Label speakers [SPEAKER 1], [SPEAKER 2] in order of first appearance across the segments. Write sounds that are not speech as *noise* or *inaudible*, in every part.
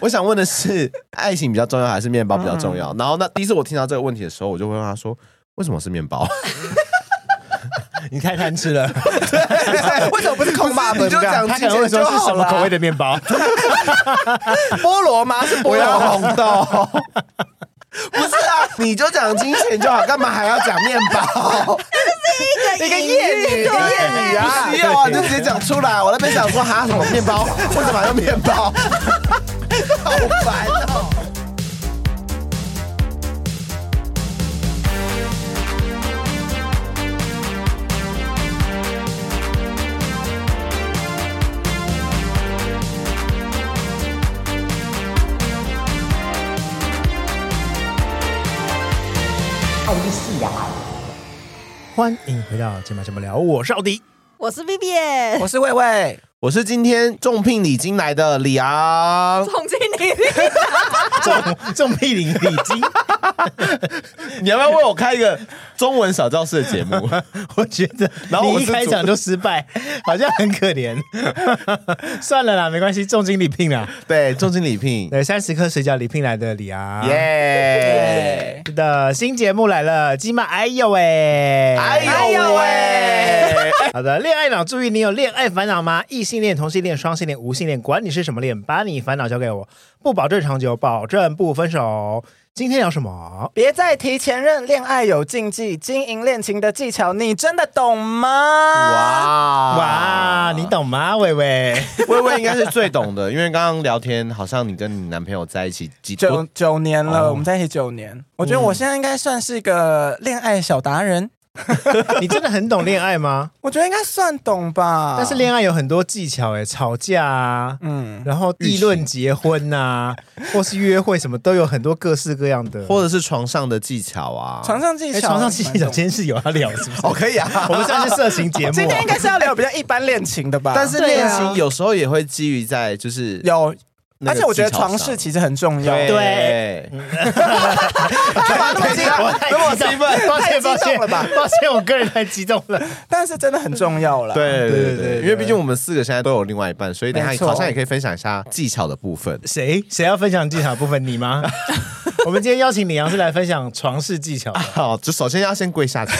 [SPEAKER 1] 我想问的是，爱情比较重要还是面包比较重
[SPEAKER 2] 嗯
[SPEAKER 1] 要？然后那第一次我听到这个问题的时候，我就会问他说：“为什么是面包？
[SPEAKER 3] 你太贪吃了，
[SPEAKER 2] *laughs* 为什么不是空霸
[SPEAKER 1] 不是 *laughs*
[SPEAKER 2] 本？
[SPEAKER 1] 你就讲
[SPEAKER 3] 他可能会说是什么口味的
[SPEAKER 1] *laughs*
[SPEAKER 3] 面包？
[SPEAKER 2] 菠萝吗？是菠
[SPEAKER 1] 我要
[SPEAKER 2] 萝，
[SPEAKER 1] 红豆。” *laughs* 不是啊，你就讲金钱就好，干嘛还要讲面
[SPEAKER 2] *laughs*
[SPEAKER 1] 包？
[SPEAKER 2] 一个谚语，一个谚语啊
[SPEAKER 1] 不！需要啊，你就直接讲出来。我那边想说哈什么面包，为什么要面包？好烦哦！
[SPEAKER 3] 欢迎回到今晚节目聊，我是奥迪。
[SPEAKER 4] 我是 Vivian，
[SPEAKER 2] 我是魏魏，
[SPEAKER 1] 我是今天重聘礼金来的李昂，
[SPEAKER 4] 总经理，
[SPEAKER 1] *laughs*
[SPEAKER 3] 重重屁领礼金， *laughs*
[SPEAKER 1] 你要不要为我开一个中文小教室的节目？
[SPEAKER 3] 我觉得，
[SPEAKER 1] 然后我
[SPEAKER 3] 你
[SPEAKER 1] 是
[SPEAKER 3] 一
[SPEAKER 1] 主
[SPEAKER 3] 开场就失败，好像很可怜。 *laughs* 算了啦，没关系，重金礼聘啦。
[SPEAKER 1] 对，重金礼
[SPEAKER 2] *laughs*
[SPEAKER 1] 聘，
[SPEAKER 3] 对，三十颗水饺礼聘来的礼啊，
[SPEAKER 1] 耶！
[SPEAKER 3] 是的，新节目来了，今晚哎呦喂，
[SPEAKER 1] 哎呦喂！
[SPEAKER 3] 好的，恋爱脑，注意，你有恋爱烦恼吗？异性恋、同性恋、双性恋、无性恋，管你是什么恋，把你烦恼交给我，不保证长久，保证不分手。今天聊什么？
[SPEAKER 2] 别再提前任，恋爱有禁忌，经营恋情的技巧，你真的懂吗？哇！
[SPEAKER 1] 啊哇
[SPEAKER 2] 哦
[SPEAKER 3] 哇，你懂吗，伟伟？
[SPEAKER 1] 微微应该是最懂的，因为刚刚聊天，好像你跟你男朋友在一起几
[SPEAKER 2] 九
[SPEAKER 1] 多
[SPEAKER 2] 九年了，
[SPEAKER 3] 哦
[SPEAKER 2] 我们在一起九年，我觉得我现在应该算是一个恋爱小达人，
[SPEAKER 3] 你真的很懂恋爱吗？
[SPEAKER 2] 我觉得应该算懂吧。
[SPEAKER 3] 但是恋爱有很多技巧哎，吵架啊，
[SPEAKER 2] 啊嗯，
[SPEAKER 3] 然后议论结婚呐、或是约会什么，都有很多各式各样的。
[SPEAKER 1] 或者是床上的技巧啊？
[SPEAKER 2] 床上技
[SPEAKER 3] 哎，
[SPEAKER 2] 巧，
[SPEAKER 3] 床上技巧今
[SPEAKER 2] 今
[SPEAKER 3] 天是有要聊，是不是？
[SPEAKER 1] 哦，可以
[SPEAKER 2] *laughs*
[SPEAKER 1] 啊。
[SPEAKER 3] *laughs* 我们算是色情节目
[SPEAKER 2] 天应
[SPEAKER 3] 啊，
[SPEAKER 2] 该是要聊比较一般恋情的吧？
[SPEAKER 1] 但是
[SPEAKER 4] 对
[SPEAKER 1] 恋
[SPEAKER 4] 啊
[SPEAKER 1] 情 *laughs* 有时候也会基于在就是
[SPEAKER 2] 有，
[SPEAKER 1] 那
[SPEAKER 2] 而
[SPEAKER 1] 个
[SPEAKER 2] 且我觉得
[SPEAKER 1] 技巧上
[SPEAKER 2] 床事其实很重要。
[SPEAKER 1] 对，
[SPEAKER 3] 对
[SPEAKER 2] 干嘛那么激
[SPEAKER 3] 我
[SPEAKER 2] 动？
[SPEAKER 3] 太激动，抱
[SPEAKER 2] 太
[SPEAKER 3] 歉抱
[SPEAKER 2] 激
[SPEAKER 3] 歉
[SPEAKER 2] 动了吧？
[SPEAKER 3] 抱歉，我个人太激动了。
[SPEAKER 2] 但是真的很重要了。，
[SPEAKER 1] 对对
[SPEAKER 3] 对对
[SPEAKER 1] 对，
[SPEAKER 3] 对
[SPEAKER 1] 因为毕竟我们四个现在都有另外一半，所以等一
[SPEAKER 2] 没
[SPEAKER 1] 下
[SPEAKER 2] 错
[SPEAKER 1] 好像也可以分享一下技巧的部
[SPEAKER 2] *laughs*
[SPEAKER 1] 分。
[SPEAKER 3] 谁谁要分享技巧的部分？你吗？我们今天邀请李啊阳是来分享床事技巧的，
[SPEAKER 1] 好，就首先要先跪 *laughs* 下去，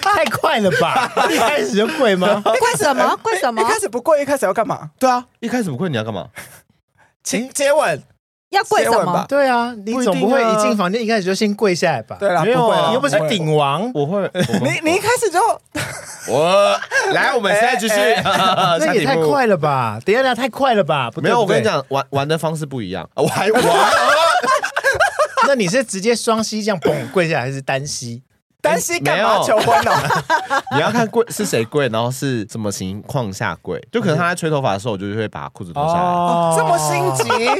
[SPEAKER 3] 太快了吧？一开始就跪吗？
[SPEAKER 4] 为哦什么？为什么
[SPEAKER 2] 一开始不跪，一开始要干嘛？
[SPEAKER 1] 对啊，一开始不跪你要干嘛？
[SPEAKER 2] 亲接吻。
[SPEAKER 4] 要跪什
[SPEAKER 2] 接吻吧
[SPEAKER 4] 么？
[SPEAKER 3] 哎对啊，你
[SPEAKER 1] 不一定啊
[SPEAKER 3] 总不会一进房间一开始就先跪下来吧？
[SPEAKER 2] 对啦，
[SPEAKER 1] 没有啊
[SPEAKER 2] 不会啦
[SPEAKER 3] 你又不是
[SPEAKER 2] 会
[SPEAKER 3] 顶王，
[SPEAKER 1] 我会，
[SPEAKER 2] 你你 *laughs* 一开始就
[SPEAKER 1] 我来，我们现在继续，
[SPEAKER 2] *laughs* 哎
[SPEAKER 3] 那
[SPEAKER 1] *laughs* 那
[SPEAKER 3] 也太快了吧？等一下，等一下太快了吧？不对
[SPEAKER 1] 没有，我跟你，
[SPEAKER 3] 不
[SPEAKER 1] 讲，玩玩的方式不一样。啊我还玩，
[SPEAKER 3] 对那你是直接双膝这样蹦跪下来，还是单膝？
[SPEAKER 2] 担心干
[SPEAKER 1] 没
[SPEAKER 2] 嘛
[SPEAKER 1] 有
[SPEAKER 2] 求婚呢？
[SPEAKER 1] 你要看跪是谁跪，然后是什么情况下跪。就可能他在吹头发的时候，我就会把裤子脱下来，
[SPEAKER 2] 哦这么心急，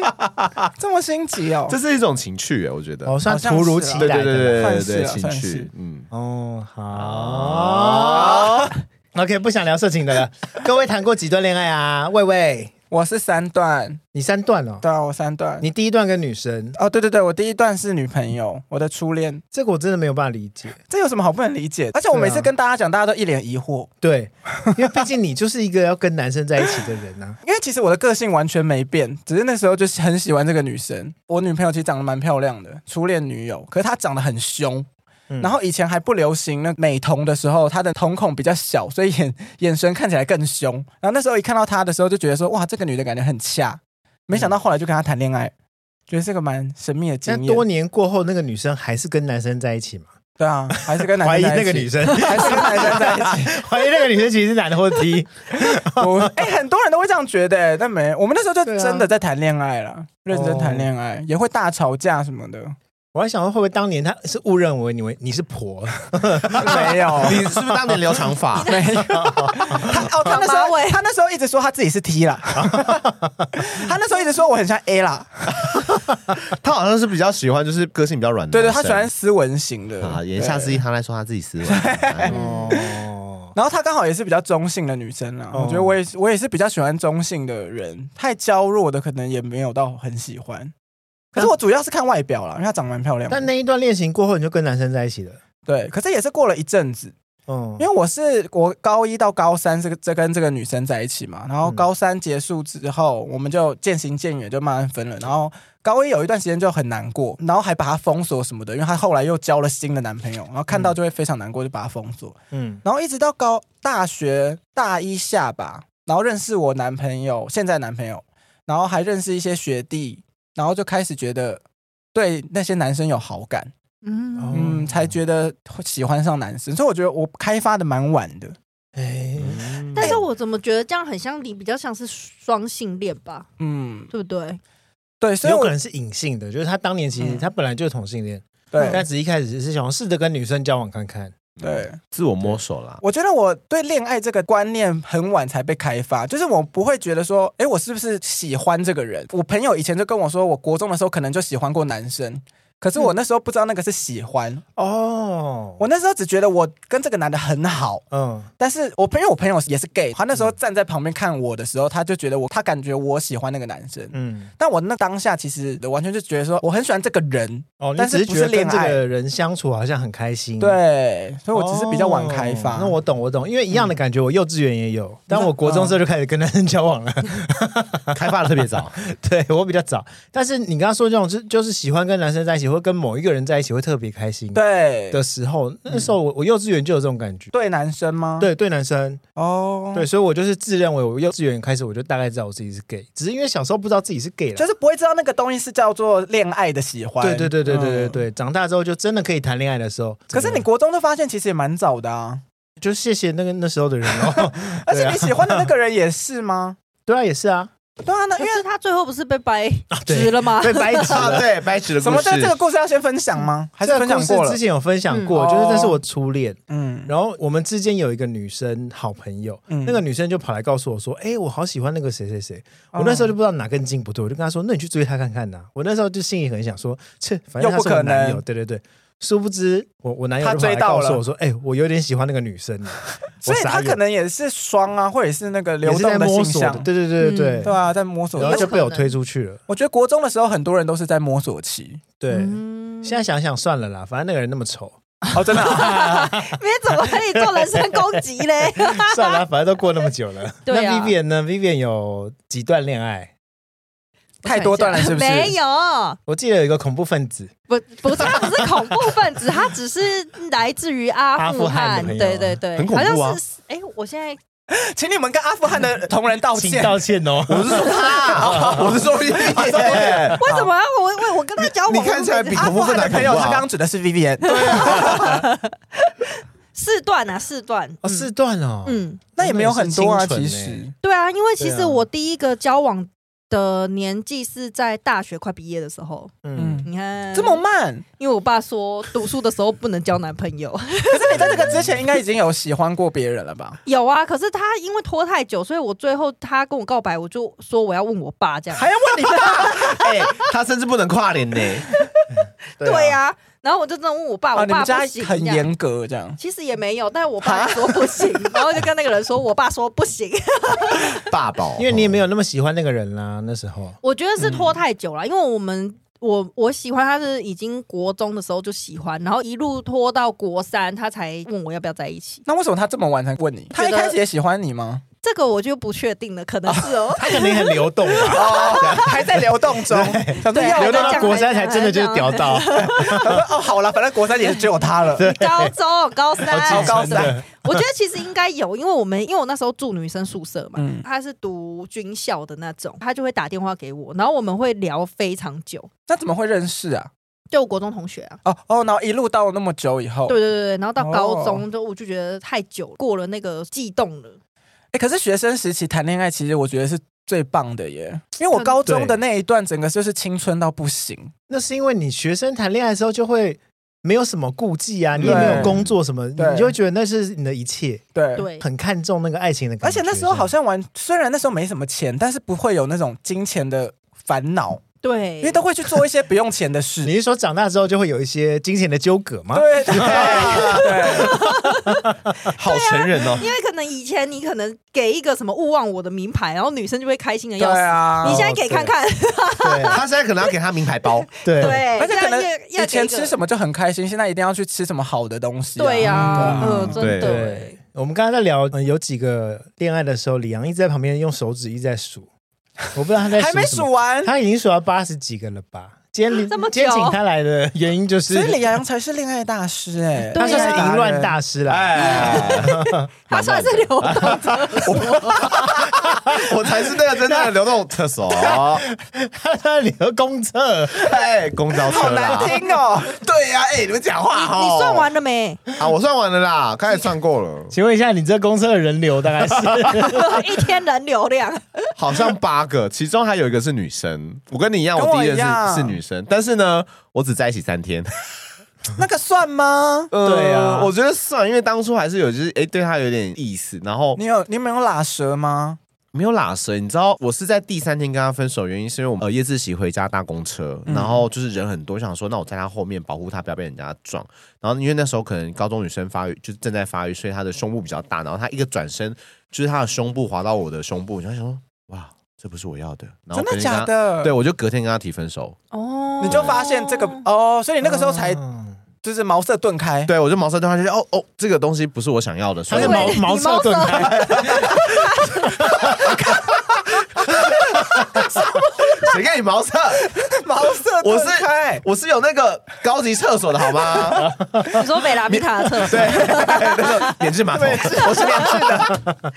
[SPEAKER 2] 这么心急哦
[SPEAKER 1] 这！是一种情趣，我觉得。
[SPEAKER 3] 哦，算
[SPEAKER 2] 好像是
[SPEAKER 3] 突如其
[SPEAKER 2] 啊
[SPEAKER 3] 来
[SPEAKER 1] 对
[SPEAKER 3] 的
[SPEAKER 1] 对对对
[SPEAKER 2] 算
[SPEAKER 1] 对
[SPEAKER 2] 是
[SPEAKER 1] 对，
[SPEAKER 2] 啊
[SPEAKER 1] 情
[SPEAKER 2] 算是
[SPEAKER 1] 趣，嗯，
[SPEAKER 3] 哦，
[SPEAKER 2] 哦
[SPEAKER 3] 好。OK，不想聊色情的
[SPEAKER 2] *laughs*
[SPEAKER 3] 了。各位谈过几段恋爱啊？喂喂，
[SPEAKER 2] 我是三段，
[SPEAKER 3] 你三段哦。
[SPEAKER 2] 对啊，我三段。
[SPEAKER 3] 你第一段跟女生，
[SPEAKER 2] 哦，对对对，我第一段是女朋友，我的初恋，
[SPEAKER 3] 这个我真的没有办法理解。
[SPEAKER 2] 这有什么好不能理
[SPEAKER 3] 啊
[SPEAKER 2] 解？而且我每次跟大家讲，大家都一脸疑惑，
[SPEAKER 3] 对，因为毕竟你就是一个要跟男生在一起的人啊。
[SPEAKER 2] 因为其实我的个性完全没变，只是那时候就是很喜欢这个女生。我女朋友其实长得蛮漂亮的，初恋女友，可是她长得很凶。
[SPEAKER 3] 嗯
[SPEAKER 2] 然后以前还不流行那美瞳的时候，她的瞳孔比较小，所以眼眼神看起来更凶。然后那时候一看到她的时候，就觉得说哇，这个女的感觉很恰。没想到后来就跟她谈恋爱，觉得是个蛮神秘的经
[SPEAKER 3] 嗯那
[SPEAKER 2] 验。
[SPEAKER 3] 多年过后，那个女生还是跟男生在一起嘛？
[SPEAKER 2] 对啊，
[SPEAKER 3] *laughs*
[SPEAKER 2] 还是跟男
[SPEAKER 3] 怀疑
[SPEAKER 2] 生在一
[SPEAKER 3] 那个
[SPEAKER 2] 起
[SPEAKER 3] 女生，
[SPEAKER 2] *laughs* 还是跟男生在一
[SPEAKER 3] *laughs*
[SPEAKER 2] 起。
[SPEAKER 3] 怀疑那个女生其实是男的或者 T。
[SPEAKER 2] *laughs* 我哎、很多人都会这样觉得、但没，我们那时候就
[SPEAKER 3] 对啊哦
[SPEAKER 2] 真的在谈恋爱了，认真谈恋爱，也会大吵架
[SPEAKER 3] *laughs*
[SPEAKER 2] 什么的。
[SPEAKER 3] 我还想说，会不会当年他是误认为你为你是婆？
[SPEAKER 2] 没有，？
[SPEAKER 1] 你是不是当年留长发
[SPEAKER 2] *laughs*
[SPEAKER 3] *laughs*
[SPEAKER 2] 没有。他哦，他那时
[SPEAKER 4] 马
[SPEAKER 2] 候
[SPEAKER 4] 尾
[SPEAKER 2] 他那时候一直说他自己是
[SPEAKER 3] *laughs*
[SPEAKER 2] T 啦，他那时候一直说我很像 A 啦。
[SPEAKER 1] 他好像是比较喜欢，就是个性比较软的
[SPEAKER 2] 对
[SPEAKER 1] 男
[SPEAKER 2] 对，
[SPEAKER 1] 生。
[SPEAKER 2] 他喜欢斯文型的。
[SPEAKER 1] 啊，
[SPEAKER 2] 对
[SPEAKER 1] 言下之意，他在说他自己斯文。哎
[SPEAKER 3] 哦，
[SPEAKER 2] 然后她刚好也是比较中性的女生啦，
[SPEAKER 3] 哦
[SPEAKER 2] 我觉得我也是我也是比较喜欢中性的人，太娇弱的可能也没有到很喜欢。可是我主要是看外表啦，因为她长得蛮漂亮的。
[SPEAKER 3] 但那一段恋情过后，你就跟男生在一起了。
[SPEAKER 2] 对，可是也是过了一阵子，
[SPEAKER 3] 嗯
[SPEAKER 2] 因为我是我高一到高三这个这跟这个女生在一起嘛，然后
[SPEAKER 3] 嗯
[SPEAKER 2] 高三结束之后，我们就渐行渐远，就慢慢分了。然后高一有一段时间就很难过，然后还把她封锁什么的，因为她后来又交了新的男朋友，然后看到就会非常难过，就把她封锁。
[SPEAKER 3] 嗯
[SPEAKER 2] 然后一直到高大学大一下吧，然后认识我男朋友，现在男朋友，然后还认识一些学弟，然后就开始觉得对那些男生有好感，
[SPEAKER 3] 哦
[SPEAKER 4] 嗯，
[SPEAKER 2] 嗯，才觉得会喜欢上男生。所以我觉得我开发的蛮晚的，
[SPEAKER 3] 哎
[SPEAKER 4] 但是我怎么觉得这样很像你，比较像是双性恋吧，
[SPEAKER 2] 嗯，
[SPEAKER 4] 对不对？
[SPEAKER 2] 对，所以
[SPEAKER 3] 有可
[SPEAKER 2] 我
[SPEAKER 3] 能是隐性的，就是他当年其实
[SPEAKER 2] 嗯
[SPEAKER 3] 他本来就是同性恋，但
[SPEAKER 2] 对
[SPEAKER 3] 只一开始是想试着跟女生交往看看。
[SPEAKER 2] 对，
[SPEAKER 5] 自我摸索啦。
[SPEAKER 2] 我觉得我对恋爱这个观念很晚才被开发，就是我不会觉得说，哎，我是不是喜欢这个人？我朋友以前就跟我说，我国中的时候可能就喜欢过男生，可
[SPEAKER 3] 嗯
[SPEAKER 2] 是我那时候不知道那个是喜欢，
[SPEAKER 3] 哦，
[SPEAKER 2] 我那时候只觉得我跟这个男的很好，
[SPEAKER 3] 嗯
[SPEAKER 2] 但是我朋友我朋友也是 gay，他那时候站在旁边看我的时候，他就觉得我他感觉我喜欢那个男生，
[SPEAKER 3] 嗯，
[SPEAKER 2] 但我那当下其实完全就觉得说我很喜欢这个人，
[SPEAKER 3] 哦，你
[SPEAKER 2] 但
[SPEAKER 3] 只
[SPEAKER 2] 是
[SPEAKER 3] 是
[SPEAKER 2] 不
[SPEAKER 3] 觉
[SPEAKER 2] 是
[SPEAKER 3] 得跟
[SPEAKER 2] 恋
[SPEAKER 3] 这
[SPEAKER 2] 爱
[SPEAKER 3] 个人相处好像很开心，。
[SPEAKER 2] 对，所以我只是比较晚开
[SPEAKER 3] 嗯
[SPEAKER 2] 发。
[SPEAKER 3] 哦
[SPEAKER 2] 嗯
[SPEAKER 3] 那我懂，我懂，因为一样的感觉，我幼稚园也有，但我国中之后就开始跟男生 *laughs* 交往了。
[SPEAKER 5] 开发的特别早，
[SPEAKER 3] 对我比较早，但是你刚刚说这种，就就是喜欢跟男生在一起，或跟某一个人在一起会特别开心
[SPEAKER 2] 对嗯
[SPEAKER 3] 的时候，那时候我我幼稚园就有这种感觉。
[SPEAKER 2] 对男生吗？
[SPEAKER 3] 对对，男生
[SPEAKER 2] 哦，
[SPEAKER 3] 对，所以我就是自认为我幼稚园开始我就大概知道我自己是 gay，只是因为小时候不知道自己是 gay 了
[SPEAKER 2] 就。是不会知道那个东西是叫做恋爱的喜欢。
[SPEAKER 3] 对对对对对对
[SPEAKER 2] 嗯。
[SPEAKER 3] 对，长大之后就真的可以谈恋爱的时候。
[SPEAKER 2] 可是
[SPEAKER 3] 真的
[SPEAKER 2] 你国中就发现其实也蛮早的啊，
[SPEAKER 3] 就谢谢那个那时候的人哦。 *laughs*
[SPEAKER 2] 而且你喜欢的那个人也是吗？
[SPEAKER 3] 对啊，也是啊，
[SPEAKER 2] 对啊，那
[SPEAKER 4] 可
[SPEAKER 2] 因为
[SPEAKER 4] 是他最后不是被掰
[SPEAKER 3] 对
[SPEAKER 4] 直了吗？
[SPEAKER 3] 被白纸了。
[SPEAKER 5] 对，白纸的
[SPEAKER 2] 什么？这这个故事要先分享吗？还
[SPEAKER 3] 这
[SPEAKER 2] 是
[SPEAKER 3] 个
[SPEAKER 2] 分享
[SPEAKER 3] 故事
[SPEAKER 2] 过了
[SPEAKER 3] 之？前有分享过，
[SPEAKER 2] 嗯
[SPEAKER 3] 就是那是我初恋，
[SPEAKER 2] 嗯
[SPEAKER 3] 然后我们之间有一个女生好朋友，
[SPEAKER 2] 嗯
[SPEAKER 3] 那个女生就跑来告诉我说：“哎、我好喜欢那个谁谁谁。”
[SPEAKER 2] 哦
[SPEAKER 3] 我那时候就不知道哪根筋不对，我就跟她说：“那你去追她看看呐、我那时候就心里很想说：“切，反正她
[SPEAKER 2] 又不
[SPEAKER 3] 是我
[SPEAKER 2] 可
[SPEAKER 3] 男
[SPEAKER 2] 能
[SPEAKER 3] 友。”对对对。殊不知，我我男友
[SPEAKER 2] 他
[SPEAKER 3] 就跑来
[SPEAKER 2] 追到
[SPEAKER 3] 告诉
[SPEAKER 2] 了
[SPEAKER 3] 我说：“哎、我有点喜欢那个女生。”啊
[SPEAKER 2] *laughs* 所以
[SPEAKER 3] 我傻
[SPEAKER 2] 他
[SPEAKER 3] 眼
[SPEAKER 2] 可能也是双啊，或者是那个
[SPEAKER 3] 也
[SPEAKER 2] 流
[SPEAKER 3] 是在
[SPEAKER 2] 动的
[SPEAKER 3] 摸
[SPEAKER 2] 性
[SPEAKER 3] 索的，
[SPEAKER 2] 向，
[SPEAKER 3] 对对对对对
[SPEAKER 4] 嗯
[SPEAKER 2] 对啊，在摸索
[SPEAKER 3] 然后
[SPEAKER 4] 有
[SPEAKER 3] 就
[SPEAKER 4] 可
[SPEAKER 3] 被我
[SPEAKER 4] 能
[SPEAKER 3] 推出去了。
[SPEAKER 2] 我觉得国中的时候，很多人都是在摸
[SPEAKER 3] *laughs*
[SPEAKER 2] 索期。
[SPEAKER 3] 对，
[SPEAKER 4] 嗯
[SPEAKER 3] 现在想想算了啦，反正那个人那么丑， *laughs*
[SPEAKER 2] 哦，真的、
[SPEAKER 4] *laughs* 别怎么可以做人身攻击嘞？
[SPEAKER 3] 算了，反正都过那么久了。
[SPEAKER 4] 对啊
[SPEAKER 3] 那 Vivian 呢？Vivian 有几段恋爱？
[SPEAKER 2] 太多段了，是不是？
[SPEAKER 4] 没有，
[SPEAKER 3] 我记得有一个恐怖分子，
[SPEAKER 4] 不不是，他不是恐怖分子，他只是来自于阿富
[SPEAKER 3] 阿富汗的
[SPEAKER 4] 汗，
[SPEAKER 3] 朋友
[SPEAKER 4] 对对对，
[SPEAKER 5] 很恐怖啊
[SPEAKER 4] 好像是哎，我现在
[SPEAKER 2] *laughs* 请你们跟阿富汗的同仁道
[SPEAKER 3] 请
[SPEAKER 2] 歉。
[SPEAKER 3] 道歉哦。
[SPEAKER 5] 我是
[SPEAKER 3] *laughs*
[SPEAKER 5] 说
[SPEAKER 2] *laughs*
[SPEAKER 5] 他，我是说你，
[SPEAKER 4] 为什么啊我我我跟他交往，
[SPEAKER 5] 你看起来比
[SPEAKER 2] 阿富汗的朋友，他刚刚指的是 Vivian。
[SPEAKER 3] 啊
[SPEAKER 2] 啊
[SPEAKER 4] 四段啊，四段，
[SPEAKER 3] 哦，四段哦，
[SPEAKER 4] 嗯，
[SPEAKER 2] 那也没有很多啊，
[SPEAKER 3] 那
[SPEAKER 2] 其
[SPEAKER 3] 也是清纯
[SPEAKER 2] 实。
[SPEAKER 4] 对啊，因为其
[SPEAKER 3] 对
[SPEAKER 4] 实
[SPEAKER 3] 啊
[SPEAKER 4] 我第一个交往的年纪是在大学快毕业的时候，
[SPEAKER 3] 嗯，
[SPEAKER 2] 嗯，
[SPEAKER 4] 你看
[SPEAKER 2] 这么，慢，
[SPEAKER 4] 因为我爸说读书的时候不能交男朋友， *laughs*
[SPEAKER 2] 可是你在这个之前应该已经有喜欢过别人了吧？
[SPEAKER 4] 有啊，可是他因为拖太久，所以我最后他跟我告白，我就说我要问我爸这样，
[SPEAKER 2] 还要问你爸？
[SPEAKER 5] 哎，他甚至不能跨年呢。
[SPEAKER 4] 对呀、然后我就真的问我爸，
[SPEAKER 2] 啊，
[SPEAKER 4] 我
[SPEAKER 2] 你们
[SPEAKER 4] 爸
[SPEAKER 2] 家
[SPEAKER 4] 不行，
[SPEAKER 2] 很
[SPEAKER 4] 这样
[SPEAKER 2] 严格这样。
[SPEAKER 4] 其实也没有，但我爸说不
[SPEAKER 2] *laughs*
[SPEAKER 4] 行，然后就跟那个人说，我爸说不行。
[SPEAKER 5] 爸宝，
[SPEAKER 3] 因为你也没有那么喜欢那个人啦，那时候。
[SPEAKER 4] 我觉得是
[SPEAKER 2] 嗯
[SPEAKER 4] 拖太久了，因为我们我我喜欢他是已经国中的时候就喜欢，然后一路拖到国三，他才问我要不要在一起。
[SPEAKER 2] 那为什么他这么晚才问你？他一开始也喜欢你吗？
[SPEAKER 4] 这个我就不确定了，可能是
[SPEAKER 2] *laughs*
[SPEAKER 4] 哦。
[SPEAKER 3] 他可能也很流动 *laughs* 吧，
[SPEAKER 2] 哦， *laughs* 还在流动中。想说
[SPEAKER 4] 对
[SPEAKER 2] 要
[SPEAKER 3] 流动
[SPEAKER 2] 吗
[SPEAKER 3] 到国三才真的就是屌到， *laughs*
[SPEAKER 2] 想说哦，好了，反正国三也是只有他了。
[SPEAKER 4] 高中、高三、
[SPEAKER 2] 好啊高三
[SPEAKER 4] 对我觉得其实应该有，因为我们因为我那时候住女生宿舍嘛，
[SPEAKER 2] 嗯
[SPEAKER 4] 他是读军校的那种，他就会打电话给我，然后我们会聊非常久，
[SPEAKER 2] 那怎么会认识啊？
[SPEAKER 4] 就我国中同学啊，
[SPEAKER 2] 哦哦，然后一路到那么久以后，
[SPEAKER 4] 对对对，对然后到高
[SPEAKER 2] 哦
[SPEAKER 4] 中就我就觉得太久了过了那个悸动了，
[SPEAKER 2] 哎，可是学生时期谈恋爱，其实我觉得是最棒的耶，因为我高中的那一段，整个就是青春到不行。
[SPEAKER 3] 那是因为你学生谈恋爱的时候就会没有什么顾忌啊，你也没有工作什么，你
[SPEAKER 2] 对
[SPEAKER 3] 就会觉得那是你的一切，
[SPEAKER 2] 对，
[SPEAKER 4] 对，
[SPEAKER 3] 很看重那个爱情的感
[SPEAKER 2] 而
[SPEAKER 3] 觉。
[SPEAKER 2] 且那时候好
[SPEAKER 3] 是
[SPEAKER 2] 像玩，虽然那时候没什么钱，但是不会有那种金钱的烦恼。
[SPEAKER 4] 对，
[SPEAKER 2] 因为都会去做一些不用钱的事。
[SPEAKER 3] 你是说长大之后就会有一些金钱的纠葛吗？
[SPEAKER 2] 对 *laughs* 对对，啊
[SPEAKER 1] 好成人哦。
[SPEAKER 4] 因为可能以前你可能给一个什么勿忘我的名牌，然后女生就会开心的
[SPEAKER 2] 对
[SPEAKER 4] 要死。
[SPEAKER 2] 啊
[SPEAKER 4] 你，现在给看看，
[SPEAKER 1] *laughs*
[SPEAKER 5] 对他现在可能要给他名牌包，
[SPEAKER 3] 对
[SPEAKER 4] 对，
[SPEAKER 2] 而且可能
[SPEAKER 4] 现在要
[SPEAKER 2] 以前吃什
[SPEAKER 4] 么？
[SPEAKER 2] 么就很开心，现在一定要去吃什么好的东
[SPEAKER 1] 啊
[SPEAKER 2] 西、啊
[SPEAKER 4] 对呀、
[SPEAKER 2] 嗯
[SPEAKER 4] 嗯，真的
[SPEAKER 3] 对。，我们刚刚在聊、呃有几个恋爱的时候，李阳一直在旁边用手指一直在数，我不知道他在
[SPEAKER 2] 还没
[SPEAKER 3] 什么
[SPEAKER 2] 数 *laughs* 完，
[SPEAKER 3] 他已经数到八十几个了吧？今天
[SPEAKER 4] 这么久
[SPEAKER 3] 今天请他来的原因就是
[SPEAKER 2] 所以李阳才是恋爱大师 *laughs* 哎、
[SPEAKER 3] 他算是
[SPEAKER 2] 达人
[SPEAKER 3] 淫乱大师啦。
[SPEAKER 1] 哎，
[SPEAKER 4] 他算是流动者，
[SPEAKER 1] *laughs* 我才是那个真正的流动厕所，
[SPEAKER 3] *laughs* 他在里头公厕，
[SPEAKER 1] *laughs* 哎，公交车
[SPEAKER 2] 好
[SPEAKER 1] 啦
[SPEAKER 2] 难。听 *laughs* 哦、
[SPEAKER 1] 对呀，哎，你们讲话哈。
[SPEAKER 4] 你算完了没？ *laughs*
[SPEAKER 1] 啊？我算完了啦，刚才算过了，
[SPEAKER 3] 请问一下，你这公厕的人流大概是？
[SPEAKER 1] 哦
[SPEAKER 4] 一天人
[SPEAKER 1] *laughs*
[SPEAKER 4] 流量，
[SPEAKER 1] 好像八个，其中还有一个是女生。我跟你一样，
[SPEAKER 2] 跟我
[SPEAKER 1] 第一任
[SPEAKER 2] 一样
[SPEAKER 1] 是是女生，但是呢，我只在一起三天。
[SPEAKER 2] 那个算吗？
[SPEAKER 1] 呃
[SPEAKER 3] 对啊
[SPEAKER 1] 我觉得算，因为当初还是有就是哎、对他有点意思，然后
[SPEAKER 2] 你有你没有拉舌吗？
[SPEAKER 1] 没有拉舌。你知道我是在第三天跟他分手，原因是因为我们呃夜自习回家搭公车，然后就是人很多，想说那我在他后面保护他不要被人家撞。然后因为那时候可能高中女生发育就是正在发育，所以她的胸部比较大，然后她一个转身就是她的胸部滑到我的胸部，然后想说哇这不是我要的，然后
[SPEAKER 2] 真的
[SPEAKER 1] 隔天跟
[SPEAKER 2] 假
[SPEAKER 1] 她？
[SPEAKER 2] 的？
[SPEAKER 1] 对，，我就隔天跟他提分手。
[SPEAKER 4] 哦
[SPEAKER 2] 你就发现这个哦，所以你那个时候才
[SPEAKER 3] 嗯
[SPEAKER 2] 就是茅塞顿开。
[SPEAKER 1] 对，我就茅塞顿开，就是哦哦，这个东西不是我想要的，所
[SPEAKER 3] 他
[SPEAKER 1] 以
[SPEAKER 3] 是
[SPEAKER 1] 我
[SPEAKER 3] 毛
[SPEAKER 4] 你
[SPEAKER 3] 毛
[SPEAKER 4] 毛
[SPEAKER 3] 色
[SPEAKER 4] 色
[SPEAKER 3] 盾牌，
[SPEAKER 1] 谁跟你茅塞？
[SPEAKER 2] 茅塞
[SPEAKER 1] 我
[SPEAKER 2] 顿
[SPEAKER 1] 是
[SPEAKER 2] 开。
[SPEAKER 1] 我是有那个高级厕所的好吗？
[SPEAKER 4] 你说美拉米塔的厕
[SPEAKER 1] *laughs*
[SPEAKER 4] 所，
[SPEAKER 1] 对，那个免治马桶，我是免治的，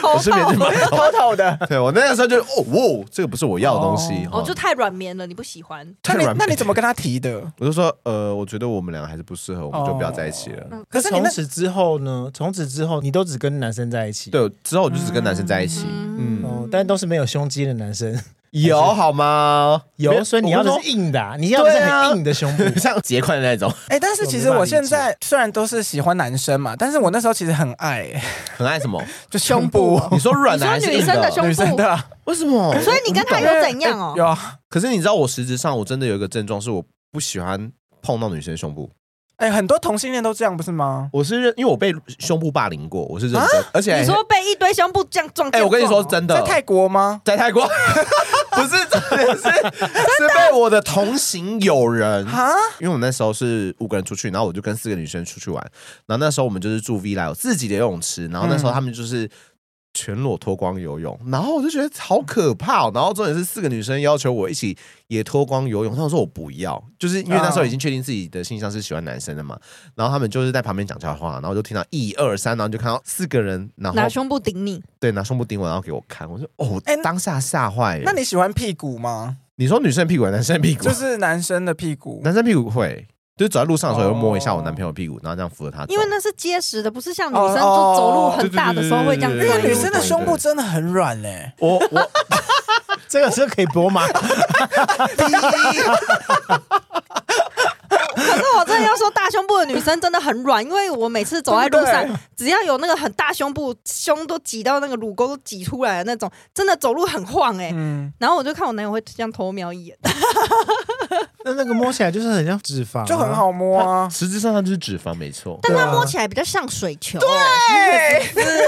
[SPEAKER 4] 头
[SPEAKER 1] 我是免治马桶。
[SPEAKER 2] 偷偷的，
[SPEAKER 1] *laughs* 对我那个时候就哦，哇，这个不是我要的东西。
[SPEAKER 4] 哦，
[SPEAKER 1] 哦
[SPEAKER 4] 就太软绵了，你不喜欢。
[SPEAKER 2] 那你
[SPEAKER 1] 太软
[SPEAKER 2] 那你怎么跟他提的？
[SPEAKER 1] 我就说，呃，我觉得我们两个还是不适合，我们就不要在一起了。
[SPEAKER 4] 哦
[SPEAKER 2] 可是你
[SPEAKER 3] 从
[SPEAKER 2] 那
[SPEAKER 3] 此之后呢？从此之后，你都只跟男生在一起，
[SPEAKER 1] 对，之后我就只跟男生在一起。嗯，
[SPEAKER 3] 哦，但都是没有胸肌的男生。
[SPEAKER 1] 有好吗？没
[SPEAKER 3] 有，所以你要的是硬的啊，你要的是
[SPEAKER 1] 对啊
[SPEAKER 3] 很硬的胸部。
[SPEAKER 1] 像结块的那种，
[SPEAKER 2] 哎、但是其实我现在虽然都是喜欢男生嘛，但是我那时候其实很爱、 *laughs*
[SPEAKER 1] 很爱什么？
[SPEAKER 2] 就胸部，
[SPEAKER 1] 你说软
[SPEAKER 4] 你
[SPEAKER 1] 的
[SPEAKER 4] 说
[SPEAKER 1] 还是
[SPEAKER 4] 女
[SPEAKER 1] 硬
[SPEAKER 4] 生的胸
[SPEAKER 2] *laughs* 女生
[SPEAKER 4] 部，
[SPEAKER 2] 的啊，
[SPEAKER 1] 为什么？
[SPEAKER 4] *laughs* 所以你跟他有怎样哦？
[SPEAKER 2] 有啊，
[SPEAKER 1] 可是你知道，我实质上我真的有一个症状，是我不喜欢碰到女生胸部。
[SPEAKER 2] 哎、很多同性恋都这样，不是吗？
[SPEAKER 1] 我是认，因为我被胸部霸凌过，我是认真，而且
[SPEAKER 4] 啊你说被一堆胸部这样撞，
[SPEAKER 1] 哎、我跟你说
[SPEAKER 4] 这
[SPEAKER 1] 真
[SPEAKER 4] 样
[SPEAKER 1] 的，
[SPEAKER 2] 在泰国吗？
[SPEAKER 1] 在泰国 *laughs* 不是真的是是被我的同行友人，
[SPEAKER 2] 哈，
[SPEAKER 1] 因为我们那时候是五个人出去，然后我就跟四个女生出去玩，然后那时候我们就是住 villa 有自己的游泳池，然后那时候他们就是。全裸脱光游泳，然后我就觉得好可怕、哦。然后重点是四个女生要求我一起也脱光游泳，她说我不要，就是因为那时候已经确定自己的性向是喜欢男生的嘛。然后他们就是在旁边讲悄悄话，然后我就听到一二三，然后就看到四个人，然后
[SPEAKER 4] 拿胸部顶你，
[SPEAKER 1] 对，拿胸部顶我，然后给我看，我说哦，我
[SPEAKER 2] 哎
[SPEAKER 1] 当下吓坏耶。
[SPEAKER 2] 那你喜欢屁股吗？
[SPEAKER 1] 你说女生屁股，还是男生屁股，啊
[SPEAKER 2] 就是男生的屁股。
[SPEAKER 1] 男生屁股会，就是走在路上的时候，
[SPEAKER 2] 哦
[SPEAKER 1] 会摸一下我男朋友屁股，然后这样扶着他走。
[SPEAKER 4] 因为那是结实的，不是像女
[SPEAKER 2] 哦
[SPEAKER 4] 生就
[SPEAKER 2] 哦
[SPEAKER 4] 走路很大的时候会这样。
[SPEAKER 1] 对
[SPEAKER 2] 因
[SPEAKER 1] 对对对
[SPEAKER 2] 为
[SPEAKER 1] 对
[SPEAKER 2] 女生的胸部真的很软欸嘞、
[SPEAKER 1] 我我
[SPEAKER 3] *laughs* 这个是可以播吗？
[SPEAKER 4] 可是我真的要说，大胸部的女生真的很软，因为我每次走在路
[SPEAKER 2] 对
[SPEAKER 4] 上，只要有那个很大胸部，胸都挤到那个乳沟都挤出来的那种，真的走路很晃哎、
[SPEAKER 2] 嗯，
[SPEAKER 4] 然后我就看我男友会这样偷瞄一眼，
[SPEAKER 3] *laughs* 那那个摸起来就是很像脂肪啊，
[SPEAKER 2] 就很好摸啊。
[SPEAKER 1] 实质上它就是脂肪，没错。
[SPEAKER 4] 但它摸起来比较像水球。欸对，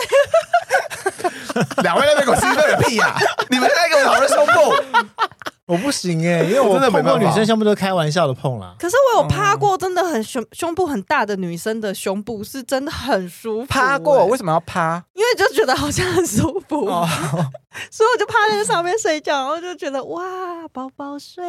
[SPEAKER 1] 两位那边给我兴奋个屁呀、你们在跟我讨论胸部，
[SPEAKER 3] 我不行哎、因为我
[SPEAKER 1] 我真的没
[SPEAKER 3] 碰
[SPEAKER 1] 办法
[SPEAKER 3] 过女生胸部都是开玩笑的碰啦。
[SPEAKER 4] 可是我有趴
[SPEAKER 2] 嗯
[SPEAKER 4] 过，真的很胸胸部很大的女生的胸部是真的很舒服、
[SPEAKER 2] 趴
[SPEAKER 4] 欸
[SPEAKER 3] 哎
[SPEAKER 2] 过，为什么要趴？
[SPEAKER 4] 因为就觉得好像很舒服，
[SPEAKER 2] 哦，
[SPEAKER 4] *laughs* 所以我就趴在那上面睡觉，然后就觉得哇，宝宝睡。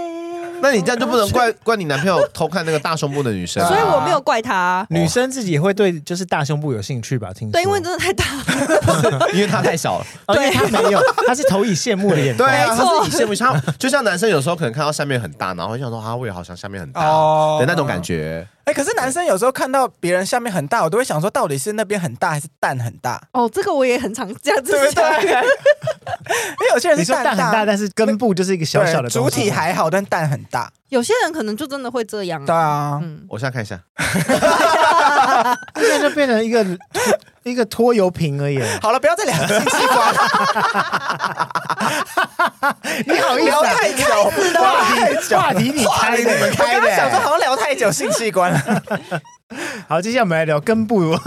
[SPEAKER 1] 那你这样就不能怪怪你男朋友偷看那个大胸部的女生、啊。
[SPEAKER 4] 所以我没有怪他、
[SPEAKER 2] 嗯
[SPEAKER 3] 女生自己也会对就是大胸部有兴趣吧？听说
[SPEAKER 4] 对，因为真的太大了，
[SPEAKER 1] 因为她太小了。
[SPEAKER 3] 哦因为她没有，她是投以羡慕的眼
[SPEAKER 1] 对
[SPEAKER 3] 光。
[SPEAKER 1] 啊，
[SPEAKER 4] 没错
[SPEAKER 1] 她是以羡慕像，就像男生有时候可能看到下面很大，然后会想说啊，我也好想下面很大
[SPEAKER 2] 哦
[SPEAKER 1] 的那种感觉。
[SPEAKER 2] 哎、可是男生有时候看到别人下面很大，我都会想说，到底是那边很大还是蛋很大？
[SPEAKER 4] *laughs* 哦，这个我也很常这样子
[SPEAKER 2] 对不对？
[SPEAKER 4] 想。
[SPEAKER 2] *laughs* 因为有些人
[SPEAKER 3] 你
[SPEAKER 2] 是
[SPEAKER 3] 说
[SPEAKER 2] 蛋
[SPEAKER 3] 蛋很大，但是根部就是一个小小的
[SPEAKER 2] 对主
[SPEAKER 3] 东西
[SPEAKER 2] 体还好，但蛋很大。
[SPEAKER 3] 嗯
[SPEAKER 4] 有些人可能就真的会这样、
[SPEAKER 2] 对啊，
[SPEAKER 4] 嗯，
[SPEAKER 1] 我现在看一下，
[SPEAKER 3] 现在就变成一个拖 *laughs* 一个拖油瓶而已。啊
[SPEAKER 2] *laughs* 好了，不要再两性器官，
[SPEAKER 3] *laughs* 你好意
[SPEAKER 2] 聊
[SPEAKER 3] 思啊？
[SPEAKER 2] *laughs* 太久，
[SPEAKER 3] 话题话题 *laughs* 你开的。
[SPEAKER 2] 啊
[SPEAKER 3] 啊
[SPEAKER 2] 我刚刚想说好像聊太久性器
[SPEAKER 3] *laughs*
[SPEAKER 2] 官了，
[SPEAKER 3] 好，接下来我们来聊根部，哦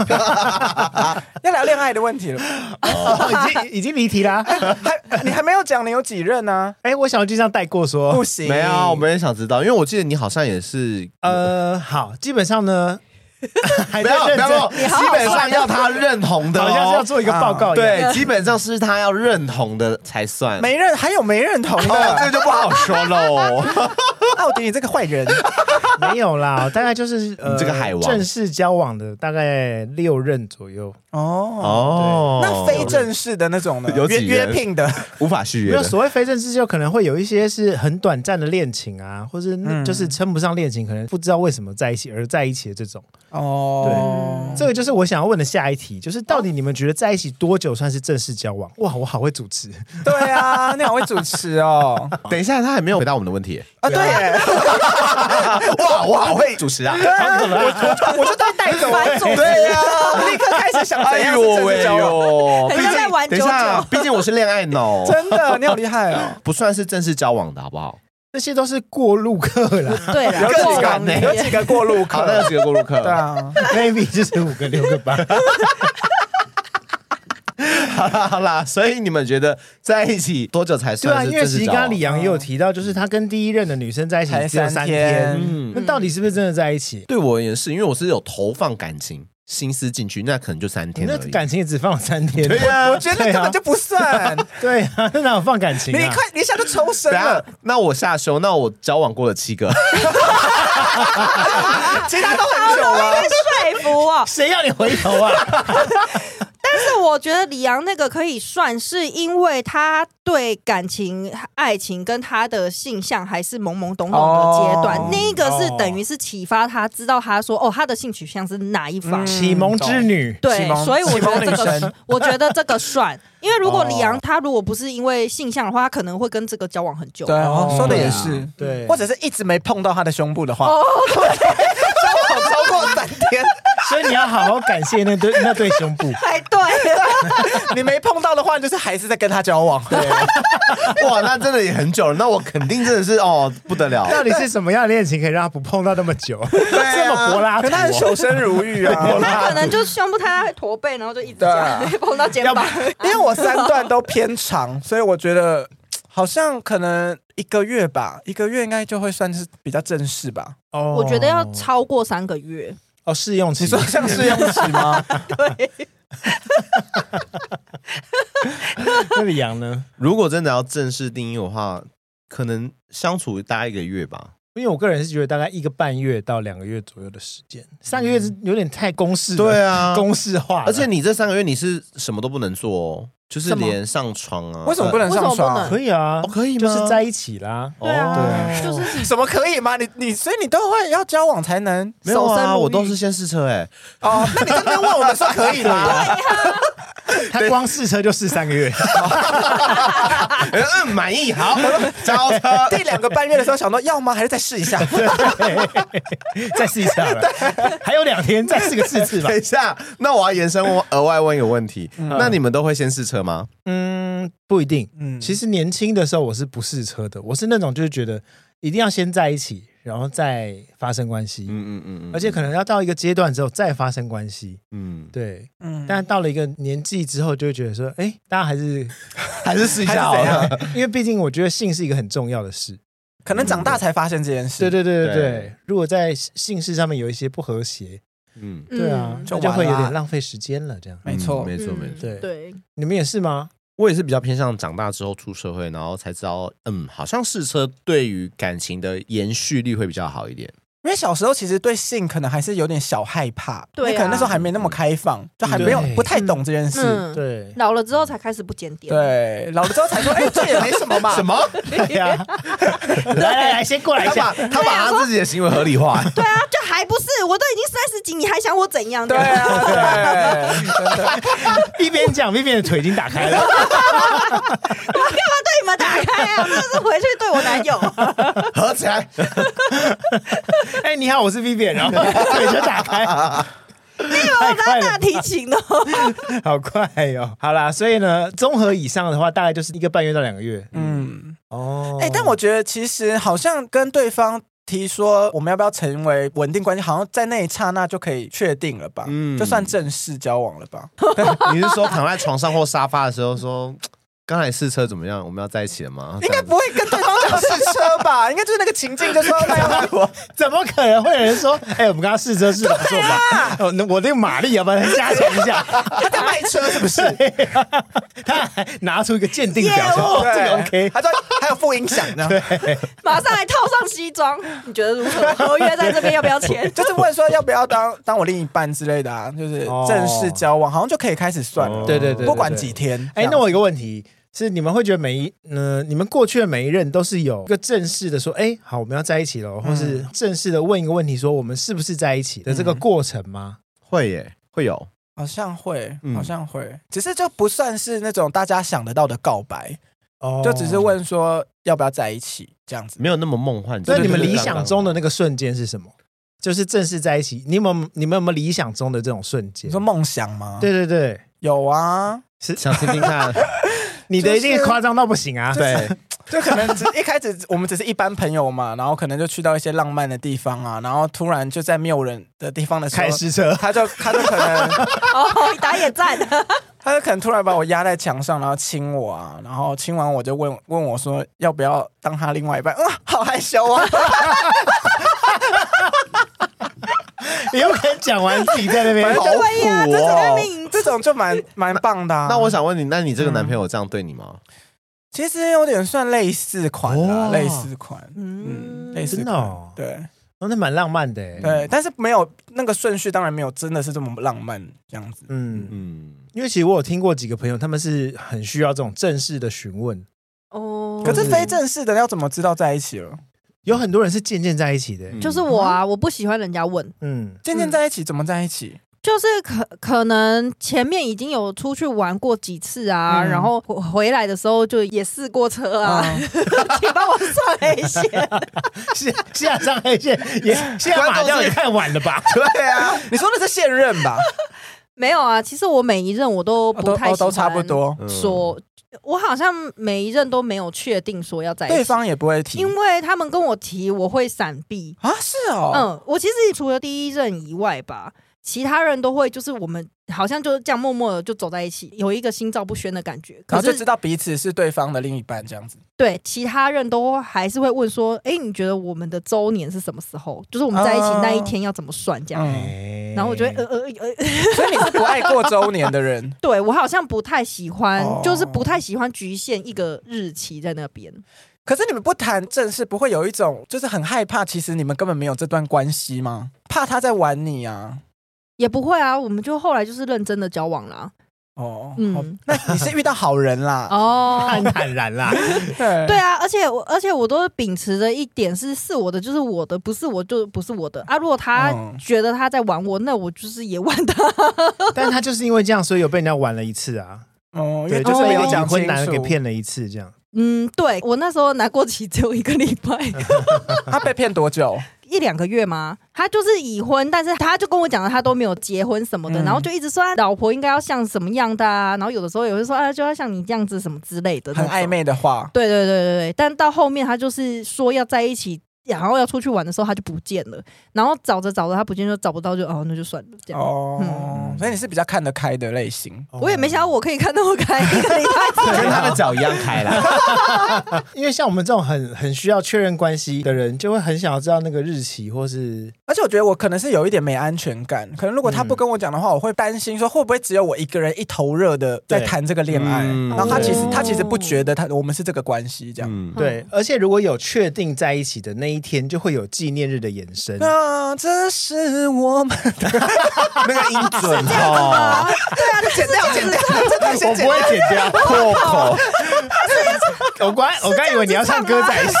[SPEAKER 2] 要聊恋爱的问题了。
[SPEAKER 3] 哦已经已经离题啦。
[SPEAKER 2] 还你还没有讲你有几任呢？
[SPEAKER 3] 哎，我想要就这样带过说
[SPEAKER 2] 不。行，
[SPEAKER 1] 哦没有，我们也想知道，因为我记得你好像也是，
[SPEAKER 3] 呃，好，基本上呢， *laughs* 还
[SPEAKER 1] 不
[SPEAKER 3] 哎在
[SPEAKER 1] 要不
[SPEAKER 3] 认真
[SPEAKER 1] 要，基本上要他认同的
[SPEAKER 3] 好像是要
[SPEAKER 1] 哦，
[SPEAKER 3] 做一个报告一样。
[SPEAKER 1] 对，基本上是他要认同的才算。
[SPEAKER 2] 没认，还有没认同
[SPEAKER 1] 哦，这
[SPEAKER 2] 的？
[SPEAKER 1] 就不好说喽。
[SPEAKER 2] 奥迪，你这个坏人，
[SPEAKER 1] *laughs*
[SPEAKER 3] 没有啦，大概就是呃，
[SPEAKER 1] 你这个海王
[SPEAKER 3] 正式交往的大概六任左右，
[SPEAKER 2] 哦。
[SPEAKER 1] 哦，
[SPEAKER 2] 那非正式的那种呢？
[SPEAKER 1] 有
[SPEAKER 2] 约
[SPEAKER 1] 几
[SPEAKER 2] 约
[SPEAKER 1] 人
[SPEAKER 2] 聘的，
[SPEAKER 1] 无法续
[SPEAKER 3] 没
[SPEAKER 1] 约
[SPEAKER 3] 有
[SPEAKER 1] 的，
[SPEAKER 3] 所谓非正式，就可能会有一些是很短暂的恋情啊，或是那
[SPEAKER 2] 嗯
[SPEAKER 3] 就是称不上恋情，可能不知道为什么在一起而在一起的这种。
[SPEAKER 2] 哦，
[SPEAKER 3] 这个就是我想要问的下一题，就是到底你们觉得在一起多久算是正式交往？哇，我好会主持， *laughs*
[SPEAKER 2] 对啊，你好会主持
[SPEAKER 1] *laughs*
[SPEAKER 2] 哦。
[SPEAKER 1] 等一下，他还没有回答我们的问题。
[SPEAKER 2] 啊，对耶，
[SPEAKER 1] 哇，我好会主持啊！
[SPEAKER 2] 哎
[SPEAKER 1] 啊
[SPEAKER 2] 我我就当带
[SPEAKER 1] *laughs*
[SPEAKER 2] 走，
[SPEAKER 4] 反主持
[SPEAKER 2] 对呀，立刻开始想怎
[SPEAKER 1] 哎
[SPEAKER 2] 样
[SPEAKER 1] 呦
[SPEAKER 2] 是正式
[SPEAKER 1] 喂
[SPEAKER 2] 交往。
[SPEAKER 1] 呦，
[SPEAKER 4] 很
[SPEAKER 1] 毕
[SPEAKER 4] 像在玩
[SPEAKER 1] 竟
[SPEAKER 4] 九
[SPEAKER 1] 等一下，
[SPEAKER 4] 九。
[SPEAKER 1] 毕竟我是恋爱脑，
[SPEAKER 2] *laughs* 真的，你好厉害
[SPEAKER 1] *laughs*
[SPEAKER 2] 哦！
[SPEAKER 1] 不算是正式交往的好不好？
[SPEAKER 3] 这些都是过路客
[SPEAKER 1] *laughs*
[SPEAKER 3] 啦
[SPEAKER 4] 对啦，
[SPEAKER 2] 有
[SPEAKER 4] 过
[SPEAKER 2] 几
[SPEAKER 4] 往
[SPEAKER 2] 个，
[SPEAKER 4] 里
[SPEAKER 2] 有几
[SPEAKER 4] 面
[SPEAKER 2] 个过路
[SPEAKER 1] 好，
[SPEAKER 2] 客？
[SPEAKER 1] 那有几个过路客？
[SPEAKER 2] 对啊，
[SPEAKER 3] ，maybe 就是五个六个吧。
[SPEAKER 1] 好啦 *laughs* 好啦，所以你们觉得在一起多久才
[SPEAKER 3] 对啊，
[SPEAKER 1] 算是
[SPEAKER 3] 因为
[SPEAKER 1] 正
[SPEAKER 3] 其
[SPEAKER 1] 式
[SPEAKER 3] 实
[SPEAKER 1] 交
[SPEAKER 3] 刚
[SPEAKER 1] 往
[SPEAKER 3] 刚？李阳也有提到，就是他跟第一任的女生在一起
[SPEAKER 2] 才
[SPEAKER 3] 只有
[SPEAKER 2] 三
[SPEAKER 3] 三
[SPEAKER 2] 天
[SPEAKER 3] 天，
[SPEAKER 1] 嗯，
[SPEAKER 3] 那到底是不是真的在一起？
[SPEAKER 1] 对我也是，因为我是有投放感情、心思进去，那可能就三天
[SPEAKER 3] 那
[SPEAKER 1] 而已。
[SPEAKER 3] 感情也只放了三天，
[SPEAKER 1] 对啊呀、
[SPEAKER 2] 我觉得根本就不
[SPEAKER 1] *laughs*
[SPEAKER 2] 算。
[SPEAKER 3] 对啊，那哪有放感情
[SPEAKER 2] 你
[SPEAKER 3] 啊？
[SPEAKER 2] 快，你一下就抽身
[SPEAKER 1] 等一
[SPEAKER 2] 了
[SPEAKER 1] 下，，啊那我下修，那我交往过了七个， *laughs*
[SPEAKER 2] 其他都很啊久了。
[SPEAKER 4] 被说服哦，
[SPEAKER 3] 谁要你回头啊？
[SPEAKER 4] 但是我觉得李阳那个可以算，是因为他对感情、爱情跟他的性向还是懵懵懂懂的阶段，
[SPEAKER 2] 哦
[SPEAKER 4] 那个是
[SPEAKER 3] 哦
[SPEAKER 4] 等于是启发他知道他说哦，他的性取向是哪一方。
[SPEAKER 2] 嗯
[SPEAKER 3] *laughs* 启蒙之女，
[SPEAKER 4] 对
[SPEAKER 2] 启蒙，
[SPEAKER 4] 所以我觉得这
[SPEAKER 2] 启蒙女神
[SPEAKER 4] 个， *laughs* 我觉得这个算，因为如果李
[SPEAKER 2] 哦
[SPEAKER 4] 阳他如果不是因为性向的话，他可能会跟这个交往很久。
[SPEAKER 2] 对，哦说的也是，
[SPEAKER 3] 对
[SPEAKER 2] 或者是一直没碰到他的胸部的话，哦，对，交往超过三天，
[SPEAKER 3] 所以你要好好感谢那对 *laughs* 那对胸部。
[SPEAKER 4] 哎，对，
[SPEAKER 2] 你没碰到的话，就是还是在跟他交往。对，啊
[SPEAKER 1] 哇，那真的也很久了，那我肯定真的是哦不得了。
[SPEAKER 3] 到底是什么样的恋情可以让他不碰到那么久？ *laughs* 这么柏拉图
[SPEAKER 2] 可是他很
[SPEAKER 3] 哦，
[SPEAKER 2] 守身如玉 *laughs*
[SPEAKER 4] 他
[SPEAKER 2] 啊。
[SPEAKER 4] 可能就胸部他会驼背，然后就一直这样 *laughs* 碰到肩
[SPEAKER 3] 要
[SPEAKER 4] 膀。
[SPEAKER 2] 因为我三段都偏长，所以我觉得好像可能一个月吧，一个月应该就会算是比较正式吧。
[SPEAKER 3] 哦
[SPEAKER 4] 我觉得要超过三个月，
[SPEAKER 3] 哦试用期
[SPEAKER 2] 你，说像试用期吗？
[SPEAKER 3] 那李阳呢？
[SPEAKER 1] 如果真的要正式定义的话，可能相处大概一个月吧。
[SPEAKER 3] 因为我个人是觉得大概一个半月到两个月左右的时间，三个月是有点太公式了，
[SPEAKER 1] 啊
[SPEAKER 3] 公式化了，
[SPEAKER 1] 而且你这三个月你是什么都不能做哦，就是连上床啊。
[SPEAKER 2] *laughs* 为什么不能
[SPEAKER 4] 为什么
[SPEAKER 2] 上
[SPEAKER 4] 不
[SPEAKER 2] 床
[SPEAKER 4] 能？
[SPEAKER 3] 可以啊
[SPEAKER 1] 哦？，可以
[SPEAKER 3] 就
[SPEAKER 1] 吗？
[SPEAKER 3] 是在一起啦。
[SPEAKER 1] 哦
[SPEAKER 4] 对啊，
[SPEAKER 3] 对
[SPEAKER 4] 就是
[SPEAKER 2] 什么可以吗？你你所以你都会要交往才能
[SPEAKER 1] 没有
[SPEAKER 2] 守身
[SPEAKER 1] 啊，
[SPEAKER 2] 如玉
[SPEAKER 1] 我都是先试车哎。
[SPEAKER 2] 哦，那你这边问我们说可
[SPEAKER 3] *laughs*
[SPEAKER 2] 以吗？
[SPEAKER 3] 啊他光试车就试三个月，
[SPEAKER 1] *laughs* 嗯，满意好， *laughs* 交车。
[SPEAKER 2] 第两个半月的时候想说要吗？还是再试一下？
[SPEAKER 3] *laughs* 再试一次好了，还有两天再试个四次吧
[SPEAKER 1] *laughs* 等。一下，那我要延伸问额外问一个问题，那你们都会先试车吗？
[SPEAKER 3] 嗯，不一定。
[SPEAKER 2] 嗯，
[SPEAKER 3] 其实年轻的时候我是不试车的，我是那种就是觉得一定要先在一起，然后再发生关系，
[SPEAKER 1] 嗯嗯嗯嗯
[SPEAKER 3] 而且可能要到一个阶段之后再发生关系。
[SPEAKER 1] 嗯，
[SPEAKER 3] 对，
[SPEAKER 2] 嗯
[SPEAKER 3] 但到了一个年纪之后，就会觉得说，哎，大家还是 *laughs*
[SPEAKER 1] 还是试一
[SPEAKER 2] 还是
[SPEAKER 1] 下好
[SPEAKER 2] 怎
[SPEAKER 1] 了。
[SPEAKER 2] 样？
[SPEAKER 3] 因为毕竟我觉得性是一个很重要的事。
[SPEAKER 2] 可能长大才发现这件事。嗯
[SPEAKER 3] 对对对对
[SPEAKER 1] 对
[SPEAKER 3] 对，如果在性事上面有一些不和谐，
[SPEAKER 1] 嗯，
[SPEAKER 4] 嗯
[SPEAKER 3] 对啊，
[SPEAKER 2] 就
[SPEAKER 3] 那就会有
[SPEAKER 2] 完
[SPEAKER 3] 点
[SPEAKER 2] 了
[SPEAKER 3] 浪费时间了。这样，
[SPEAKER 2] 没错
[SPEAKER 1] 嗯没错
[SPEAKER 4] 嗯
[SPEAKER 1] 没错。
[SPEAKER 3] 对
[SPEAKER 4] 对，
[SPEAKER 3] 你们也是吗？
[SPEAKER 1] 我也是比较偏向长大之后出社会，然后才知道，嗯，好像试车对于感情的延续力会比较好一点。
[SPEAKER 2] 因为小时候其实对性可能还是有点小害怕，
[SPEAKER 4] 对啊
[SPEAKER 2] 因为可能那时候还没那么开放，就还没有
[SPEAKER 3] 对
[SPEAKER 2] 不太懂这件事。
[SPEAKER 4] 嗯，
[SPEAKER 3] 对，
[SPEAKER 4] 老了之后才开始不检点。
[SPEAKER 2] 对，老了之后才说，哎，这
[SPEAKER 1] *laughs*
[SPEAKER 2] 也没什么嘛。哎
[SPEAKER 1] 什？么？
[SPEAKER 3] 对呀，来来来，先过来一
[SPEAKER 1] 他
[SPEAKER 3] 下
[SPEAKER 1] 把。他把他自己的行为合理
[SPEAKER 2] *laughs*
[SPEAKER 1] 化。
[SPEAKER 4] *laughs* 对啊，就还不是，我都已经三十几，你还想我怎样？
[SPEAKER 2] 对啊，对，真的
[SPEAKER 3] 一边讲一边的腿已经打开了。
[SPEAKER 4] 我干嘛对你们打开啊？ *laughs* 这是回去对我男友。
[SPEAKER 1] 合起来。
[SPEAKER 2] *laughs*
[SPEAKER 3] 哎，你好，我是 Vivian，然后腿就打开。太快
[SPEAKER 4] 大
[SPEAKER 3] 了，
[SPEAKER 4] 提琴哦的，
[SPEAKER 3] 好快哦！好啦，所以呢，综合以上的话，大概就是一个半月到两个月。
[SPEAKER 2] 嗯，
[SPEAKER 3] 哦，
[SPEAKER 2] 哎、但我觉得其实好像跟对方提说我们要不要成为稳定关系，好像在那一刹那就可以确定了吧？
[SPEAKER 1] 嗯
[SPEAKER 2] 就算正式交往了吧？
[SPEAKER 1] 你是说躺在床上或沙发的时候说，嗯刚才试车怎么样？我们要在一起了吗？
[SPEAKER 2] 应该不会跟对方讲试车吧？应该就是那个情境，就说哎那要不要
[SPEAKER 3] 怎么可能会有人说，哎、我们刚刚试车试得不错吧？哦那我那个马力要不要再加强一下？
[SPEAKER 2] *laughs*
[SPEAKER 3] 啊
[SPEAKER 2] 他在卖车是不是？
[SPEAKER 3] *laughs* 他还拿出一个鉴定表说，哦，
[SPEAKER 2] 对
[SPEAKER 3] 这个 OK。
[SPEAKER 2] 他说还有副音响呢， *laughs*
[SPEAKER 4] *laughs* 马上来套上西装，你觉得如何？合约在这边要不要签？
[SPEAKER 2] 就是问说要不要当 *laughs* 当我另一半之类的啊，就是
[SPEAKER 3] 哦
[SPEAKER 2] 正式交往，好像就可以开始算了，
[SPEAKER 1] 对
[SPEAKER 3] 对对对
[SPEAKER 2] 不管几天。
[SPEAKER 3] 哎、
[SPEAKER 2] 这样
[SPEAKER 3] 那我有一个问题是，你们会觉得每一，呃，你们过去的每一任都是有一个正式的说，哎、好，我们要在一起了，
[SPEAKER 2] 嗯
[SPEAKER 3] 或是正式的问一个问题说，我们是不是在一起的这个过程吗？
[SPEAKER 1] 会耶，会有。
[SPEAKER 2] 好像会，
[SPEAKER 1] 嗯
[SPEAKER 2] 好像会，只是就不算是那种大家想得到的告白，
[SPEAKER 3] 哦嗯
[SPEAKER 2] 就只是。问说要不要在一起这样子。
[SPEAKER 1] 没有那么梦幻。
[SPEAKER 3] 所以你们理想中的那个瞬间是什么？就是正式在一起，你们有你们有没有理想中的这种瞬间
[SPEAKER 2] 你？说梦想吗？，
[SPEAKER 3] 对对对，
[SPEAKER 2] 有啊，
[SPEAKER 1] 想听听看，
[SPEAKER 3] 你的一定夸张到不行啊！
[SPEAKER 1] 对，
[SPEAKER 2] *laughs* 就可能只一开始 *laughs* 我们只是一般朋友嘛，然后可能就去到一些浪漫的地方啊，然后突然就在没有人的地方的时候
[SPEAKER 3] 开，私车，
[SPEAKER 2] 他就他就可能
[SPEAKER 4] 哦，打野战，
[SPEAKER 2] 他就可能突然把我压在墙上，然后亲我啊，然后亲完我就问问我说要不要当他另外一半，啊，好害羞啊，
[SPEAKER 3] 你有可能讲完自己在那边
[SPEAKER 1] 好
[SPEAKER 4] 对
[SPEAKER 3] 啊
[SPEAKER 4] 呀，
[SPEAKER 1] 苦
[SPEAKER 4] 这是
[SPEAKER 1] 哦
[SPEAKER 4] 在。命
[SPEAKER 2] 啊这种就蛮蛮棒的、啊。
[SPEAKER 1] 那我想问你，那你这个男朋友这样对你吗？
[SPEAKER 2] 其实有点算类似款啦，
[SPEAKER 3] 哦
[SPEAKER 2] 类似款，嗯，
[SPEAKER 4] 嗯
[SPEAKER 2] 类似
[SPEAKER 3] 真的
[SPEAKER 2] 款，
[SPEAKER 3] 哦，
[SPEAKER 2] 对
[SPEAKER 3] 哦那蛮浪漫的欸。
[SPEAKER 2] 对，但是没有那个顺序，当然没有真的是这么浪漫这样子。
[SPEAKER 3] 嗯，
[SPEAKER 1] 嗯，
[SPEAKER 3] 因为其实我有听过几个朋友，他们是很需要这种正式的询问，
[SPEAKER 4] 哦
[SPEAKER 2] 可是非正式的要怎么知道在一起了？
[SPEAKER 3] 有很多人是渐渐在一起的
[SPEAKER 2] 嗯
[SPEAKER 3] 欸。
[SPEAKER 4] 就是我啊，我不喜欢人家问，
[SPEAKER 3] 嗯，
[SPEAKER 2] 渐渐在一起怎么在一起？
[SPEAKER 4] 就是可可能前面已经有出去玩过几次啊，
[SPEAKER 2] 嗯
[SPEAKER 4] 然后回回来的时候就也试过车啊，
[SPEAKER 2] 嗯
[SPEAKER 4] *laughs* 请帮我上黑 *laughs* 线，
[SPEAKER 3] 是下上黑线也下马掉也太晚了吧？
[SPEAKER 2] 对啊， *laughs* 你说的是现任吧？
[SPEAKER 4] 没有啊。其实我每一任 *laughs* 我都
[SPEAKER 2] 哦
[SPEAKER 4] 不
[SPEAKER 2] 都
[SPEAKER 4] 太
[SPEAKER 2] 哦都
[SPEAKER 4] 喜
[SPEAKER 2] 差
[SPEAKER 4] 欢
[SPEAKER 2] 不多，
[SPEAKER 1] 嗯
[SPEAKER 4] 说，我好像每一任都没有确定说要在一
[SPEAKER 2] 对
[SPEAKER 4] 起，
[SPEAKER 2] 方也不会提
[SPEAKER 4] 因为他们跟我提，我会闪避。
[SPEAKER 2] 啊，是哦，
[SPEAKER 4] 嗯，我其实除了第一任以外吧，其他人都会就是我们好像就是这样默默的就走在一起，有一个心照不宣的感觉。
[SPEAKER 2] 然
[SPEAKER 4] 可
[SPEAKER 2] 后就知
[SPEAKER 4] 是
[SPEAKER 2] 道彼此是对方的另一半这样子。
[SPEAKER 4] 对其他人都还是会问说：“哎、你觉得我们的周年是什么时候？就是我们在一起
[SPEAKER 2] 哦
[SPEAKER 4] 那一天要怎么算？”这样。
[SPEAKER 2] 嗯，
[SPEAKER 3] 哎
[SPEAKER 4] 然后我就会呃呃呃，呃
[SPEAKER 2] 所以你是不爱过周年的人
[SPEAKER 4] 对我好像不太喜欢，
[SPEAKER 2] 哦
[SPEAKER 4] 就是不太喜欢局限一个日期在那边。
[SPEAKER 2] *laughs* 可是你们不谈正事，不会有一种就是很害怕，其实你们根本没有这段关系吗？怕他在玩你啊？
[SPEAKER 4] 也不会啊，我们就后来就是认真的交往啦。
[SPEAKER 2] 哦，
[SPEAKER 4] 嗯
[SPEAKER 2] 嗯，那你是遇到好
[SPEAKER 3] *laughs*
[SPEAKER 2] 人啦，
[SPEAKER 4] 哦
[SPEAKER 3] 很坦然
[SPEAKER 4] *laughs*
[SPEAKER 3] 啦。
[SPEAKER 2] *laughs* 对
[SPEAKER 4] 对啊，而且我而且我都是秉持着一点是是我的就是我的，不是我就不是我的啊。如果他
[SPEAKER 2] 嗯
[SPEAKER 4] 觉得他在玩我，那我就是也玩他。
[SPEAKER 3] 但他就是因为这样，所以有被人家玩了一次啊，
[SPEAKER 2] 哦，因
[SPEAKER 3] 对，
[SPEAKER 2] 为
[SPEAKER 3] 就
[SPEAKER 2] 就是
[SPEAKER 3] 被
[SPEAKER 2] 是没
[SPEAKER 3] 一个
[SPEAKER 2] 有
[SPEAKER 3] 已
[SPEAKER 2] 讲
[SPEAKER 3] 婚
[SPEAKER 2] 清
[SPEAKER 3] 男给
[SPEAKER 2] 楚，
[SPEAKER 3] 骗了一次这样。
[SPEAKER 4] *laughs* 嗯，对我那时候拿过期只有一个 *laughs* 礼拜，
[SPEAKER 2] 他被骗多久？
[SPEAKER 4] 一两个月吗？他就是已婚，但是他就跟我讲了，他都没有结婚什么的，
[SPEAKER 2] 嗯
[SPEAKER 4] 然后就一直说他老婆应该要像什么样的啊，然后有的时候也会说啊，就要像你这样子什么之类的，
[SPEAKER 2] 很暧。昧的话，
[SPEAKER 4] 对对对对对，但到后面他就是说要在一起，然后要出去玩的时候他就不见了，然后找着找着他不见就找不到就哦那就算了这样。
[SPEAKER 2] 哦
[SPEAKER 3] 嗯，
[SPEAKER 2] 所以你是比较看得开的类型。
[SPEAKER 4] *laughs* 我也没
[SPEAKER 3] 哦
[SPEAKER 4] 想到我可以看那么开，一个礼拜 *laughs*
[SPEAKER 1] 跟他的脚一样开了。
[SPEAKER 3] *laughs* 因为像我们这种很很需要确认关系的人，就会很想要知道那个日期，或是
[SPEAKER 2] 而且我觉得我可能是有一点没安全感，可能如果
[SPEAKER 1] 嗯
[SPEAKER 2] 他不跟我讲的话，我会担心说会不会只有我一个人一头热的在
[SPEAKER 3] 对
[SPEAKER 2] 谈这个恋爱，
[SPEAKER 1] 嗯
[SPEAKER 2] 然后他其实
[SPEAKER 4] 哦
[SPEAKER 2] 他其实不觉得他我们是这个关系这样。
[SPEAKER 1] 嗯，
[SPEAKER 3] 对。而且如果有确定在一起的那一天，就会有纪念日的延伸。
[SPEAKER 2] 那这是
[SPEAKER 1] *laughs*
[SPEAKER 2] 我们
[SPEAKER 1] 那个音准哦，
[SPEAKER 2] 剪掉剪掉，这段
[SPEAKER 3] 我
[SPEAKER 2] 先
[SPEAKER 3] 不
[SPEAKER 2] 剪
[SPEAKER 3] 会
[SPEAKER 2] 掉。
[SPEAKER 3] 剪掉破口。我刚我刚以为你要唱歌仔戏，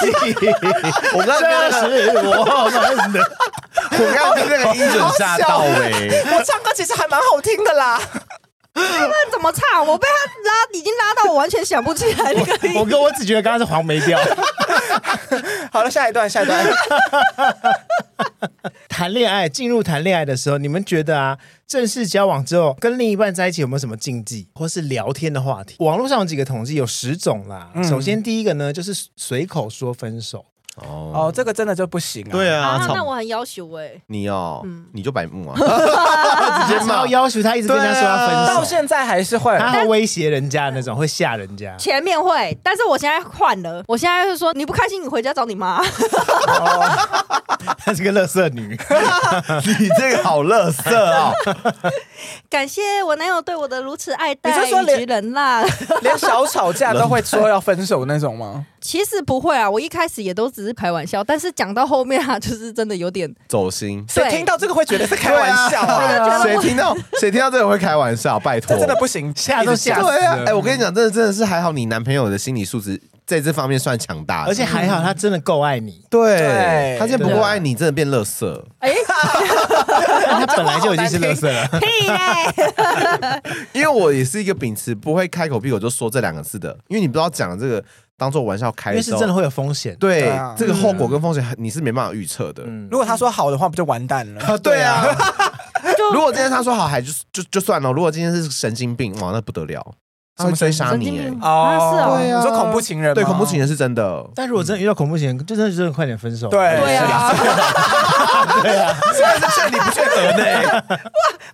[SPEAKER 1] 我刚刚
[SPEAKER 3] 这
[SPEAKER 1] 被
[SPEAKER 3] 是我们的。
[SPEAKER 1] 那个，我刚刚被那个音准吓到哎。
[SPEAKER 2] 我唱歌其实还蛮好听的啦，
[SPEAKER 4] 怎么唱？我被他拉，已经拉到我完全想不起来那个
[SPEAKER 3] 我跟我只觉得刚刚是黄梅调。
[SPEAKER 1] *laughs*
[SPEAKER 2] 好了，下一段，下一段。
[SPEAKER 3] 谈恋爱进入谈恋爱的时候，你们觉得啊，正式交往之后跟另一半在一起有没有什么禁忌，或是聊天的话题？网络上有几个统计，有十种啦。
[SPEAKER 2] 嗯
[SPEAKER 3] 首先第一个呢，就是随口说分手，
[SPEAKER 1] 哦
[SPEAKER 2] 哦，这个真的就不行
[SPEAKER 1] *laughs*
[SPEAKER 2] 啊。
[SPEAKER 1] 对啊，
[SPEAKER 4] 啊，
[SPEAKER 1] 操
[SPEAKER 4] 那我很要求哎、
[SPEAKER 1] 你哦
[SPEAKER 4] 嗯，
[SPEAKER 1] 你就白目啊，
[SPEAKER 3] 直接
[SPEAKER 1] 骂
[SPEAKER 3] 要求他一直跟他说要分手，
[SPEAKER 2] 到现在还是会，
[SPEAKER 1] 啊
[SPEAKER 3] 他会威胁人家的那种，会吓人家。
[SPEAKER 4] 前面会，但是我现在换了，我现在就说你不开心，你回家找你妈。 *laughs*
[SPEAKER 3] 她是个乐色女，
[SPEAKER 1] 你这个好乐色哦，
[SPEAKER 4] 感谢我男友对我的如此爱戴
[SPEAKER 2] 你是说
[SPEAKER 4] 以及
[SPEAKER 2] 连
[SPEAKER 4] 忍让。
[SPEAKER 2] *laughs* 连小吵架都会说要分手那种吗？
[SPEAKER 4] *laughs* 其实不会啊，我一开始也都只是开玩笑，但是讲到后面啊，就是真的有点
[SPEAKER 1] 走心。
[SPEAKER 2] 谁听到这个会觉得是开玩笑啊？
[SPEAKER 1] 谁听到谁听到这个会开玩笑？拜托，
[SPEAKER 2] 这真的不行，
[SPEAKER 3] 吓都吓死
[SPEAKER 1] 对啊！
[SPEAKER 3] 了。
[SPEAKER 1] 哎，我跟你讲，真的真的是还好，你男朋友的心理素质在这方面算强大的，
[SPEAKER 3] 而且还好，他真的够爱
[SPEAKER 2] *laughs*
[SPEAKER 3] 你，
[SPEAKER 1] 对
[SPEAKER 2] 对
[SPEAKER 1] 他现在不够爱你，真的变乐色。
[SPEAKER 4] 哎、
[SPEAKER 3] 他本来就已经是乐色了。
[SPEAKER 4] 屁嘞！
[SPEAKER 1] 因为我也是一个秉持不会开口闭口就说这两个字的，因为你不知道讲这个当做玩笑开
[SPEAKER 3] 因为
[SPEAKER 1] 的
[SPEAKER 3] 是
[SPEAKER 1] 时候，
[SPEAKER 3] 真的会有风险。
[SPEAKER 1] 对
[SPEAKER 2] 对啊
[SPEAKER 1] 这个后果跟风险很你是没办法预测的。
[SPEAKER 3] 嗯，
[SPEAKER 2] 如果他说好的话，不就完蛋了？
[SPEAKER 1] 啊，对啊，如果今天他说好，还就就就算了。如果今天是神经病，哇，那不得了，
[SPEAKER 3] 啊
[SPEAKER 1] 他会追杀
[SPEAKER 4] 神
[SPEAKER 1] 你
[SPEAKER 4] 经
[SPEAKER 1] 耶、
[SPEAKER 4] 病啊，是
[SPEAKER 2] 哦，
[SPEAKER 4] 哦
[SPEAKER 1] 对，啊
[SPEAKER 2] 你说恐怖情人吗，
[SPEAKER 1] 对，恐怖情人是真的。
[SPEAKER 3] 但如果真的遇到恐怖情人，就真的就是快点分手。
[SPEAKER 2] 对
[SPEAKER 4] 对啊，
[SPEAKER 1] 现在是劝你不劝和呢，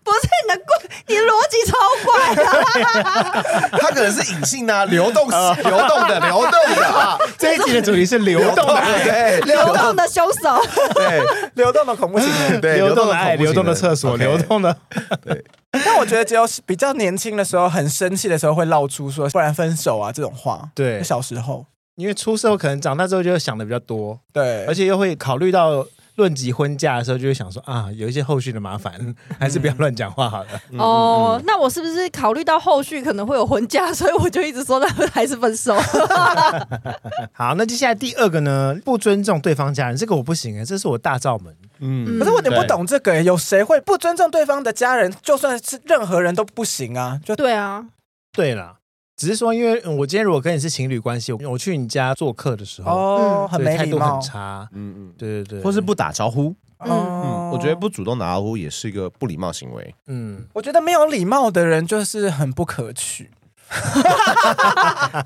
[SPEAKER 4] 不是你的怪，你的逻辑超怪的。
[SPEAKER 1] 他可能是隐性的、啊，流动、
[SPEAKER 3] *laughs*
[SPEAKER 1] 流动的、流动的啊，
[SPEAKER 3] *laughs* 这一集的主题是流动的
[SPEAKER 1] *laughs*
[SPEAKER 3] 爱，
[SPEAKER 1] 对
[SPEAKER 4] 流动的凶手，
[SPEAKER 1] 对
[SPEAKER 2] 流动的恐怖情
[SPEAKER 1] *laughs*
[SPEAKER 2] 人。
[SPEAKER 1] 对，
[SPEAKER 3] 流动
[SPEAKER 1] 的
[SPEAKER 3] 的
[SPEAKER 1] 恐
[SPEAKER 3] 爱，
[SPEAKER 1] 怖情
[SPEAKER 3] *laughs* 流动的
[SPEAKER 1] 人
[SPEAKER 3] 厕所，
[SPEAKER 1] OK
[SPEAKER 3] 流动的 *laughs*
[SPEAKER 2] 但我觉得只有比较年轻的时候，很生气的时候会闹出说不然分手啊这种话。
[SPEAKER 3] 对
[SPEAKER 2] 小时候，
[SPEAKER 3] 因为出社会可能长大之后就会想的比较多，
[SPEAKER 2] 对，
[SPEAKER 3] 而且又会考虑到论及婚嫁的时候，就会想说啊，有一些后续的麻烦， *laughs* 还是不要乱讲话好了。
[SPEAKER 4] 哦，那我是不是考虑到后续可能会有婚嫁，所以我就一直说那还是分手？
[SPEAKER 3] 好，那接下来第二个呢，不尊重对方家人，这个我不行哎，这是我大罩门。
[SPEAKER 1] 嗯
[SPEAKER 4] 嗯
[SPEAKER 2] 可是我有点不懂这个耶，有谁会不尊重对方的家人？就算是任何人都不行啊！就
[SPEAKER 4] 对啊，
[SPEAKER 3] 对啦，只是说，因为嗯我今天如果跟你是情侣关系，我我去你家做客的时候，
[SPEAKER 4] 嗯
[SPEAKER 2] 哦，很
[SPEAKER 3] 对
[SPEAKER 2] 没
[SPEAKER 3] 态
[SPEAKER 2] 礼
[SPEAKER 3] 度
[SPEAKER 2] 貌
[SPEAKER 3] 很。差，
[SPEAKER 1] 嗯嗯，
[SPEAKER 3] 对对对，
[SPEAKER 1] 或是不打招呼，
[SPEAKER 4] 嗯
[SPEAKER 2] 哦
[SPEAKER 1] 嗯，我觉得，不主动打招呼也是一个不礼貌行为。
[SPEAKER 3] 嗯，
[SPEAKER 2] 我觉得没有礼貌的人就是很不可取。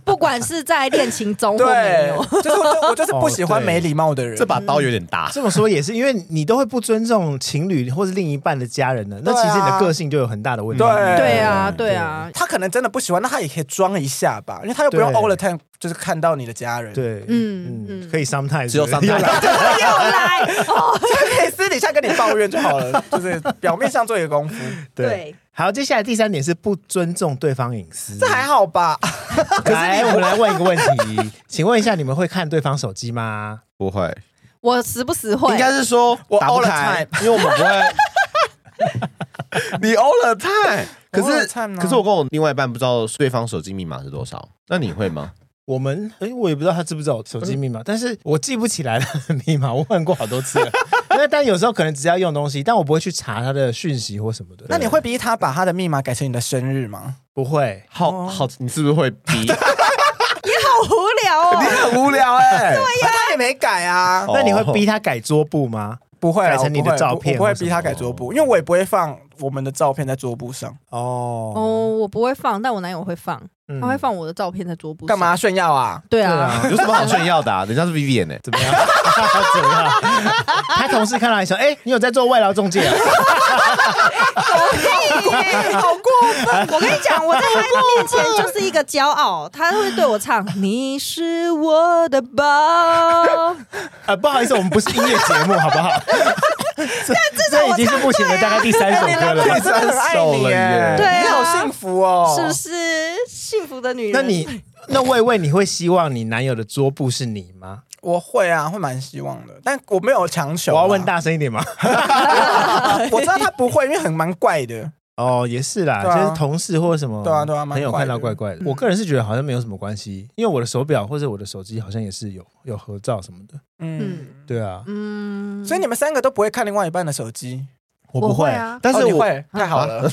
[SPEAKER 4] 不管是在恋情中或没
[SPEAKER 2] *laughs* 对
[SPEAKER 4] 有，，
[SPEAKER 2] 就是我就我就是不喜欢
[SPEAKER 3] 哦对
[SPEAKER 2] 没礼貌的人。
[SPEAKER 1] 这把刀有点大，
[SPEAKER 3] 这么说也是，因为你都会不尊重情侣或是另一半的家人呢，那
[SPEAKER 2] 对啊
[SPEAKER 3] 其实你的个性就有很大的问题。
[SPEAKER 2] 对
[SPEAKER 4] 对啊，对啊，
[SPEAKER 2] 他可能真的不喜欢，那他也可以装一下吧，因为他又不用
[SPEAKER 3] 对
[SPEAKER 2] all the time 就是看到你的家人，，
[SPEAKER 3] 对，
[SPEAKER 4] 嗯
[SPEAKER 3] 嗯，
[SPEAKER 4] 嗯
[SPEAKER 3] 可以 sometimes
[SPEAKER 1] 只有 sometimes
[SPEAKER 3] *laughs* 又来
[SPEAKER 4] 又来哦，
[SPEAKER 2] 他可以哎私底下跟你抱怨就好了，就是表面上做一个功夫，
[SPEAKER 3] 对。好，接下来第三点是不尊重对方隐私。
[SPEAKER 2] 这还好吧？
[SPEAKER 3] 来，我们来问一个问题，请问一下，你们会看对方手机吗？
[SPEAKER 1] 不会，
[SPEAKER 4] 我时不时会
[SPEAKER 1] 应，该是说
[SPEAKER 2] 我
[SPEAKER 1] 打不
[SPEAKER 2] all the
[SPEAKER 1] 开，因为我们不 *laughs* 会。你 all the time，可
[SPEAKER 2] all the
[SPEAKER 1] 是
[SPEAKER 2] time 啊
[SPEAKER 1] 可是我跟我另外一半不知道对方手机密码是多少，那你会吗？
[SPEAKER 3] 我们哎，我也不知道他知不知道我手
[SPEAKER 2] 嗯
[SPEAKER 3] 机密码，但是我记不起来他的 *laughs* 密码，我问过好多次了。 *laughs* 那但有时候可能只要用东西，但我不会去查他的讯息或什么的。
[SPEAKER 2] 那你会逼他把他的密码改成你的生日吗？
[SPEAKER 3] 不会？
[SPEAKER 1] 好好，你是不是会 *laughs* 逼？
[SPEAKER 4] 好无聊哦。
[SPEAKER 1] 很无聊
[SPEAKER 2] *laughs*
[SPEAKER 1] 哎。
[SPEAKER 2] 他也没改啊，
[SPEAKER 1] 哦
[SPEAKER 3] 那你会逼他改桌布吗？
[SPEAKER 2] 不会啊
[SPEAKER 3] 改成你的
[SPEAKER 2] 我不会
[SPEAKER 3] 照片
[SPEAKER 2] 我不会
[SPEAKER 3] 或什么
[SPEAKER 2] 逼他改桌布，因为我也不会放我们的照片在桌布上，
[SPEAKER 3] 哦， *laughs*
[SPEAKER 4] 哦，我不会放，但我男友会放，
[SPEAKER 3] 嗯
[SPEAKER 4] 他会放我的照片在桌布。
[SPEAKER 2] 干嘛？炫耀啊？
[SPEAKER 4] 对
[SPEAKER 3] 对
[SPEAKER 4] 啊，
[SPEAKER 3] 啊，
[SPEAKER 1] 有什么好炫耀的啊？人家是 Vivian 哎，
[SPEAKER 3] 怎么样？ *laughs* 怎么样？他同事看到还说：“哎、你有在做外劳中介、啊 *laughs*
[SPEAKER 4] 好过分！我跟你讲，我在他面前就是一个骄傲，他会对我唱《你是我的宝》，
[SPEAKER 3] 呃不好意思，我们不是音乐节目，好不
[SPEAKER 2] *laughs*
[SPEAKER 3] 好？这这已经是目前的大概第三首歌了
[SPEAKER 2] 啊你
[SPEAKER 3] 吧。
[SPEAKER 2] 真的很爱你耶，
[SPEAKER 4] 对啊
[SPEAKER 2] 你好幸福哦，
[SPEAKER 4] 是不是幸福的女
[SPEAKER 3] *laughs*
[SPEAKER 4] 人？
[SPEAKER 3] 那你那魏魏，你会希望你男友的桌布是你吗？
[SPEAKER 2] 我会啊，会蛮希望的，但我没有强
[SPEAKER 3] 我
[SPEAKER 2] 求。啊
[SPEAKER 3] 要问，大声一点
[SPEAKER 2] *laughs*
[SPEAKER 3] 吗？
[SPEAKER 2] 我知道他不会，因为很蛮怪的。
[SPEAKER 3] 哦，也是啦，
[SPEAKER 2] 对啊
[SPEAKER 3] 就是同事或什么，
[SPEAKER 2] 对啊对啊蛮
[SPEAKER 3] 很有
[SPEAKER 2] 怪
[SPEAKER 3] 看到
[SPEAKER 2] 的
[SPEAKER 3] 怪怪的。我个人是觉得好像没有什么关系，因为我的手表或者我的手机好像也是有有合照什么的。
[SPEAKER 2] 嗯，
[SPEAKER 3] 对啊，
[SPEAKER 4] 嗯，
[SPEAKER 2] 所以你们三个都不会看另外一半的手机，
[SPEAKER 3] 我不
[SPEAKER 4] 我会啊
[SPEAKER 3] 但
[SPEAKER 2] 哦
[SPEAKER 3] 是
[SPEAKER 2] 你 *laughs*
[SPEAKER 3] 我
[SPEAKER 2] 会太好了。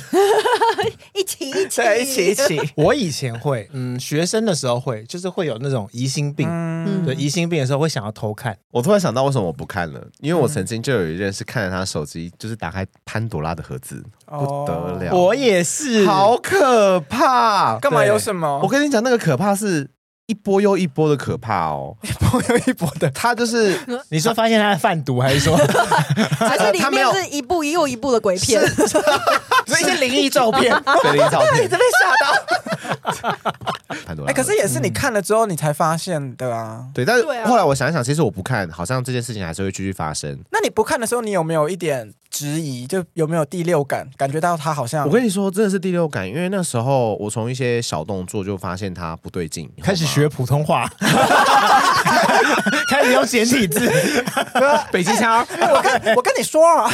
[SPEAKER 4] 一起一起
[SPEAKER 2] *laughs* 对，一起一起。
[SPEAKER 3] 我以前会，嗯，学生的时候会，就是会有那种疑心病。
[SPEAKER 2] 嗯，
[SPEAKER 3] 对，疑心病的时候会想要偷看，
[SPEAKER 1] 我突然想到，为什么我不看了？因为我曾经就有一任是看着他手机，就是打开潘多拉的盒子，
[SPEAKER 2] 哦
[SPEAKER 1] 不得了，
[SPEAKER 2] 嗯
[SPEAKER 3] 我也是。
[SPEAKER 1] 好可怕！
[SPEAKER 2] 干嘛有什
[SPEAKER 3] 哦
[SPEAKER 2] 么？
[SPEAKER 1] 我跟你讲，啊那个可怕是一波又一波的可怕哦，一波又一波的，他就是
[SPEAKER 3] *laughs*
[SPEAKER 2] *laughs*
[SPEAKER 3] 你说发现他的贩毒，还是说
[SPEAKER 4] 还是里
[SPEAKER 1] 他没
[SPEAKER 4] 面
[SPEAKER 1] 有
[SPEAKER 4] 是一部又一部的鬼片，
[SPEAKER 2] 所以一些灵异照片，
[SPEAKER 1] 对林照
[SPEAKER 2] 啊你
[SPEAKER 1] 片
[SPEAKER 2] 这被吓到。
[SPEAKER 1] *laughs* 潘多拉盒子。
[SPEAKER 2] 哎，可是也是你看了之后你才发现的啊。
[SPEAKER 1] 对，但是
[SPEAKER 4] 对啊
[SPEAKER 1] 后来我想一想，其实我不看，好像这件事情还是会继续发生。
[SPEAKER 2] 那你不看的时候，你有没有一点质疑？就有没有第六感，感觉到他好像
[SPEAKER 1] 我跟你说，真的是第六感，因为那时候我从一些小动作就发现他不对劲，
[SPEAKER 3] *laughs* 开始学普通
[SPEAKER 2] *laughs*
[SPEAKER 3] 话， *laughs* 开始用简体字？
[SPEAKER 1] 北京腔。
[SPEAKER 2] 哎我跟我跟你说啊，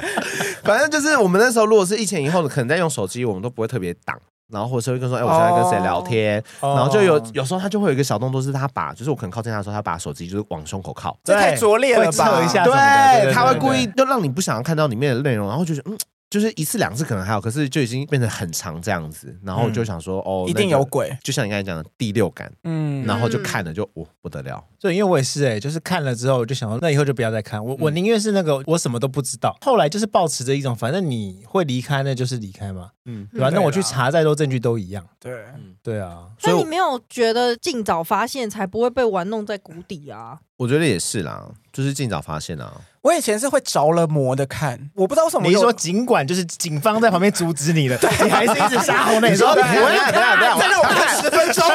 [SPEAKER 1] *laughs* 反正就是我们那时候，如果是一前一后的，可能在用手机，我们都不会特别挡。然后或者是会跟说，哎、我现在跟谁聊天
[SPEAKER 3] 哦
[SPEAKER 1] 然后就有有时候他就会有一个小动作，是他把，就是我可能靠近他的时候，他把手机就是往胸口靠，
[SPEAKER 2] 这太拙劣了
[SPEAKER 3] 会
[SPEAKER 2] 吧？
[SPEAKER 3] 测一下什么的
[SPEAKER 1] 对，他会故意就
[SPEAKER 3] 对
[SPEAKER 1] 让你不想要看到里面的内容，然后就觉得嗯。就是一次两次可能还好，可是就已经变得很长这样子，然后我就想说、哦，
[SPEAKER 2] 一定
[SPEAKER 1] 那个
[SPEAKER 2] 有鬼。
[SPEAKER 1] 就像你刚才讲的第六感，
[SPEAKER 2] 嗯，
[SPEAKER 1] 然后就看了就哦不得了，
[SPEAKER 3] 对，因为我也是哎、就是看了之后我就想说，那以后就不要再看。我、
[SPEAKER 2] 嗯
[SPEAKER 3] 我宁愿是那个我什么都不知道。后来就是抱持着一种，反正你会离开，那就是离开嘛，
[SPEAKER 1] 嗯，
[SPEAKER 3] 对吧？
[SPEAKER 2] 嗯
[SPEAKER 3] 那我去
[SPEAKER 2] 对啦
[SPEAKER 3] 查再多证据都一样。
[SPEAKER 2] 对，
[SPEAKER 3] 对啊，
[SPEAKER 1] 所
[SPEAKER 4] 所
[SPEAKER 1] 以
[SPEAKER 4] 以
[SPEAKER 1] 我
[SPEAKER 4] 你没有觉得尽早发现才不会被玩弄在谷底啊？
[SPEAKER 1] 我觉得也是啦，就是尽早发现 *laughs* 啊，
[SPEAKER 2] 我以前是会着了魔的看，我啊不知道为什么
[SPEAKER 3] 你
[SPEAKER 2] 有。
[SPEAKER 3] 是说尽管就是警方在旁边阻止
[SPEAKER 2] *laughs*
[SPEAKER 3] 你了，你还是一直杀红脸，
[SPEAKER 1] 你 *laughs* 说
[SPEAKER 3] 说
[SPEAKER 1] 你
[SPEAKER 2] 啊
[SPEAKER 3] 你
[SPEAKER 1] 不要不要不要
[SPEAKER 2] 再让我看十分钟，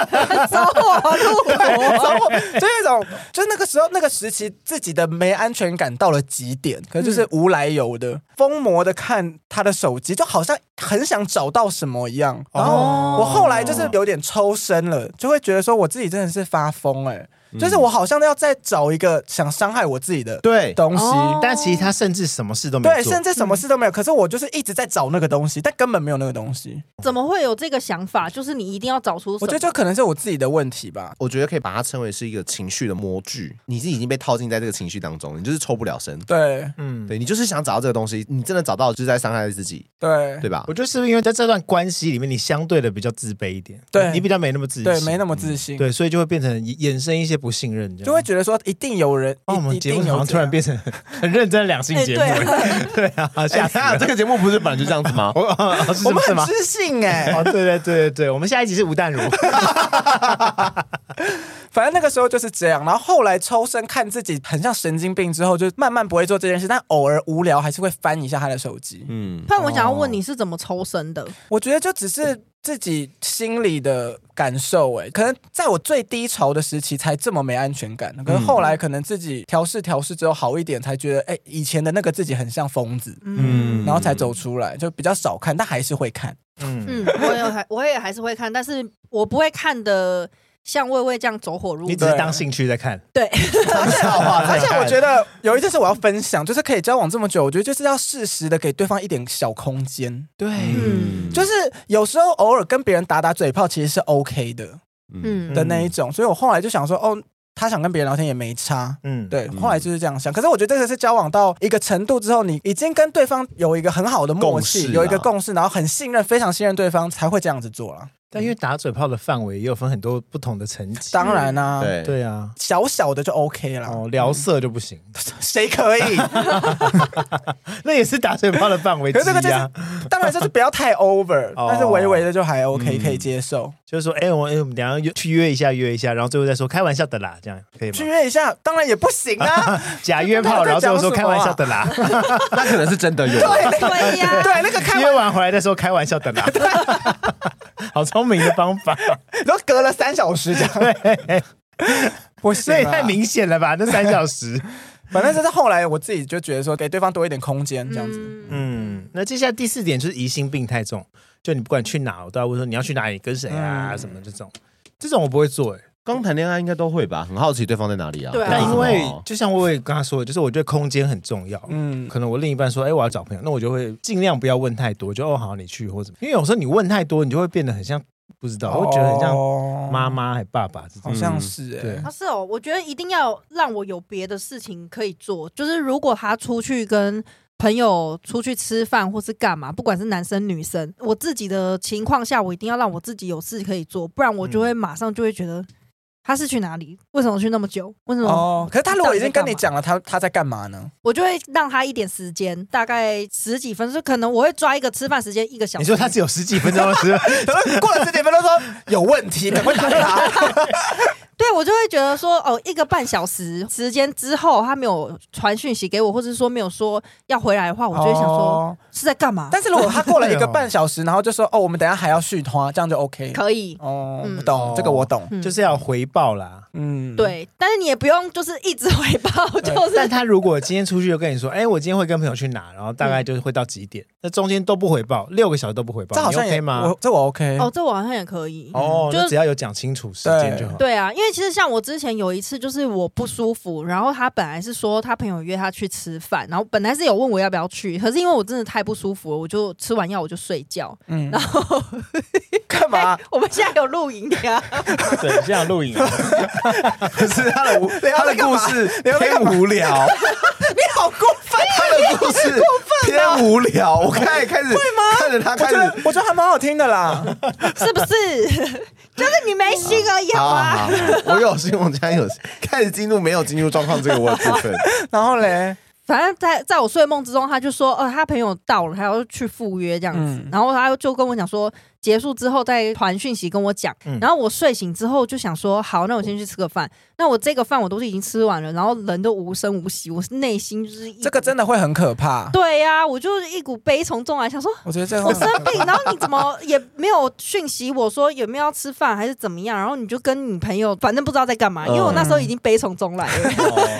[SPEAKER 4] 走火 *laughs* 入魔，
[SPEAKER 2] 然后就那种，就那个时候那个时期，自己的没安全感到了极点，可能就是无来由的疯魔的看他的手机，就好像很想找到什么一样。然后我后来就是有点抽身了，就会觉得说我自己真的是发疯哎、就是我好像要再找一个想伤害我自己的
[SPEAKER 1] 对，
[SPEAKER 2] 东西。
[SPEAKER 4] 哦
[SPEAKER 3] *laughs* 但其实他甚至什么事都没
[SPEAKER 2] 对，
[SPEAKER 3] 做
[SPEAKER 2] 甚。至什么事都没有，可是我就是一直在找那个东西，但根本没有那个东西。
[SPEAKER 4] 怎么会有这个想法？就是你一定要找出什
[SPEAKER 2] 我
[SPEAKER 4] 么
[SPEAKER 2] 觉得这可能是我自己的问题吧。
[SPEAKER 1] 我觉得可以把它称为是一个情绪的模具，你是已经被套进在这个情绪当中，你就是抽不了身，
[SPEAKER 2] 对
[SPEAKER 3] 嗯，
[SPEAKER 1] 对你就是想找到这个东西，你真的找到就是在伤害自己，
[SPEAKER 2] 对
[SPEAKER 1] 对吧
[SPEAKER 3] 我？觉得是不是因为在这段关系里面，你相对的比较自卑一点，
[SPEAKER 2] 对
[SPEAKER 3] 你比较没那么自信，嗯
[SPEAKER 2] 对，没那么自信。
[SPEAKER 3] 对，所以就会变成衍生一些不信任，这样
[SPEAKER 2] 就会觉得说一定有人，
[SPEAKER 3] 哦，我
[SPEAKER 2] 一
[SPEAKER 3] 们
[SPEAKER 2] 一
[SPEAKER 3] 节目
[SPEAKER 2] 定有
[SPEAKER 3] 好像突然
[SPEAKER 2] 怎样
[SPEAKER 3] 变成很认真的两性节目，
[SPEAKER 4] 哎
[SPEAKER 3] *laughs* 对啊，吓死
[SPEAKER 1] 哎 *laughs*
[SPEAKER 3] 了！
[SPEAKER 1] 这个节目不是本来就这样子 *laughs* 吗？
[SPEAKER 3] 哦 *laughs* 是
[SPEAKER 2] 我们
[SPEAKER 3] 是
[SPEAKER 2] 很
[SPEAKER 3] 吗？
[SPEAKER 2] 知性
[SPEAKER 3] *laughs*
[SPEAKER 2] 哎、
[SPEAKER 3] 哦，对对对对对，我们下一集是吴淡
[SPEAKER 2] *laughs*
[SPEAKER 3] 如，
[SPEAKER 2] 反正那个时候就是这样。然后后来抽身看自己很像神经病之后，就慢慢不会做这件事，但偶尔无聊还是会翻一下他的手机。
[SPEAKER 1] 嗯，
[SPEAKER 4] 但我想要问你是怎么抽身的？
[SPEAKER 2] 我觉得就只是自己心里的感受哎、可能在我最低潮的时期才这么没安全感，可是后来
[SPEAKER 3] 嗯
[SPEAKER 2] 可能自己调试调试之后好一点，才觉得哎、以前的那个自己很像疯子，
[SPEAKER 1] 嗯
[SPEAKER 2] 然后才走出来，就比较少看，但还是会看。
[SPEAKER 3] 嗯，
[SPEAKER 4] 嗯，我也还 *laughs* 我也还是会看，但是我不会看的像魏魏这样走火入
[SPEAKER 3] 你
[SPEAKER 4] 魔
[SPEAKER 3] 只。是当兴趣在看，
[SPEAKER 4] 对，
[SPEAKER 2] 而且我觉得有一件事我要分享，就是可以交往这么久，我觉得就是要适时的给对方一点小空间。
[SPEAKER 3] 对
[SPEAKER 4] 嗯
[SPEAKER 2] 就是有时候偶尔跟别人打打嘴炮，其实是 OK 的
[SPEAKER 1] 嗯，
[SPEAKER 2] 的那一种。所以我后来就想说，哦，他想跟别人聊天也没差。
[SPEAKER 3] 嗯，
[SPEAKER 2] 对，后来就是这样想。可是我觉得这个是交往到一个程度之后，你已经跟对方有一个很好的默
[SPEAKER 1] 共识
[SPEAKER 2] 契，
[SPEAKER 1] 啦
[SPEAKER 2] 有一个共识，然后很信任，非常信任对方，才会这样子做了。
[SPEAKER 3] 但因为打嘴炮的范围也有分很多不同的层级，
[SPEAKER 2] 当然啦、
[SPEAKER 1] 对
[SPEAKER 3] 对啊，
[SPEAKER 2] 小小的就 OK 啦。
[SPEAKER 3] 哦，聊色就不行，
[SPEAKER 2] 谁可以？
[SPEAKER 3] 那也是打嘴炮的范围之
[SPEAKER 2] *laughs* 可是这个就
[SPEAKER 3] 一啊。
[SPEAKER 2] 是，当然就是不要太 over，
[SPEAKER 3] 哦嗯
[SPEAKER 2] 但是微微的就还 OK，可以接受。
[SPEAKER 3] 就是说，哎，我哎，我们等一下约去约一下，约一下，然后最后再说开玩笑的啦，这样可以
[SPEAKER 2] 去
[SPEAKER 3] 吗？
[SPEAKER 2] 约一下，当然也不行
[SPEAKER 3] *laughs*
[SPEAKER 2] 啊。
[SPEAKER 3] 假约炮，然后最后说开玩笑的啦，
[SPEAKER 1] 那可能是真的有。
[SPEAKER 4] 对呀，
[SPEAKER 2] 对，那个 *laughs* 开
[SPEAKER 3] 约
[SPEAKER 2] 完，
[SPEAKER 3] 完回来再说开玩笑
[SPEAKER 2] *laughs*
[SPEAKER 3] 的啦， *laughs* 好聪明的方法。
[SPEAKER 2] 然后隔了三小时这样，
[SPEAKER 3] *laughs*
[SPEAKER 2] 不行
[SPEAKER 3] 这
[SPEAKER 2] 啊，
[SPEAKER 3] 也太明显了 *laughs* 吧？那三小时，
[SPEAKER 2] 反正就是后来我自己就觉得说，给对方多一点空间，这样子。
[SPEAKER 4] 嗯
[SPEAKER 3] 嗯，那接下来第四点就是疑心病太重，就你不管去哪，我都要问说你要去哪里，跟谁啊，
[SPEAKER 2] 嗯
[SPEAKER 3] 什么这种，这种我不会做、欸，
[SPEAKER 1] 刚谈恋爱应该都会吧，很好奇对方在哪里啊。
[SPEAKER 4] 对啊
[SPEAKER 3] 但因为
[SPEAKER 1] 哦
[SPEAKER 3] 就像我也跟他说的，就是我觉得空间很重要。
[SPEAKER 2] 嗯，
[SPEAKER 3] 可能我另一半说，哎、我要找朋友，那我就会尽量不要问太多，就哦好，你去或者，因为有时候你问太多，你就会变得很像不知道，我会觉得很像
[SPEAKER 2] 像
[SPEAKER 3] 妈，妈还爸爸这
[SPEAKER 2] 哦好
[SPEAKER 3] 种。
[SPEAKER 2] 像是哎、
[SPEAKER 3] 对
[SPEAKER 4] 啊，是哦，我觉得一定要让我有别的事情可以做，就是如果他出去跟朋友出去吃饭或是干嘛，不管是男生女生，我自己的情况下，我一定要让我自己有事可以做，不然我
[SPEAKER 3] 嗯
[SPEAKER 4] 就会马上就会觉得他是去哪里，为什么去那么久，为什么、
[SPEAKER 2] 哦，可是他如果已经跟
[SPEAKER 4] 到
[SPEAKER 2] 你
[SPEAKER 4] 底在
[SPEAKER 2] 讲了，他他在干
[SPEAKER 3] *laughs*
[SPEAKER 2] 嘛呢？
[SPEAKER 4] 我就会让他一点时间，大概十几分钟，可能我会抓一个吃饭时间一个小时。
[SPEAKER 3] 你说他只有十几分钟的时 *laughs* 间，
[SPEAKER 2] *laughs* 过了十几分钟说有
[SPEAKER 3] *laughs*
[SPEAKER 2] 问题，赶快打他。
[SPEAKER 4] 对我就会觉得说，哦，一个半小时时间之后，他没有传讯息给我，或者说没有说要回来的话，我就会想说、
[SPEAKER 2] 哦
[SPEAKER 4] 是在干嘛？
[SPEAKER 2] *laughs* 但是如果他过了一个半小时，然后就说哦，我们等一下还要续拖，这样就 OK。
[SPEAKER 4] 可以，
[SPEAKER 2] 哦，
[SPEAKER 4] 嗯
[SPEAKER 2] 我懂这个，我懂。
[SPEAKER 4] 嗯
[SPEAKER 3] 就是要有回报啦。
[SPEAKER 2] 嗯，，
[SPEAKER 4] 对，但是你也不用就是一直回报， *laughs* 就是
[SPEAKER 3] 但他如果今天出去就跟你说，哎、我今天会跟朋友去哪，然后大概就是会到几点，那中间都不回报，六个小时都不回报，
[SPEAKER 2] 这好像
[SPEAKER 3] 你
[SPEAKER 2] 也
[SPEAKER 3] OK 吗
[SPEAKER 2] 我？这我 OK。
[SPEAKER 4] 哦，这我好像也可以。
[SPEAKER 3] 哦，
[SPEAKER 4] 就是
[SPEAKER 3] 那只要有讲清楚时间就好。
[SPEAKER 4] 对啊，因为其实像我之前有一次，就是我不舒服，然后他本来是说他朋友约他去吃饭，然后本来是有问我要不要去，可是因为我真的太不舒服了，我就吃完药我就睡觉。
[SPEAKER 2] 嗯，
[SPEAKER 4] 然后
[SPEAKER 2] 干嘛
[SPEAKER 4] 哎？我们现在有录影的啊，
[SPEAKER 3] 对，这样录影，
[SPEAKER 1] 可是他
[SPEAKER 2] *laughs*
[SPEAKER 1] 的无他的故事
[SPEAKER 2] 你要在
[SPEAKER 1] 偏
[SPEAKER 2] 干
[SPEAKER 1] 无聊，
[SPEAKER 2] *laughs* 你好过分！啊
[SPEAKER 1] 他的故事偏无聊。我刚才开始看着他
[SPEAKER 2] 我
[SPEAKER 1] 开
[SPEAKER 2] 觉得
[SPEAKER 1] 始，
[SPEAKER 2] 我觉得还蛮好听的啦。
[SPEAKER 4] *laughs* 是 *laughs* 不是？就是你没心而已好
[SPEAKER 1] 好好
[SPEAKER 4] 啊。
[SPEAKER 1] 好，我有心，我家有心开始进入没有进入状况这个我的部分。
[SPEAKER 2] 然后嘞，
[SPEAKER 4] 反正在在我睡梦之中，他就说，呃，他朋友到了，他要去赴约这样子，
[SPEAKER 2] 嗯
[SPEAKER 4] 然后他就跟我讲说，结束之后再传讯息跟我讲。
[SPEAKER 3] 嗯
[SPEAKER 4] 然后我睡醒之后就想说，好，那我先去吃个饭。那我这个饭我都是已经吃完了，然后人都无声无息，我是内心就是一股
[SPEAKER 2] 这个真的会很可怕。
[SPEAKER 4] 对呀、我就是一股悲从中来，想
[SPEAKER 2] *laughs*
[SPEAKER 4] 说
[SPEAKER 2] 我觉得这
[SPEAKER 4] 我
[SPEAKER 2] 个
[SPEAKER 4] 生病，然后你怎么也没有讯息我说有没有要吃饭还是怎么样，然后你就跟你朋友反正不知道在干嘛，因为我那时
[SPEAKER 2] 哦
[SPEAKER 4] 候已经悲从中来
[SPEAKER 2] *laughs*
[SPEAKER 4] 了。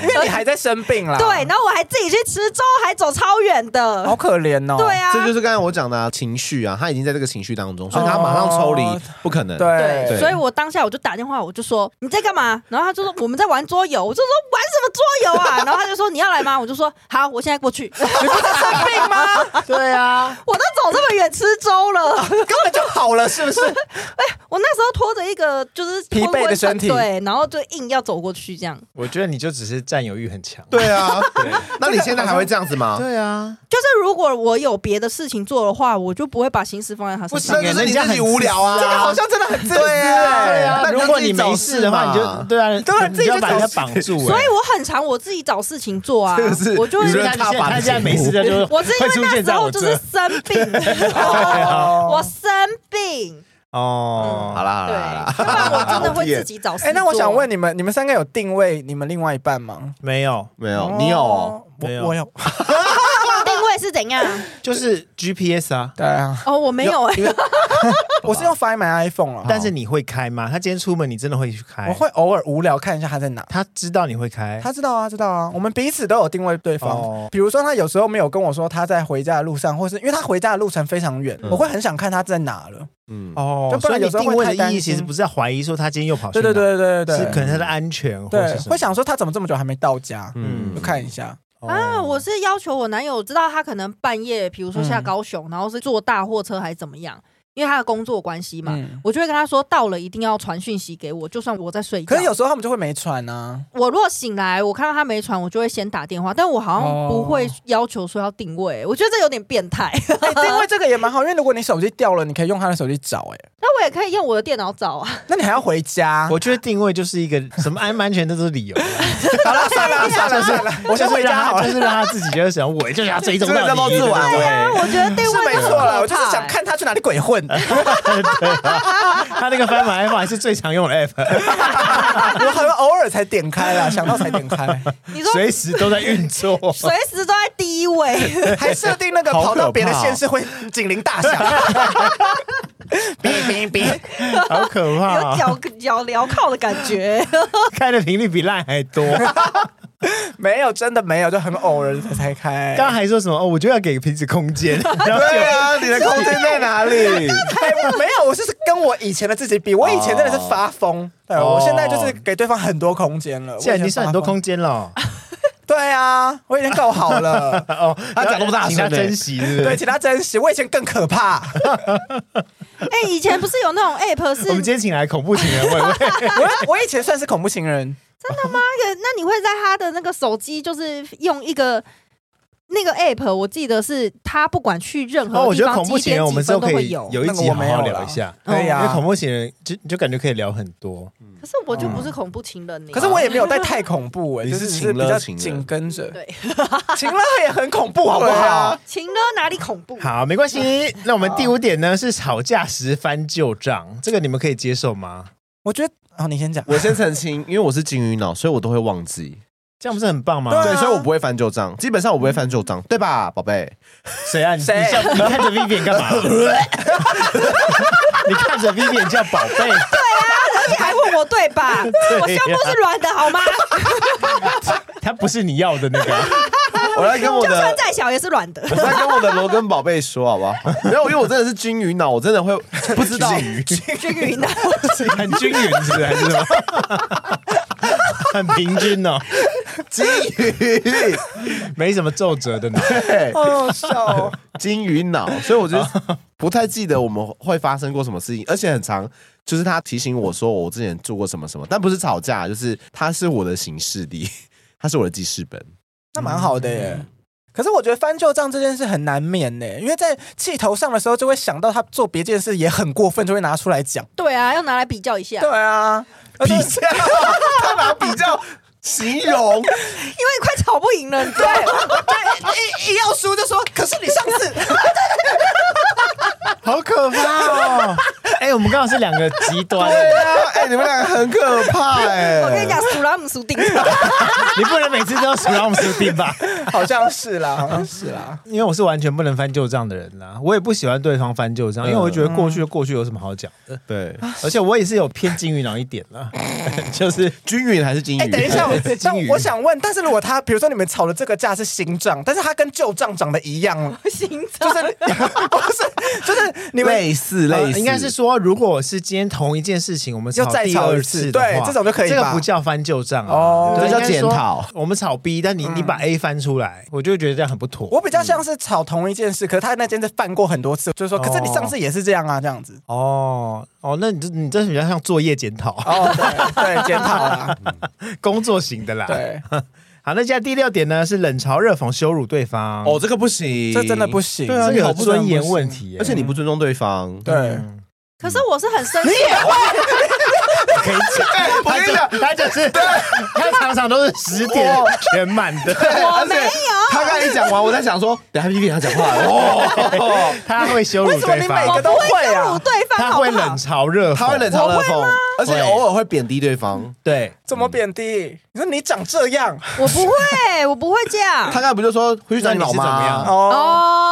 [SPEAKER 2] 因为你还在生病啦。
[SPEAKER 4] 对，然后我还自己去吃粥，还走超远的。
[SPEAKER 2] 好可怜哦。
[SPEAKER 4] 对啊，
[SPEAKER 1] 这就是刚才我讲的啊情绪啊，他已经在这个情绪当中，所以他马上抽离
[SPEAKER 2] 哦
[SPEAKER 1] 不可能。
[SPEAKER 4] 对，
[SPEAKER 2] 对，
[SPEAKER 4] 所以我当下我就打电话，我就说你在干嘛？然后他就说我们在玩桌游，我就说玩什么桌游啊？然 *laughs* 后他就说你要来吗？我就说好，我现在过去。
[SPEAKER 2] 你不是生病吗？ *laughs* 对啊，
[SPEAKER 4] 我都走这么远吃粥了， *laughs*
[SPEAKER 2] 根本就好了，是不是？
[SPEAKER 4] 我那时候拖着一个就是
[SPEAKER 2] 疲惫的
[SPEAKER 4] 昏昏沉
[SPEAKER 2] 身体
[SPEAKER 4] 对，然后就硬要走过去这样。
[SPEAKER 3] 我觉得你就只是占有欲很强。
[SPEAKER 1] 对啊，那你现在还会这样子吗？
[SPEAKER 3] 对啊，
[SPEAKER 4] 就是如果我有别的事情做的话，我就不会把心思放在他身
[SPEAKER 1] 那
[SPEAKER 4] 上。
[SPEAKER 1] 就是你自己无聊啊，
[SPEAKER 2] *laughs* 这个好像真的很自私
[SPEAKER 1] 对啊
[SPEAKER 2] 欸
[SPEAKER 1] 对啊那你就
[SPEAKER 3] 如果你没事的话，
[SPEAKER 1] 自
[SPEAKER 3] 你
[SPEAKER 1] 己找事嘛
[SPEAKER 3] 就对啊，
[SPEAKER 2] 对啊
[SPEAKER 3] 你
[SPEAKER 2] 自己就
[SPEAKER 3] 要把人家
[SPEAKER 2] 找事
[SPEAKER 3] 绑住、欸。
[SPEAKER 4] 所以我很常我自己找事情做啊
[SPEAKER 1] 这个是，
[SPEAKER 4] 我就
[SPEAKER 1] 舆
[SPEAKER 4] 会
[SPEAKER 3] 所以
[SPEAKER 1] 论
[SPEAKER 3] 他现在哎他现在没事，他就
[SPEAKER 4] *laughs* 我是因
[SPEAKER 3] 会出
[SPEAKER 4] 为那
[SPEAKER 3] 现
[SPEAKER 4] 时
[SPEAKER 3] 在
[SPEAKER 4] 候
[SPEAKER 3] 我
[SPEAKER 4] 就是
[SPEAKER 3] 这。
[SPEAKER 4] 生病， *laughs*
[SPEAKER 2] 哦
[SPEAKER 4] 哦我生病，
[SPEAKER 3] 哦，
[SPEAKER 1] 好啦好
[SPEAKER 4] 对，
[SPEAKER 1] 啦好啦，
[SPEAKER 4] 要不然我真的会自己找事。
[SPEAKER 2] 哎，那我想问，你们，你们三个有定位你们另外一半吗？
[SPEAKER 3] 没有，
[SPEAKER 1] 没有，你有哦，
[SPEAKER 3] 没有
[SPEAKER 2] 我我有，
[SPEAKER 4] 定位是怎样？
[SPEAKER 3] 就是 GPS 啊。
[SPEAKER 2] *laughs* 对 *laughs* 啊，
[SPEAKER 4] *laughs* 哦，我没有哎，
[SPEAKER 2] 我是用 Find My iPhone 啊了，
[SPEAKER 3] 但是你会开吗？他今天出门，你真的会去开？
[SPEAKER 2] 我会偶尔无聊看一下他在哪。
[SPEAKER 3] 他知道你会开，
[SPEAKER 2] 他知道啊，知道啊，我们彼此都有定位对方。
[SPEAKER 3] 哦
[SPEAKER 2] 比如说，他有时候没有跟我说他在回家的路上，或是因为他回家的路程非常远，
[SPEAKER 1] 嗯
[SPEAKER 2] 我会很想看他在哪了。
[SPEAKER 1] 嗯，
[SPEAKER 3] 哦
[SPEAKER 2] 就不
[SPEAKER 3] 所
[SPEAKER 2] 然
[SPEAKER 3] 以你
[SPEAKER 2] 有时候
[SPEAKER 3] 定
[SPEAKER 2] 会
[SPEAKER 3] 位
[SPEAKER 2] 太担
[SPEAKER 3] 的意义
[SPEAKER 2] 心
[SPEAKER 3] 其实不是在怀疑说他今天又跑去
[SPEAKER 2] 哦
[SPEAKER 3] 哪，
[SPEAKER 2] 对对对对对
[SPEAKER 3] 是
[SPEAKER 2] 对，
[SPEAKER 3] 可能他的安全或是
[SPEAKER 2] 对
[SPEAKER 3] 什么
[SPEAKER 2] 会想说他怎么这么久还没到家，
[SPEAKER 1] 嗯
[SPEAKER 2] 就看一下。
[SPEAKER 4] 啊，
[SPEAKER 3] 哦
[SPEAKER 4] 我是要求我男友知道他可能半夜，比如说下高
[SPEAKER 2] 嗯
[SPEAKER 4] 雄，然后是坐大货车还是怎么样，因为他的工作关系嘛。
[SPEAKER 2] 嗯，
[SPEAKER 4] 我就会跟他说，到了一定要传讯息给我，就算我在睡觉。
[SPEAKER 2] 可是有时候他们就会没传 *laughs* 啊。
[SPEAKER 4] 我如果醒来，我看到他没传，我就会先打电话，但我好像不会
[SPEAKER 2] 哦
[SPEAKER 4] 要求说要定位，我觉得这有点变
[SPEAKER 2] *laughs*
[SPEAKER 4] 态。
[SPEAKER 2] 哎，定位这个也蛮好，因为如果你手机掉了，你可以用他的手机找。哎，
[SPEAKER 4] 那我也可以用我的电脑找啊。
[SPEAKER 2] 那你还要回家？
[SPEAKER 3] 我觉得定位就是一个什么安不安全，这都是理由。*laughs*
[SPEAKER 2] 好了，算了算了算了， *laughs* 我先
[SPEAKER 3] 哎就
[SPEAKER 2] 回
[SPEAKER 3] 是
[SPEAKER 2] 家
[SPEAKER 3] 让
[SPEAKER 2] 好
[SPEAKER 3] 他，
[SPEAKER 2] 了
[SPEAKER 3] 就。是让他自己觉得想，我就是要追踪
[SPEAKER 1] 真的
[SPEAKER 3] 到
[SPEAKER 1] 在帮
[SPEAKER 3] 底
[SPEAKER 1] 自玩
[SPEAKER 3] 对
[SPEAKER 4] 啊，我觉得定
[SPEAKER 2] 哎是
[SPEAKER 4] 位
[SPEAKER 2] 没
[SPEAKER 4] 真的
[SPEAKER 2] 错啦，我
[SPEAKER 4] 很可
[SPEAKER 2] 就是
[SPEAKER 4] 怕
[SPEAKER 2] 想看他去哪里
[SPEAKER 3] *laughs*
[SPEAKER 2] 鬼混。 *laughs*
[SPEAKER 3] 他那个翻版 iPhone 还是最常用的 app，
[SPEAKER 2] 我好像偶尔才点开啦，想到才
[SPEAKER 3] *laughs*
[SPEAKER 2] 点开，
[SPEAKER 4] 欸你说
[SPEAKER 3] 随时都在运
[SPEAKER 2] *laughs*
[SPEAKER 3] 作。
[SPEAKER 4] 随时都在第一位，
[SPEAKER 3] *laughs*
[SPEAKER 2] 还设定那个跑到别的
[SPEAKER 3] 哦
[SPEAKER 2] 县市会警铃大响。
[SPEAKER 3] *laughs*
[SPEAKER 2] 别别别！
[SPEAKER 3] 好可怕、
[SPEAKER 2] 啊
[SPEAKER 4] 有
[SPEAKER 3] 哦！
[SPEAKER 4] 脚脚镣铐的感觉。
[SPEAKER 3] 开的频率比烂还多。
[SPEAKER 2] 没有，真的没有，就很偶尔才才开。
[SPEAKER 3] *laughs* 刚刚还说什么哦，我就要给瓶子空
[SPEAKER 2] *laughs*
[SPEAKER 3] 间，然后
[SPEAKER 1] 对啊，你的空间在哪里？
[SPEAKER 2] 哎，我没有，我就是跟我以前的自己比，我以前真的是发疯，对
[SPEAKER 3] 哦
[SPEAKER 2] 我现在就是给对方很多空间了。
[SPEAKER 3] 既然已
[SPEAKER 2] 我
[SPEAKER 3] 经
[SPEAKER 2] 以前发疯
[SPEAKER 3] 算很多，空间了。，
[SPEAKER 2] 对啊，我已经够好了
[SPEAKER 3] *laughs* 哦，
[SPEAKER 1] 他讲那么大声
[SPEAKER 3] 请他
[SPEAKER 1] 欸
[SPEAKER 3] 珍惜，是不
[SPEAKER 2] 对，
[SPEAKER 3] 是？
[SPEAKER 2] 请他珍惜。我以前更
[SPEAKER 3] *laughs*
[SPEAKER 2] 可怕，
[SPEAKER 4] *laughs* 哎、以前不是有那种 app 是
[SPEAKER 3] 我们今天请来恐怖情人喂喂，
[SPEAKER 2] 我我以前算是恐怖情人，
[SPEAKER 4] 那个？那你会在他的那个手机，就是用一个那个 app 我记得是它不管去任
[SPEAKER 3] 哦，
[SPEAKER 4] 何
[SPEAKER 3] 我
[SPEAKER 4] 地
[SPEAKER 3] 觉得
[SPEAKER 4] 方，
[SPEAKER 3] 恐怖
[SPEAKER 4] 几
[SPEAKER 3] 情人
[SPEAKER 4] 点
[SPEAKER 3] 我
[SPEAKER 4] 几
[SPEAKER 3] 们之后
[SPEAKER 4] 分都
[SPEAKER 3] 可
[SPEAKER 4] 会
[SPEAKER 3] 以
[SPEAKER 4] 有。
[SPEAKER 3] 有一
[SPEAKER 2] 那个
[SPEAKER 3] 集
[SPEAKER 2] 我
[SPEAKER 3] 好
[SPEAKER 2] 没有
[SPEAKER 3] 好
[SPEAKER 2] 了
[SPEAKER 3] 聊一下，
[SPEAKER 2] 可以
[SPEAKER 3] 因为
[SPEAKER 2] 啊
[SPEAKER 3] 恐。怖情人就你就感觉可以聊很多。
[SPEAKER 4] 可是我就
[SPEAKER 3] 嗯
[SPEAKER 4] 不是恐怖情人，你
[SPEAKER 2] 可是我也没有带太恐怖哎，
[SPEAKER 1] 你
[SPEAKER 2] *laughs* 就是只
[SPEAKER 1] 情
[SPEAKER 2] 是
[SPEAKER 1] 勒
[SPEAKER 2] 比较
[SPEAKER 1] 情勒
[SPEAKER 2] 紧跟着， *laughs*
[SPEAKER 4] 对
[SPEAKER 2] 情乐也很恐怖，好不
[SPEAKER 1] 对
[SPEAKER 2] 好
[SPEAKER 1] 啊？
[SPEAKER 4] *laughs* 情呢哪里恐怖？
[SPEAKER 3] 好，没关系。那我们第五点呢是吵架时翻旧账，这个你们可以接受吗？
[SPEAKER 2] 我觉得，哦，你先讲。
[SPEAKER 1] *laughs* 我先澄清，因为我是金鱼脑，所以我都会忘记。
[SPEAKER 3] 这样不是很棒吗？
[SPEAKER 2] 对啊
[SPEAKER 1] 对，所以我不会翻旧账，基本上我不会翻旧账，对吧，宝贝？
[SPEAKER 3] 谁啊？你你
[SPEAKER 2] 谁
[SPEAKER 3] 笑你看着 Vivian 干嘛？你看着 Vivian 叫宝贝，
[SPEAKER 4] *laughs* 而且还问我对
[SPEAKER 3] *laughs*
[SPEAKER 4] 吧？我胸部是软的好吗？
[SPEAKER 3] 他不是你要的那个。啊
[SPEAKER 1] 我来跟我
[SPEAKER 4] 就
[SPEAKER 1] 的
[SPEAKER 2] *laughs*
[SPEAKER 4] 算，再小也是软的。
[SPEAKER 1] 我来跟我的罗根宝贝说好不好？没有，因为我真的是金鱼脑，我真的会不知道。
[SPEAKER 4] 均
[SPEAKER 2] *laughs*
[SPEAKER 4] 匀的，
[SPEAKER 3] 很均匀，是不是？还是什么？ *laughs* 很平均哦，
[SPEAKER 1] 金鱼，
[SPEAKER 3] 没什么皱褶的呢。
[SPEAKER 1] 对，
[SPEAKER 2] 好笑 *laughs* 哦，
[SPEAKER 1] 金鱼脑，所以我就不太记得我们会发生过什么事情，而且很长，就是他提醒我说我之前做过什么什么，但不是吵架，就是他是我的行事历，他是我的记事本。
[SPEAKER 2] 那蛮好的耶。可是我觉得翻旧账这件事很难免呢，因为在气头上的时候就会想到他做别件事也很过分，就会拿出来讲。
[SPEAKER 4] 对啊，要拿来比较一下，因
[SPEAKER 2] 对啊，而且
[SPEAKER 1] 比较，他拿比较形容，
[SPEAKER 4] 为快吵不赢了，你知道吗？ *laughs*
[SPEAKER 2] 一一 *laughs* 要输就说，可是你上 *laughs* 次
[SPEAKER 3] 好可怕哦！哎、我们刚好是两个极端，
[SPEAKER 1] 对啊，哎、你们两个很可怕哎、
[SPEAKER 4] 我跟你讲，属拉姆属定，
[SPEAKER 3] *laughs* 你不能每次都数让我们输定吧？ *laughs*
[SPEAKER 2] 好像是啦，好像是啦。
[SPEAKER 3] 因为我是完全不能翻旧账的人啦，我也不喜欢对方翻
[SPEAKER 2] 嗯
[SPEAKER 3] 旧账，因为我觉得过去就过去有什么好讲的，
[SPEAKER 1] 对，
[SPEAKER 3] *laughs* 而且我也是有偏金鱼脑一点
[SPEAKER 2] *laughs*
[SPEAKER 3] 啦，就是
[SPEAKER 1] 均匀还是金鱼？
[SPEAKER 2] 哎，等一下，我
[SPEAKER 3] 金鱼
[SPEAKER 2] 但我想问，但是如果他，比如说你们吵的这个架是新账，但是他跟旧账长得一样，
[SPEAKER 4] 心
[SPEAKER 2] 就
[SPEAKER 4] 脏
[SPEAKER 2] 是 *laughs* 不是就是你们
[SPEAKER 1] 类似类
[SPEAKER 3] 呃
[SPEAKER 1] 似，
[SPEAKER 3] 应该是说，如果是今天同一件事情，我们
[SPEAKER 2] 又再
[SPEAKER 3] 第
[SPEAKER 2] 吵一
[SPEAKER 3] 二
[SPEAKER 2] 次
[SPEAKER 3] 次的话，
[SPEAKER 2] 对这种就可以
[SPEAKER 3] 这个
[SPEAKER 2] 吧
[SPEAKER 3] 不叫翻旧账啊
[SPEAKER 2] 哦
[SPEAKER 3] 对
[SPEAKER 1] 这叫
[SPEAKER 3] 应该
[SPEAKER 1] 检
[SPEAKER 3] 说
[SPEAKER 1] 讨
[SPEAKER 3] 我们吵 B，但你你把 A 翻出来，我就会觉得这样很不妥。
[SPEAKER 2] 嗯我比较像是吵同一件事，可是他那件事犯过很多次，就是说，可是你上次也是这样啊，这样子。
[SPEAKER 3] 哦哦，那你这你这比较像作业检讨， *laughs*
[SPEAKER 2] 哦，对 *laughs* 对，检讨啦，
[SPEAKER 3] 工作型的啦。，
[SPEAKER 2] 对，
[SPEAKER 3] 好，那接下来第六点呢是冷嘲热讽、羞辱对方。
[SPEAKER 1] 哦，这个不行，
[SPEAKER 2] 这真的不。行。
[SPEAKER 1] 对啊，
[SPEAKER 3] 这
[SPEAKER 1] 你
[SPEAKER 3] 个
[SPEAKER 1] 好
[SPEAKER 3] 有
[SPEAKER 1] 不尊
[SPEAKER 3] 尊严
[SPEAKER 1] 不行
[SPEAKER 3] 问题耶，
[SPEAKER 1] 而且你不尊重对方，
[SPEAKER 2] 对，
[SPEAKER 4] 可是我是很生气，
[SPEAKER 3] 可以讲。
[SPEAKER 1] 我跟你讲，
[SPEAKER 3] 他就是他常常都是十点全满的，
[SPEAKER 1] 我没有。他刚才讲完，我在想说，等一下 P P 他讲话了，
[SPEAKER 3] *laughs*
[SPEAKER 1] 哦，
[SPEAKER 3] 他会羞辱
[SPEAKER 2] 为什么
[SPEAKER 3] 对
[SPEAKER 2] 你每
[SPEAKER 3] 方
[SPEAKER 2] 个，都会
[SPEAKER 4] 侮辱
[SPEAKER 2] 啊？
[SPEAKER 4] 对方
[SPEAKER 3] 他
[SPEAKER 4] 好
[SPEAKER 3] 会
[SPEAKER 4] 不
[SPEAKER 3] 冷
[SPEAKER 4] 好？
[SPEAKER 3] 嘲热讽，
[SPEAKER 1] 他会冷嘲热讽，而且偶尔会贬低对方。
[SPEAKER 3] 对。
[SPEAKER 2] 怎么贬低？你说你长这
[SPEAKER 1] *laughs*
[SPEAKER 2] 样
[SPEAKER 4] 我不会，我不会这样
[SPEAKER 1] 他。刚才不就说回去找你老
[SPEAKER 3] 那你是怎么
[SPEAKER 1] 妈
[SPEAKER 3] 样，
[SPEAKER 2] 哦，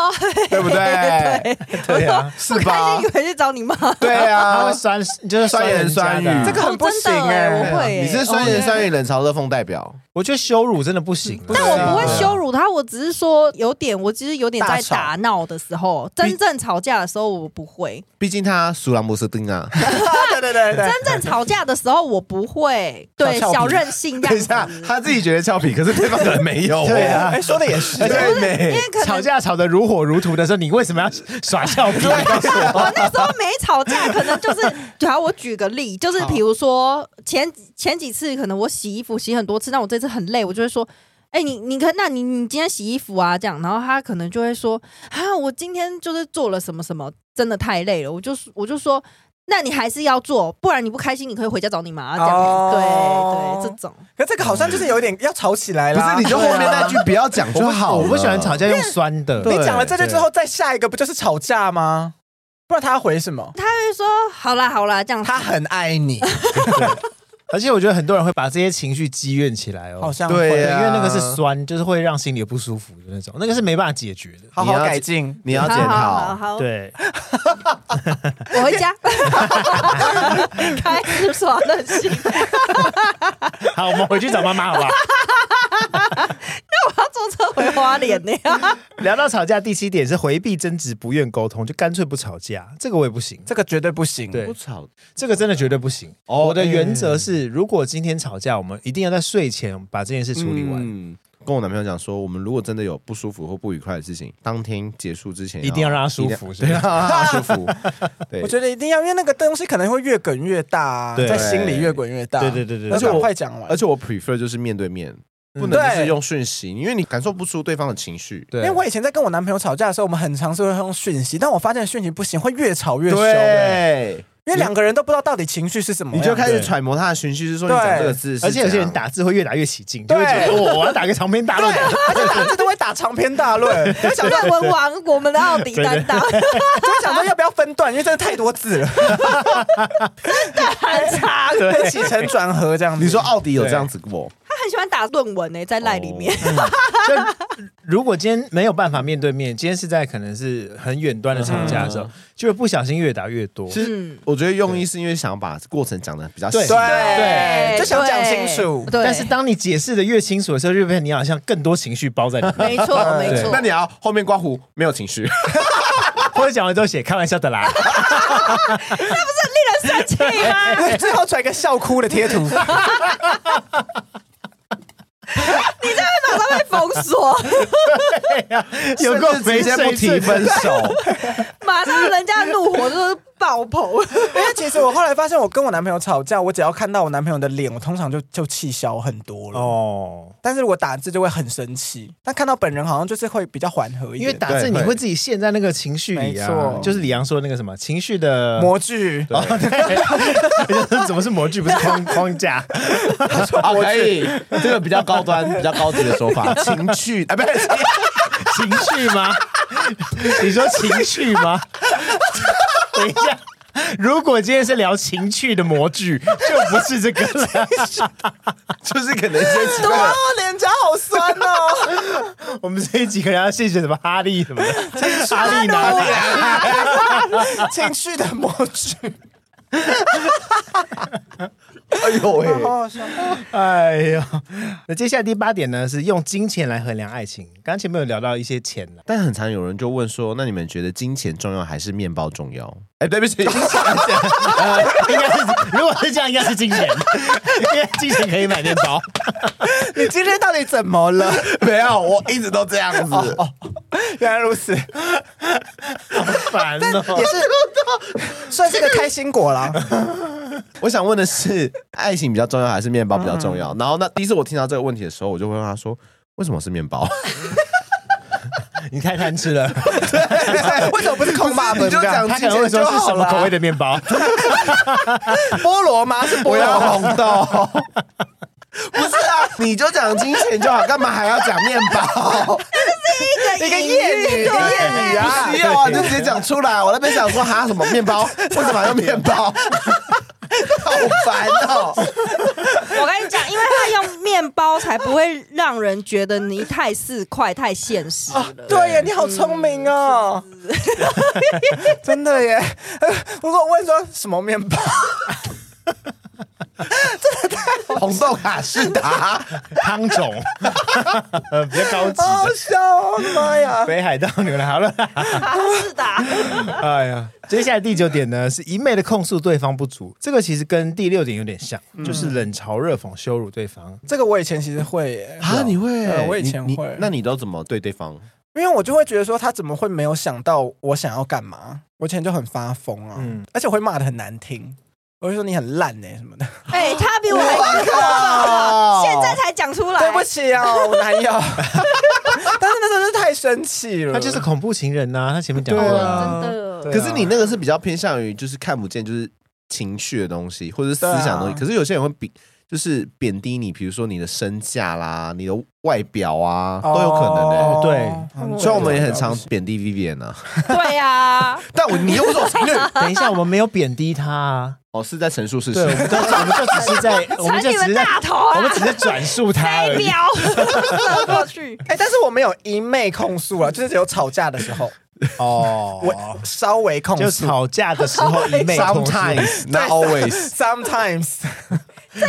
[SPEAKER 4] 哦，
[SPEAKER 1] 对不对？
[SPEAKER 3] 对啊，
[SPEAKER 1] 是
[SPEAKER 4] 开
[SPEAKER 1] 吧
[SPEAKER 4] 心以？为去找你妈，
[SPEAKER 1] 对
[SPEAKER 3] 他会
[SPEAKER 1] 啊，
[SPEAKER 3] 酸，就是
[SPEAKER 1] 酸言
[SPEAKER 3] 人家
[SPEAKER 1] 酸
[SPEAKER 3] 的啊
[SPEAKER 1] 语
[SPEAKER 2] 这个很不行
[SPEAKER 4] 哦真的
[SPEAKER 2] 哎
[SPEAKER 4] 我会耶。
[SPEAKER 1] 你是酸言酸语、冷嘲热讽代表。
[SPEAKER 3] 我觉得羞辱真的不行啊。
[SPEAKER 2] 但
[SPEAKER 4] 但我不会
[SPEAKER 1] 对啊
[SPEAKER 4] 羞辱他，我只是说有点，我其实有点
[SPEAKER 2] 大
[SPEAKER 4] 在
[SPEAKER 2] 吵
[SPEAKER 4] 打闹的时候，真正吵架的时候我不会，
[SPEAKER 1] 毕竟他苏兰姆斯丁啊，
[SPEAKER 2] *laughs* 对对对对
[SPEAKER 4] 真，正吵架的时候我不会，对，
[SPEAKER 2] 小俏皮
[SPEAKER 4] 小任性
[SPEAKER 3] *laughs*
[SPEAKER 4] 这
[SPEAKER 1] 等一
[SPEAKER 4] 样
[SPEAKER 1] 下
[SPEAKER 4] 子，，
[SPEAKER 1] 他自己觉得俏皮，可是 *laughs* 对方可能没有。
[SPEAKER 3] 对啊
[SPEAKER 2] 哎，说的也是
[SPEAKER 1] 对，。
[SPEAKER 4] 因
[SPEAKER 1] 没
[SPEAKER 4] 为可
[SPEAKER 3] 吵
[SPEAKER 4] 能
[SPEAKER 3] 架吵得如火如荼的时候，你为什么要耍笑皮？告诉我
[SPEAKER 4] 我那时候没吵架，可能就是，好，我举个例，就是比如说前前几次可能我洗衣服洗很多次，但我这次很累，我就会说。哎、你你可那你你今天洗衣服啊？这样，然后他可能就会说啊，我今天就是做了什么什么，真的太累了。我就我就说，那你还是要做，不然你不开心，你可以回家找你妈。这样，
[SPEAKER 2] 哦
[SPEAKER 4] 对对，这种
[SPEAKER 2] 可这个好像就是有点要吵起来
[SPEAKER 1] 不
[SPEAKER 2] 了。
[SPEAKER 1] 是，你就后面那句不要讲就好啊
[SPEAKER 3] 我不喜欢吵。架用酸的。
[SPEAKER 1] 对
[SPEAKER 2] 你讲了这句之后，再下一个不就是吵架吗？不然他回什么？
[SPEAKER 4] 他就会说好啦好啦，这样
[SPEAKER 2] 他很爱你，
[SPEAKER 3] 而且我觉得很多人会把这些情绪积怨起来哦，
[SPEAKER 2] 好像
[SPEAKER 1] 对
[SPEAKER 3] 对，
[SPEAKER 1] 啊
[SPEAKER 3] 因为那个是酸，就是会让心里不舒服的那种，那个是没办法解决的。
[SPEAKER 2] 好好改进。
[SPEAKER 1] 你要
[SPEAKER 4] 好
[SPEAKER 1] 检
[SPEAKER 4] 好好
[SPEAKER 1] 讨。
[SPEAKER 4] 好，
[SPEAKER 3] 对，
[SPEAKER 4] 我回家， *laughs* 开始耍任性。
[SPEAKER 3] 好，我们回去找妈
[SPEAKER 1] *laughs*
[SPEAKER 3] 妈好不好？
[SPEAKER 4] 他坐车回花莲
[SPEAKER 2] *laughs*
[SPEAKER 4] 呢、
[SPEAKER 3] 聊到吵架，第七点是回避争执，不愿沟通，就干脆不吵架，这个我也不行。
[SPEAKER 2] 这个绝对不行。
[SPEAKER 3] 对
[SPEAKER 1] 不吵，
[SPEAKER 3] 这个真的绝对不行。
[SPEAKER 1] 嗯哦
[SPEAKER 3] 我的原则是，如果今天吵架，我们一定要在睡前把这件事处理完，
[SPEAKER 1] 嗯跟我男朋友讲说，我们如果真的有不舒服或不愉快的事情，当天结束之前
[SPEAKER 3] 一定要让他舒服，是不
[SPEAKER 1] 对，啊
[SPEAKER 3] 是
[SPEAKER 1] 让？他 *laughs* 舒服。对，
[SPEAKER 2] 我觉得一定要，因为那个东西可能会越滚越大，啊
[SPEAKER 3] 对
[SPEAKER 2] 在心里越滚越大。
[SPEAKER 3] 对对对对对
[SPEAKER 2] 而且
[SPEAKER 1] 而且我
[SPEAKER 2] 快讲完，
[SPEAKER 1] 而且我 prefer 就是面对面，不能就是用讯息，因为你感受不嗯出对方的情绪。
[SPEAKER 2] 因为我以前在跟我男朋友吵架的时候，我们很常是会用讯息，但我发现讯息不行，会越吵越凶，
[SPEAKER 1] 对，
[SPEAKER 2] 因为两个人都不知道到底情绪是什么
[SPEAKER 1] 你
[SPEAKER 2] 样。
[SPEAKER 1] 就开始揣摩他的情绪，是说你讲这个字是怎
[SPEAKER 3] 而
[SPEAKER 1] 样，
[SPEAKER 3] 且有些人打字会越打越起劲，就会
[SPEAKER 2] 对
[SPEAKER 3] 觉得哦我我要打个长篇大论。
[SPEAKER 2] 而且打字都会打长篇大论，
[SPEAKER 1] *laughs*
[SPEAKER 2] 就会想说，
[SPEAKER 4] 论文王，我们的奥迪担当，
[SPEAKER 2] 就会想说要不要分段，因为真的太多字
[SPEAKER 1] *laughs*
[SPEAKER 2] 了，
[SPEAKER 4] 很长。
[SPEAKER 2] 很起承转合这样子。
[SPEAKER 1] 你说哦奥迪有这样子过，
[SPEAKER 4] 他很喜欢打论文呢，在赖里面。
[SPEAKER 3] *laughs* 就如果今天没有办法面对面，今天是在可能是很远端的吵架的时
[SPEAKER 1] 嗯
[SPEAKER 3] 候，就会不小心越打越多。
[SPEAKER 1] 其实我觉得用意是因为想把过程讲的比较细
[SPEAKER 3] 对。
[SPEAKER 2] 对，就想讲清楚。
[SPEAKER 4] 对，
[SPEAKER 3] 但是当你解释的越清楚的时候，就变成你好像更多情绪包在里
[SPEAKER 2] 哦
[SPEAKER 3] 面，
[SPEAKER 4] 没错没
[SPEAKER 3] 对
[SPEAKER 4] 错，
[SPEAKER 1] 那你要后面刮胡没有情 *laughs* 绪，
[SPEAKER 3] 或者讲完之后写开玩笑
[SPEAKER 1] *laughs*
[SPEAKER 3] 的啦。
[SPEAKER 4] 令人生气啊
[SPEAKER 2] *laughs*
[SPEAKER 4] 吗？
[SPEAKER 2] 对，最后传一个笑哭的贴图，
[SPEAKER 4] 马上被封
[SPEAKER 2] *laughs*
[SPEAKER 4] 锁，
[SPEAKER 3] 有够
[SPEAKER 1] 甚至
[SPEAKER 3] 没
[SPEAKER 1] 直接不
[SPEAKER 3] 水
[SPEAKER 1] 提
[SPEAKER 3] 准
[SPEAKER 1] 分手，
[SPEAKER 4] 马上人家怒火就是爆
[SPEAKER 2] *laughs*
[SPEAKER 4] 棚。
[SPEAKER 2] 因为其实我后来发现，我跟我男朋友吵架，我只要看到我男朋友的脸，我通常就就气消很多了。
[SPEAKER 3] 哦。
[SPEAKER 2] 但是我打字就会很生气，但看到本人好像就是会比较缓和一点，
[SPEAKER 3] 因为打字
[SPEAKER 1] 对
[SPEAKER 3] 你
[SPEAKER 1] 会
[SPEAKER 3] 会自己陷在那个情绪里
[SPEAKER 2] 没
[SPEAKER 3] 啊
[SPEAKER 2] 错，
[SPEAKER 3] 就是李阳说那个什么情绪的
[SPEAKER 2] 模具，
[SPEAKER 3] *laughs* 怎么是模具，不是框框架？
[SPEAKER 1] *laughs* 好，可以，这个比较高端、比较高级的说法， *laughs* 情趣啊，不是
[SPEAKER 3] 情绪吗？ *laughs* 你说情绪 *laughs* 吗？等一下，如果今天是聊情趣的模具，就不是这个了。
[SPEAKER 1] *laughs* 就是可能先
[SPEAKER 2] *laughs* 对啊，脸颊好酸哦。
[SPEAKER 3] *laughs*
[SPEAKER 2] *laughs*
[SPEAKER 3] 我们这一集可能要谢谢什么哈利什么的，哈利拿的
[SPEAKER 2] 情绪的模具，
[SPEAKER 1] 哎呦
[SPEAKER 2] *laughs*
[SPEAKER 1] 喂，
[SPEAKER 2] 好好笑。
[SPEAKER 3] 哎呦，那接下来第八点呢，是用金钱来衡量爱情。刚刚前面有聊到一些钱了，
[SPEAKER 1] 但很常有人就问说，那你们觉得金钱重要还是面包重要？哎，对不起， *laughs*
[SPEAKER 3] 呃，应该是如果是这样，应该是金钱，因为金钱可以买面包。
[SPEAKER 2] 你今天到底怎么了？
[SPEAKER 1] 没有，我一直都这样子。
[SPEAKER 2] 哦原来如此，也
[SPEAKER 3] *laughs* 烦哦，
[SPEAKER 2] 是算是个开心果啦。
[SPEAKER 1] 我想问的是，爱情比较重要还是面包比较重
[SPEAKER 2] 嗯
[SPEAKER 1] 要？然后那第一次我听到这个问题的时候，我就会问他说，为什么是面包？
[SPEAKER 3] 你太贪吃
[SPEAKER 2] *laughs*
[SPEAKER 3] 了。
[SPEAKER 2] 为什么不是空霸
[SPEAKER 1] 不是
[SPEAKER 2] 们
[SPEAKER 1] 你就
[SPEAKER 2] 这
[SPEAKER 1] 讲
[SPEAKER 2] 样？
[SPEAKER 3] 他可能会说是什么口味的面包？
[SPEAKER 2] 菠萝吗？是菠
[SPEAKER 1] 我要
[SPEAKER 2] 萝。
[SPEAKER 1] 红豆。 *laughs* 不是啊，你就讲金钱就好，干嘛还要讲面包？
[SPEAKER 2] 一个谚语，一个谚语啊
[SPEAKER 1] 不！需要啊，就直接讲出来。我那边想说，哈什么面包？为什么要面
[SPEAKER 2] *laughs*
[SPEAKER 1] 包？好烦哦！
[SPEAKER 4] 我跟你讲，因为他用面包才不会让人觉得你太市侩、太现
[SPEAKER 2] *laughs*
[SPEAKER 4] 实了。
[SPEAKER 2] 啊对耶，你好聪明哦！ *laughs* 真的耶！如果问说什么面包，
[SPEAKER 1] 红豆卡士达，
[SPEAKER 3] 汤种， *laughs* 比较高级
[SPEAKER 2] 好
[SPEAKER 3] 的。
[SPEAKER 2] 笑哦！妈呀！
[SPEAKER 3] 北海道牛奶好了，
[SPEAKER 2] 啊
[SPEAKER 4] 是的，
[SPEAKER 3] 哎呀，接下来第九点呢是一昧的控诉对方不足，这个其实跟第六点有点像，就是冷嘲热讽、羞辱对方。
[SPEAKER 2] 这个我以前其实会耶
[SPEAKER 1] *laughs* 啊，你会
[SPEAKER 2] 呃？我以前
[SPEAKER 1] 你
[SPEAKER 2] 会
[SPEAKER 1] 那你都怎么对对方？
[SPEAKER 2] 因为我就会觉得说他怎么会没有想到我想要干嘛？我以前就很发疯啊，
[SPEAKER 3] 嗯
[SPEAKER 2] 而且我会骂的很难听，我会说你很烂欸呢、什么的。
[SPEAKER 4] 哎，他比我还
[SPEAKER 1] 靠
[SPEAKER 4] 现在才讲出来，
[SPEAKER 2] *laughs* 对不起啊，我男 *laughs* 友。但是那时候就太生气了，
[SPEAKER 3] 他就是恐怖情人呐、他前面讲过了。
[SPEAKER 4] 真的
[SPEAKER 2] 对啊
[SPEAKER 1] 可是你那个是比较偏向于就是看不见，就是情绪的东西或者是思想的东西。
[SPEAKER 2] 对啊
[SPEAKER 1] 可是有些人会比就是贬低你，比如说你的身价啦、你的外表啊，都有可能的、
[SPEAKER 2] 哦
[SPEAKER 3] 对
[SPEAKER 2] 嗯
[SPEAKER 1] 虽然我们也很常贬低 Vivian 啊，
[SPEAKER 4] 对啊呀，
[SPEAKER 1] 但我你又不是我情侣，
[SPEAKER 3] 等一下，我们没有贬低他、啊，
[SPEAKER 1] 哦，是在陈述事
[SPEAKER 3] 对，我
[SPEAKER 1] 实。
[SPEAKER 3] 们都我们就只是在，我们
[SPEAKER 4] 踩
[SPEAKER 3] 就
[SPEAKER 4] 你
[SPEAKER 3] 只是
[SPEAKER 4] 们
[SPEAKER 3] 在，
[SPEAKER 4] 大头啊
[SPEAKER 3] 我！们只是转述他而
[SPEAKER 4] 飞
[SPEAKER 3] 已。
[SPEAKER 4] 镖射过去，
[SPEAKER 2] 哎、但是我没有一昧控诉啊，就是只有吵架的时候，
[SPEAKER 3] 哦，
[SPEAKER 2] 我稍微控
[SPEAKER 3] 就
[SPEAKER 2] 诉。
[SPEAKER 3] 吵架的时候
[SPEAKER 1] *laughs*
[SPEAKER 3] 一昧控诉。
[SPEAKER 1] Sometimes,
[SPEAKER 2] *laughs*
[SPEAKER 1] not always。
[SPEAKER 2] Sometimes,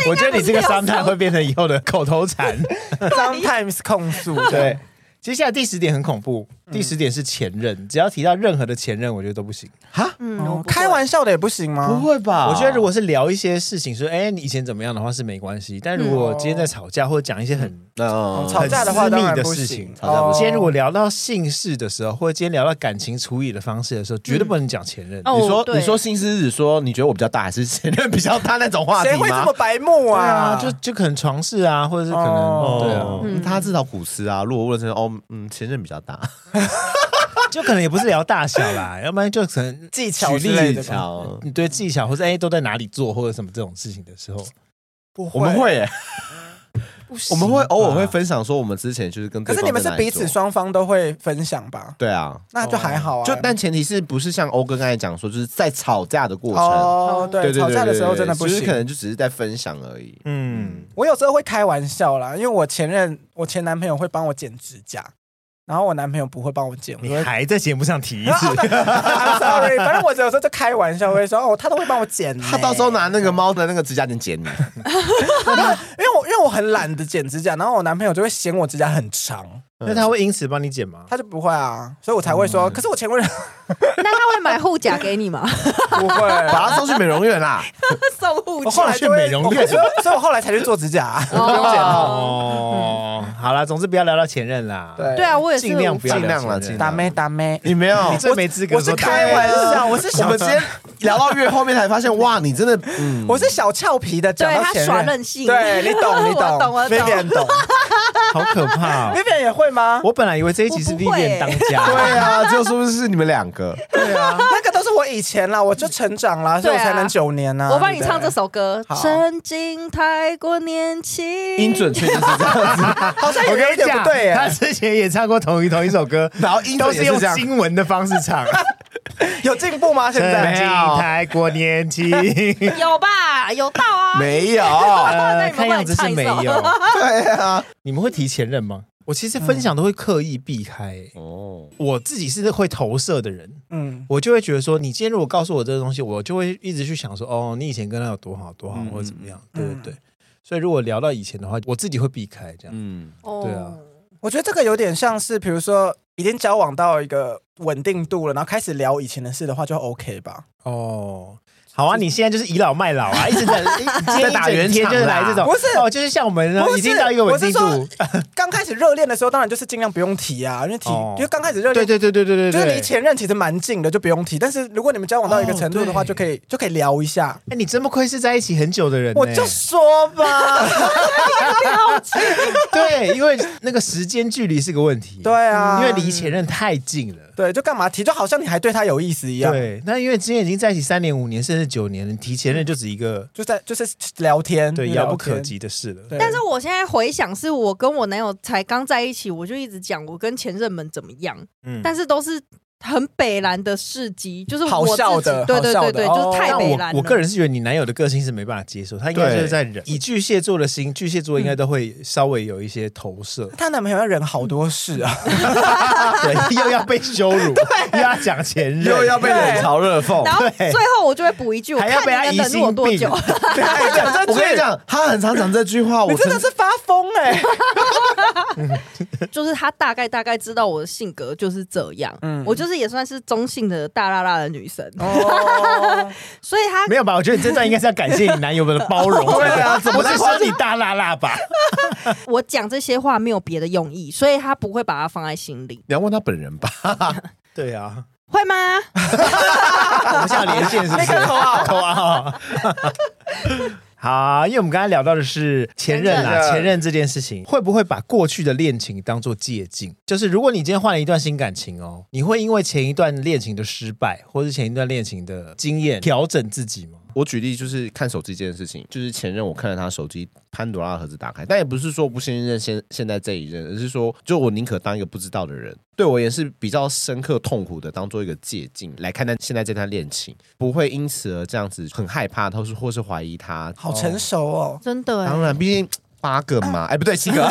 [SPEAKER 3] 我觉得你这个
[SPEAKER 4] 这应该不是
[SPEAKER 3] sometime 会变成以后的口头禅。
[SPEAKER 1] *laughs*
[SPEAKER 2] *laughs* sometimes 控诉，
[SPEAKER 3] 哦对，接下来第十点很恐怖，第十点是前任，
[SPEAKER 2] 嗯
[SPEAKER 3] 只要提到任何的前任，我觉得都不行。
[SPEAKER 1] 哈，
[SPEAKER 4] 嗯，我
[SPEAKER 2] 哦
[SPEAKER 4] 不会
[SPEAKER 2] 开玩笑的也不行吗？
[SPEAKER 1] *laughs* 不，会吧？
[SPEAKER 3] 我觉得如果是聊一些事情，说哎你以前怎么样的话是没关系，但如果今天在吵架或者讲一些很
[SPEAKER 1] 嗯
[SPEAKER 2] 吵架的话
[SPEAKER 3] 很私密
[SPEAKER 2] 当然不
[SPEAKER 3] 的事
[SPEAKER 2] 行
[SPEAKER 3] 情。
[SPEAKER 1] 吵架不行
[SPEAKER 3] 今天如果聊到姓氏的时候，或者今天聊到感情处理的方式的时候，绝对不能讲前任。
[SPEAKER 4] 哦
[SPEAKER 1] 你说
[SPEAKER 4] 对
[SPEAKER 1] 你说新狮子说你觉得我比较大还是前任比较大那种话题
[SPEAKER 2] 谁会这
[SPEAKER 1] 吗
[SPEAKER 2] 么？白目
[SPEAKER 3] 对啊，
[SPEAKER 2] 啊？
[SPEAKER 3] 就就可能床事啊，或者是可能、
[SPEAKER 2] 哦
[SPEAKER 3] 对
[SPEAKER 1] 哦
[SPEAKER 3] 啊，
[SPEAKER 4] 嗯
[SPEAKER 1] 他至少古诗啊。如果问成哦，嗯，前任比较
[SPEAKER 2] *laughs*
[SPEAKER 1] 大，
[SPEAKER 3] 就可能也不是聊大小啦， *laughs* 要不然就可能
[SPEAKER 2] 技巧之
[SPEAKER 3] 举例
[SPEAKER 2] 类的吧。嗯
[SPEAKER 1] 巧
[SPEAKER 3] 你对技巧或者哎都在哪里做或者什么这种事情的时候，
[SPEAKER 2] 不
[SPEAKER 1] 我们，会耶，
[SPEAKER 2] 不
[SPEAKER 1] 我
[SPEAKER 2] 行
[SPEAKER 1] 们会偶尔会
[SPEAKER 3] 吧
[SPEAKER 1] 分享说我们之前就是跟
[SPEAKER 2] 可
[SPEAKER 1] 对
[SPEAKER 2] 是
[SPEAKER 1] 方
[SPEAKER 2] 你们
[SPEAKER 1] 在
[SPEAKER 2] 是
[SPEAKER 1] 哪里
[SPEAKER 2] 彼此
[SPEAKER 1] 做
[SPEAKER 2] 双方都会分享吧？
[SPEAKER 1] 对啊，
[SPEAKER 2] 那就还好啊。
[SPEAKER 1] 就但前提是不是像欧哥刚才讲说，就是在吵架的过程，
[SPEAKER 2] 哦，
[SPEAKER 1] 对
[SPEAKER 2] 对，
[SPEAKER 1] 对
[SPEAKER 2] 吵
[SPEAKER 1] 对
[SPEAKER 2] 架的
[SPEAKER 1] 对
[SPEAKER 2] 时候
[SPEAKER 1] 对
[SPEAKER 2] 真的不
[SPEAKER 1] 就是可
[SPEAKER 2] 行。
[SPEAKER 1] 能就只是在分享而已。
[SPEAKER 3] 嗯，
[SPEAKER 2] 我有时候会开玩笑啦，因为我前任，我前男朋友会帮我剪指甲，然后我男朋友不会帮我剪，我
[SPEAKER 3] 你
[SPEAKER 2] 会。
[SPEAKER 3] 还在节目上提一
[SPEAKER 2] 然后
[SPEAKER 3] 次
[SPEAKER 2] 哦，对 I'm sorry，反正我有时候就开玩笑会说，哦，他都会帮我剪呢。
[SPEAKER 1] 他到时候拿那个猫的那个指甲剪
[SPEAKER 2] *laughs*
[SPEAKER 1] 剪你，
[SPEAKER 2] 因为我因为我很懒得剪指甲，然后我男朋友就会嫌我指甲很长，
[SPEAKER 3] 那他会因此帮你剪吗？
[SPEAKER 2] 他就不会啊，所以我才会说，可是我前任
[SPEAKER 4] *laughs*
[SPEAKER 2] *laughs*
[SPEAKER 4] 那他会买护甲给你吗？
[SPEAKER 2] 不会。
[SPEAKER 1] *laughs* 把他送去美容院
[SPEAKER 2] *laughs*
[SPEAKER 1] 啦。
[SPEAKER 4] *laughs* 送护
[SPEAKER 2] 我
[SPEAKER 4] 甲
[SPEAKER 2] 后来就会
[SPEAKER 3] 去美容院
[SPEAKER 2] 所以所以我后来才去做指甲、我
[SPEAKER 4] 哦
[SPEAKER 2] 不用剪了。
[SPEAKER 3] 哦，好啦，总之不要聊到前任啦。
[SPEAKER 2] 对
[SPEAKER 4] 对啊，我也是
[SPEAKER 3] 尽量不要
[SPEAKER 1] 尽量啦
[SPEAKER 3] 聊前
[SPEAKER 1] 尽
[SPEAKER 3] 任
[SPEAKER 1] 量
[SPEAKER 2] 打妹打妹，
[SPEAKER 1] 你没有，
[SPEAKER 3] 你最没资格
[SPEAKER 2] 我是
[SPEAKER 3] 说打
[SPEAKER 2] 开玩笑，我是
[SPEAKER 1] 我
[SPEAKER 2] 小
[SPEAKER 1] 们，今天聊到越后面才发现，哇，你真的，嗯，
[SPEAKER 2] 我是小俏皮的，讲
[SPEAKER 4] 对
[SPEAKER 2] 到
[SPEAKER 4] 他
[SPEAKER 2] 前
[SPEAKER 4] 耍
[SPEAKER 2] 任
[SPEAKER 4] 任性
[SPEAKER 2] 对你懂你
[SPEAKER 4] 我懂我懂
[SPEAKER 2] Vivian 懂
[SPEAKER 3] 好可 *laughs* 怕、哦！
[SPEAKER 2] ，Vivian 也会吗？
[SPEAKER 3] 我本来以为这一集是
[SPEAKER 4] 我
[SPEAKER 3] 历
[SPEAKER 4] 不会
[SPEAKER 3] 练当家，
[SPEAKER 1] *laughs* 对啊，就是不是你们两
[SPEAKER 2] *laughs*
[SPEAKER 1] 个？
[SPEAKER 2] 对啊，那个都是我以前啦，我就成长啦，所以我
[SPEAKER 4] 对啊
[SPEAKER 2] 才能九年呐。
[SPEAKER 4] 我帮你
[SPEAKER 2] 对不对
[SPEAKER 4] 唱这，首歌
[SPEAKER 2] 好，
[SPEAKER 4] 曾经太过年轻，
[SPEAKER 1] 音准确就是这样子，
[SPEAKER 2] 好像有
[SPEAKER 3] 我跟
[SPEAKER 2] 一
[SPEAKER 3] 你
[SPEAKER 2] 点
[SPEAKER 3] 讲，
[SPEAKER 2] 不对耶
[SPEAKER 3] 他之前也唱过同一同一首 *laughs* 歌，
[SPEAKER 1] 然后音
[SPEAKER 3] 都
[SPEAKER 1] 准也
[SPEAKER 3] 是
[SPEAKER 1] 是
[SPEAKER 3] 用
[SPEAKER 1] 这样。
[SPEAKER 3] 新闻的方式 *laughs* 唱。
[SPEAKER 2] *laughs* 有进步吗？现
[SPEAKER 3] 曾
[SPEAKER 2] 在
[SPEAKER 3] 经太过年轻，
[SPEAKER 4] 有吧？有到啊！
[SPEAKER 1] 没有，
[SPEAKER 4] *laughs* 那
[SPEAKER 3] 呃，
[SPEAKER 4] 你
[SPEAKER 3] *laughs*
[SPEAKER 4] 们
[SPEAKER 3] 看样子是没 *laughs*
[SPEAKER 4] 会
[SPEAKER 3] 有。
[SPEAKER 1] 对啊，
[SPEAKER 3] 你们会提前任吗？我其实分享都会刻意避开、欸
[SPEAKER 1] 哦，
[SPEAKER 3] 我自己是会投射的人，
[SPEAKER 2] 嗯，
[SPEAKER 3] 我就会觉得说，你今天如果告诉我这个东西，我就会一直去想说，哦，你以前跟他有多好多好，
[SPEAKER 1] 嗯
[SPEAKER 3] 或者怎么样，对
[SPEAKER 2] 嗯
[SPEAKER 3] 对对。所以如果聊到以前的话，我自己会避开这样。
[SPEAKER 1] 嗯，
[SPEAKER 4] 哦
[SPEAKER 3] 对啊
[SPEAKER 2] 我觉得这个有点像是，比如说已经交往到一个稳定度了，然后开始聊以前的事的话，就 OK 吧。
[SPEAKER 3] 哦，好啊，你现在就是倚老卖老啊，一直
[SPEAKER 2] *laughs*
[SPEAKER 3] 在在打圆天，就是来这种，
[SPEAKER 2] 不是
[SPEAKER 3] 哦，就是像我们呢
[SPEAKER 2] 不是
[SPEAKER 3] 已经到一个稳定
[SPEAKER 2] 我
[SPEAKER 3] 度，啊
[SPEAKER 2] 刚开始热恋的时候，当然就是尽量不用提啊，因为提
[SPEAKER 3] 哦
[SPEAKER 2] 就刚开始热
[SPEAKER 3] 对
[SPEAKER 2] 恋，
[SPEAKER 3] 对对对对对
[SPEAKER 2] 就是离
[SPEAKER 3] 对。
[SPEAKER 2] 前任其实蛮近的，就不用提。但是如果你们交往到一个
[SPEAKER 3] 哦
[SPEAKER 2] 程度的话，
[SPEAKER 3] 对
[SPEAKER 2] 就可以就可以聊一下。
[SPEAKER 3] 哎，你真不愧是在一起很久的人呢，
[SPEAKER 2] 我就说吧，
[SPEAKER 3] 对，因为那个时间距离是个问题，
[SPEAKER 2] 对啊，
[SPEAKER 3] 因为离前任太近了。
[SPEAKER 2] 对就干嘛提，就好像你还对他有意思一样。
[SPEAKER 3] 对，那因为之前已经在一起三年、五年甚至九年了，你提前任就只一个
[SPEAKER 2] 就在就是聊天，
[SPEAKER 3] 对
[SPEAKER 2] 就
[SPEAKER 3] 遥
[SPEAKER 2] 聊
[SPEAKER 3] 不可
[SPEAKER 2] 天。
[SPEAKER 3] 及的事嗯了。
[SPEAKER 2] 对
[SPEAKER 4] 但是我现在回想，是我跟我男友才刚在一起，我就一直讲我跟前任们怎么样，
[SPEAKER 3] 嗯
[SPEAKER 4] 但是都是很北蓝的事迹，就是我
[SPEAKER 2] 好
[SPEAKER 4] 自己
[SPEAKER 2] 笑的
[SPEAKER 4] 对对
[SPEAKER 2] 好
[SPEAKER 4] 对
[SPEAKER 2] 笑的
[SPEAKER 4] 对，
[SPEAKER 2] 哦，
[SPEAKER 4] 就是太
[SPEAKER 3] 但
[SPEAKER 4] 北
[SPEAKER 3] 我
[SPEAKER 4] 蓝了。
[SPEAKER 3] 我个人是觉得你男友的个性是没办法接受，他应该
[SPEAKER 1] 对
[SPEAKER 3] 就是在忍。以巨蟹座的心，巨蟹
[SPEAKER 4] 嗯
[SPEAKER 3] 座应该都会稍微有一些投射
[SPEAKER 2] 她男朋友要忍好多事
[SPEAKER 3] *laughs*
[SPEAKER 2] 啊，
[SPEAKER 3] 对，又要被羞
[SPEAKER 4] *laughs*
[SPEAKER 3] 辱，又要讲前任，
[SPEAKER 1] 又要被冷嘲热讽
[SPEAKER 4] 然。后
[SPEAKER 3] 对
[SPEAKER 4] 最后我就会补一句，我
[SPEAKER 3] 哦 *laughs* 还要被他
[SPEAKER 4] 看你
[SPEAKER 3] 疑
[SPEAKER 4] 能忍我
[SPEAKER 3] 心
[SPEAKER 4] 多
[SPEAKER 3] 病
[SPEAKER 4] 久。。
[SPEAKER 1] 我跟你讲，他很常讲这句话，哦我
[SPEAKER 2] 你真的
[SPEAKER 1] 曾
[SPEAKER 2] 是发疯哎、
[SPEAKER 4] 就是他大概大概知道我的性格就是这样，
[SPEAKER 2] 嗯
[SPEAKER 4] 我就是也算是中性的大辣辣的女生，
[SPEAKER 2] 哦，
[SPEAKER 4] 所以他
[SPEAKER 3] 没有吧？我觉得你这段应该是要感谢你男友的包容。 *laughs* 对啊，怎么是说你大辣辣吧？
[SPEAKER 4] 我讲这些话没有别的用意，所以他不会把它放在心里，
[SPEAKER 1] 你要问他本人吧。
[SPEAKER 3] 对啊，
[SPEAKER 4] 会
[SPEAKER 3] *laughs*
[SPEAKER 4] 吗？
[SPEAKER 3] 我们现在有连线是不是？
[SPEAKER 2] 那个头啊
[SPEAKER 3] 头啊！ *laughs* 好，因为我们刚才聊到的是前任
[SPEAKER 1] 前
[SPEAKER 3] 啦，
[SPEAKER 1] 任
[SPEAKER 3] 前任这件事情，会不会把过去的恋情当做借镜？就是如果你今天换了一段新感情哦，你会因为前一段恋情的失败，或是前一段恋情的经验调整自己吗？
[SPEAKER 1] 我举例就是看手机这件事情，就是前任我看着他手机潘多拉的盒子打开，但也不是说不信任现现在这一任，而是说就我宁可当一个不知道的人，对我也是比较深刻痛苦的，当做一个借镜来看待现在这段恋情，不会因此而这样子很害怕，或是或是怀疑他。
[SPEAKER 2] *laughs* 好成熟哦。
[SPEAKER 4] 真的、
[SPEAKER 1] 当
[SPEAKER 4] 欸，
[SPEAKER 1] 然，毕竟八个嘛，哎、不对，七个。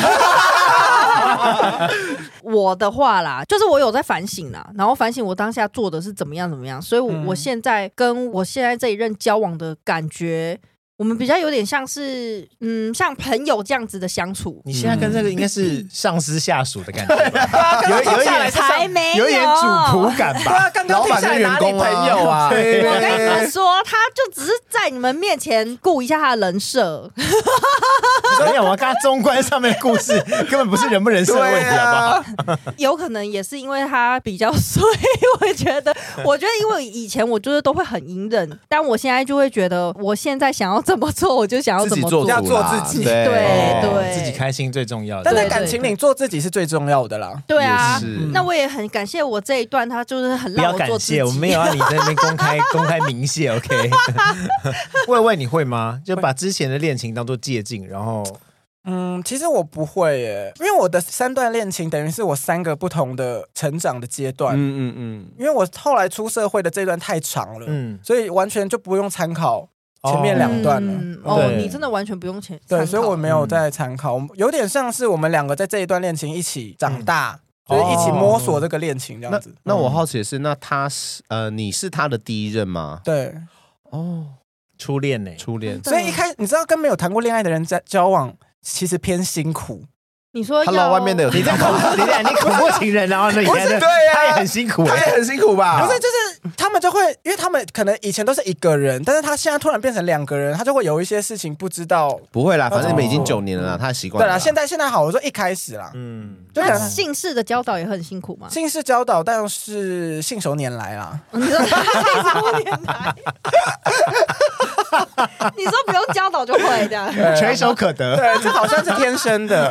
[SPEAKER 4] 我的话啦，就是我有在反省啦，然后反省我当下做的是怎么样怎么样，所以我、
[SPEAKER 2] 嗯
[SPEAKER 4] 我现在跟我现在这一任交往的感觉。我们比较有点像是嗯，像朋友这样子的相处，
[SPEAKER 3] 你现在跟这个应该是上司下属的感觉吧，有有一点
[SPEAKER 4] 才
[SPEAKER 3] *laughs*
[SPEAKER 4] 嗯没
[SPEAKER 3] 有一点主仆感
[SPEAKER 2] *laughs* 对
[SPEAKER 3] 吧？
[SPEAKER 2] *laughs* 啊，刚刚
[SPEAKER 1] 老
[SPEAKER 2] 听
[SPEAKER 1] 板
[SPEAKER 2] 起来
[SPEAKER 1] 跟员
[SPEAKER 2] 哪里
[SPEAKER 1] 工
[SPEAKER 2] 朋友
[SPEAKER 1] *laughs*
[SPEAKER 2] 啊？
[SPEAKER 3] 对
[SPEAKER 4] 我跟你们说，他就只是在你们面前顾一下他的人设， *laughs*
[SPEAKER 3] 没有，我刚刚中观上面的故事根本不是人不人事的问题，好不好？
[SPEAKER 1] 啊，
[SPEAKER 4] 有可能也是因为他比较衰，我觉得，我觉得因为以前我就是都会很隐忍，但我现在就会觉得，我现在想要怎么做，我就想要
[SPEAKER 1] 自
[SPEAKER 4] 怎
[SPEAKER 1] 己
[SPEAKER 4] 么
[SPEAKER 1] 做
[SPEAKER 4] 做
[SPEAKER 1] 主。
[SPEAKER 2] 要做
[SPEAKER 1] 啦
[SPEAKER 2] 自己
[SPEAKER 1] 对
[SPEAKER 4] 对
[SPEAKER 1] 哦
[SPEAKER 4] 对
[SPEAKER 3] 自己开心最重要的。
[SPEAKER 2] 但在
[SPEAKER 4] 对
[SPEAKER 2] 感情里做自己是最重要的啦。
[SPEAKER 4] 对
[SPEAKER 1] 也，
[SPEAKER 4] 啊
[SPEAKER 1] 是
[SPEAKER 4] 那我也很感谢我这一段，他就是很
[SPEAKER 3] 不要
[SPEAKER 4] 让我
[SPEAKER 3] 感
[SPEAKER 4] 做自己。
[SPEAKER 3] 谢，我没有让你在那边公开公开明谢，OK？问问你会吗？就把之前的恋情当做借镜，然后
[SPEAKER 2] 嗯，其实我不会耶，因为我的三段恋情等于是我三个不同的成长的阶
[SPEAKER 1] 嗯
[SPEAKER 2] 段。
[SPEAKER 1] 嗯嗯，
[SPEAKER 2] 因为我后来出社会的这段太长了，
[SPEAKER 3] 嗯，
[SPEAKER 2] 所以完全就不用参考前面两段了。
[SPEAKER 4] 嗯哦，
[SPEAKER 3] 对
[SPEAKER 4] 你真的完全不用钱。
[SPEAKER 2] 对，
[SPEAKER 4] 参
[SPEAKER 2] 所以
[SPEAKER 4] 考
[SPEAKER 2] 我没有在参考，
[SPEAKER 1] 嗯
[SPEAKER 2] 我们有点像是我们两个在这一段恋情一起长大，
[SPEAKER 3] 嗯
[SPEAKER 2] 就是一
[SPEAKER 1] 哦
[SPEAKER 2] 起摸索这个恋情这
[SPEAKER 1] 那
[SPEAKER 2] 样子。
[SPEAKER 1] 那我好奇的是，那他是呃，你是他的第一任吗？
[SPEAKER 2] 对，
[SPEAKER 1] 哦，嗯
[SPEAKER 3] 初恋呢、
[SPEAKER 1] 初恋。
[SPEAKER 2] 所以一开你知道跟没有谈过恋爱的人在交往，其实偏辛苦。
[SPEAKER 4] 你说
[SPEAKER 1] 他
[SPEAKER 4] 要
[SPEAKER 1] 老外面的有
[SPEAKER 3] 你
[SPEAKER 1] 听
[SPEAKER 3] 在
[SPEAKER 1] 到
[SPEAKER 3] 恐
[SPEAKER 1] 吗？，
[SPEAKER 3] 你在你恐怖情人，然后呢？你
[SPEAKER 2] 不是
[SPEAKER 3] 还在
[SPEAKER 2] 对啊
[SPEAKER 3] 他也很辛苦、欸，
[SPEAKER 1] 很辛苦吧
[SPEAKER 2] 不是，就是他们就会，因为他们可能以前都是一个人，但是他现在突然变成两个人，他就会有一些事情不知道。
[SPEAKER 1] 不会啦，反正你们已经
[SPEAKER 2] 哦
[SPEAKER 1] 九年了啦，他习惯
[SPEAKER 2] 对
[SPEAKER 1] 嗯了啦。
[SPEAKER 2] 啦，现在现在好，我说一开始啦，
[SPEAKER 3] 嗯，
[SPEAKER 2] 就可
[SPEAKER 4] 那
[SPEAKER 2] 能
[SPEAKER 4] 姓氏的教导也很辛苦嘛。
[SPEAKER 2] 姓氏教导，但是信手拈
[SPEAKER 3] *laughs*
[SPEAKER 2] 来啦。
[SPEAKER 4] *laughs* 你说多年来， *laughs* 你说不用教导就会这样。
[SPEAKER 3] 垂手可得。
[SPEAKER 2] 对，这好像是天生的。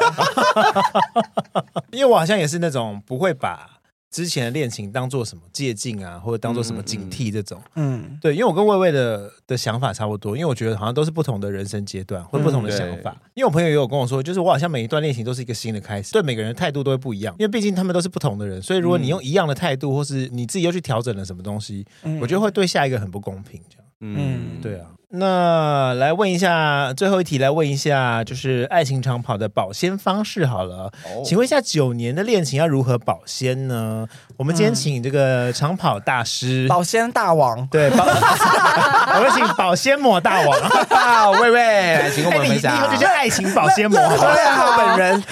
[SPEAKER 3] *laughs* 因为我好像也是那种不会把之前的恋情当做什么借镜啊，或者当做什么警惕这种。
[SPEAKER 2] *laughs* 嗯，
[SPEAKER 3] 对，因为我跟魏魏的的想法差不多，因为我觉得好像都是不同的人生阶段或者不同的
[SPEAKER 1] 嗯
[SPEAKER 3] 想法。因为我朋友也有跟我说，就是我好像每一段恋情都是一个新的开始，对每个人的态度都会不一样，因为毕竟他们都是不同的人，所以如果你用一样的态度，或是你自己又去调整了什么东西，
[SPEAKER 2] 嗯
[SPEAKER 3] 我觉得会对下一个很不公平。这样
[SPEAKER 1] 嗯，
[SPEAKER 2] 嗯
[SPEAKER 3] 对啊，那来问一下最后一题，来问一下就是爱情长跑的保鲜方式好了。
[SPEAKER 1] 哦
[SPEAKER 3] 请问一下，九年的恋情要如何保鲜呢？我们今天请这个长跑大师，
[SPEAKER 2] 嗯保鲜大王。
[SPEAKER 3] 对，保，我们请保鲜膜大王，
[SPEAKER 1] 啊，魏魏，请跟我
[SPEAKER 3] 哎
[SPEAKER 1] 们
[SPEAKER 3] 你
[SPEAKER 1] 分
[SPEAKER 3] 你以后
[SPEAKER 1] 享
[SPEAKER 3] 就。叫爱情保鲜膜，好不好
[SPEAKER 2] 对啊，本人，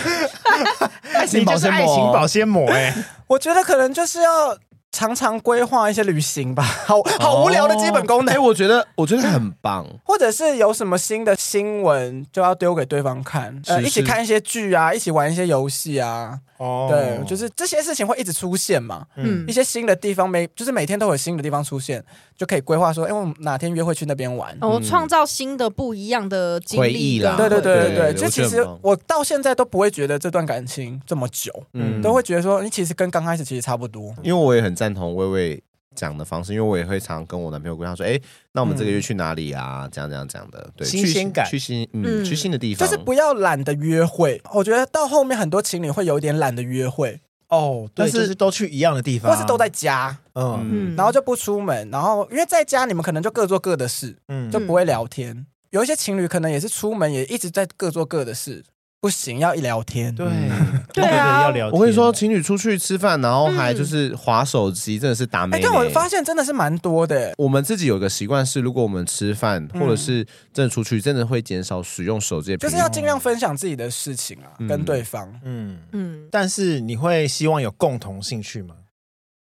[SPEAKER 1] 爱
[SPEAKER 3] 你就是爱情保鲜膜，哎，
[SPEAKER 2] 我觉得可能就是要常常规划一些旅行吧，好好无聊的基本功能
[SPEAKER 1] 哎，。我觉得我觉得很棒。
[SPEAKER 2] 或者是有什么新的新闻，就要丢给对方看，呃，
[SPEAKER 1] 是
[SPEAKER 2] 一起看一些剧啊，一起玩一些游戏啊，
[SPEAKER 3] 哦
[SPEAKER 2] 对，就是这些事情会一直出现嘛，
[SPEAKER 4] 嗯
[SPEAKER 2] 一，些新的地方每就是每天都有新的地方出现，就可以规划说，哎、我们哪天约会去那边玩。
[SPEAKER 3] 嗯
[SPEAKER 4] 我哦创造新的不一样的经
[SPEAKER 1] 回忆
[SPEAKER 4] 历
[SPEAKER 1] 啦
[SPEAKER 4] 跟
[SPEAKER 2] 对对对
[SPEAKER 1] 对
[SPEAKER 2] 对
[SPEAKER 1] 对
[SPEAKER 2] 对，就
[SPEAKER 1] 我觉
[SPEAKER 2] 其
[SPEAKER 1] 得
[SPEAKER 2] 实
[SPEAKER 1] 很棒
[SPEAKER 2] 我到现在都不会觉得这段感情这么久，
[SPEAKER 1] 嗯，
[SPEAKER 2] 都会觉得说，你其实跟刚开始其实差不多。
[SPEAKER 1] 因为我也很赞同魏魏讲的方式，因为我也会常跟我男朋友跟他说，哎、那我们这
[SPEAKER 2] 嗯
[SPEAKER 1] 个月去哪里啊？这样这样这样的，对，
[SPEAKER 3] 新鲜感
[SPEAKER 1] 去新嗯，
[SPEAKER 4] 嗯
[SPEAKER 1] 去新的地
[SPEAKER 2] 就
[SPEAKER 1] 方，
[SPEAKER 2] 是不要懒得约会，我觉得到后面很多情侣会有点懒得约会，
[SPEAKER 3] 哦，
[SPEAKER 1] 但
[SPEAKER 3] 但
[SPEAKER 1] 是
[SPEAKER 3] 是啊都去一样的地方，
[SPEAKER 2] 或是都在家，
[SPEAKER 3] 嗯
[SPEAKER 4] 嗯
[SPEAKER 2] 然后就不出门，然后因为在家你们可能就各做各的事，
[SPEAKER 3] 嗯
[SPEAKER 2] 就不会聊天。有一些情侣可能也是出门也一直在各做各的事，不行要一聊天。
[SPEAKER 3] 对
[SPEAKER 1] 嗯
[SPEAKER 4] 对啊
[SPEAKER 3] 要聊天，
[SPEAKER 1] 我跟你说，情侣出去吃饭，然后还
[SPEAKER 4] 嗯
[SPEAKER 1] 就是划手机，真的是打
[SPEAKER 2] 哎，
[SPEAKER 1] 没、
[SPEAKER 2] 但我发现真的是蛮多的，
[SPEAKER 1] 我们自己有个习惯是，如果我们吃饭
[SPEAKER 2] 嗯
[SPEAKER 1] 或者是真的出去，真的会减少使用手机的频率，
[SPEAKER 2] 就是要尽量分享自己的事情啊，
[SPEAKER 1] 嗯
[SPEAKER 2] 跟对方。
[SPEAKER 3] 嗯，
[SPEAKER 4] 嗯，
[SPEAKER 3] 但是你会希望有共同兴趣吗？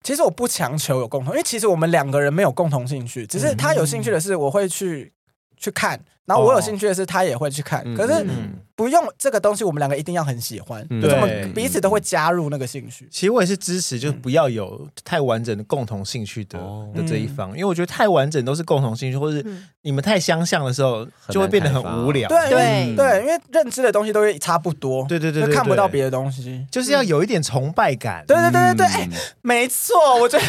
[SPEAKER 2] 其实我不强求有共同，因为其实我们两个人没有共同兴趣，只是他有兴趣
[SPEAKER 1] 嗯
[SPEAKER 2] 的是我会去去看，然后我有兴趣的是他也会去看。
[SPEAKER 1] 嗯
[SPEAKER 2] 可是
[SPEAKER 1] 嗯
[SPEAKER 2] 不用这个东西，我们两个一定要很喜欢，
[SPEAKER 1] 嗯
[SPEAKER 2] 就是我
[SPEAKER 3] 对
[SPEAKER 2] 们彼此都会加入那个兴趣。
[SPEAKER 3] 其实我也是支持，就是不要有太完整的共同兴趣的、
[SPEAKER 1] 哦
[SPEAKER 3] 的这一方，因为我觉得太完整都是共同兴趣，或是
[SPEAKER 4] 嗯
[SPEAKER 3] 你们太相像的时候，就会变得很无聊。
[SPEAKER 2] 对
[SPEAKER 4] 对
[SPEAKER 2] 对，因为认知的东西都会差不多，
[SPEAKER 3] 对对对
[SPEAKER 2] 就
[SPEAKER 3] 对
[SPEAKER 2] 看不到
[SPEAKER 3] 对
[SPEAKER 2] 别的东西。
[SPEAKER 3] 就是要有一点崇拜感。
[SPEAKER 2] 对对对对对，哎、
[SPEAKER 1] 嗯
[SPEAKER 2] 没错，我觉得，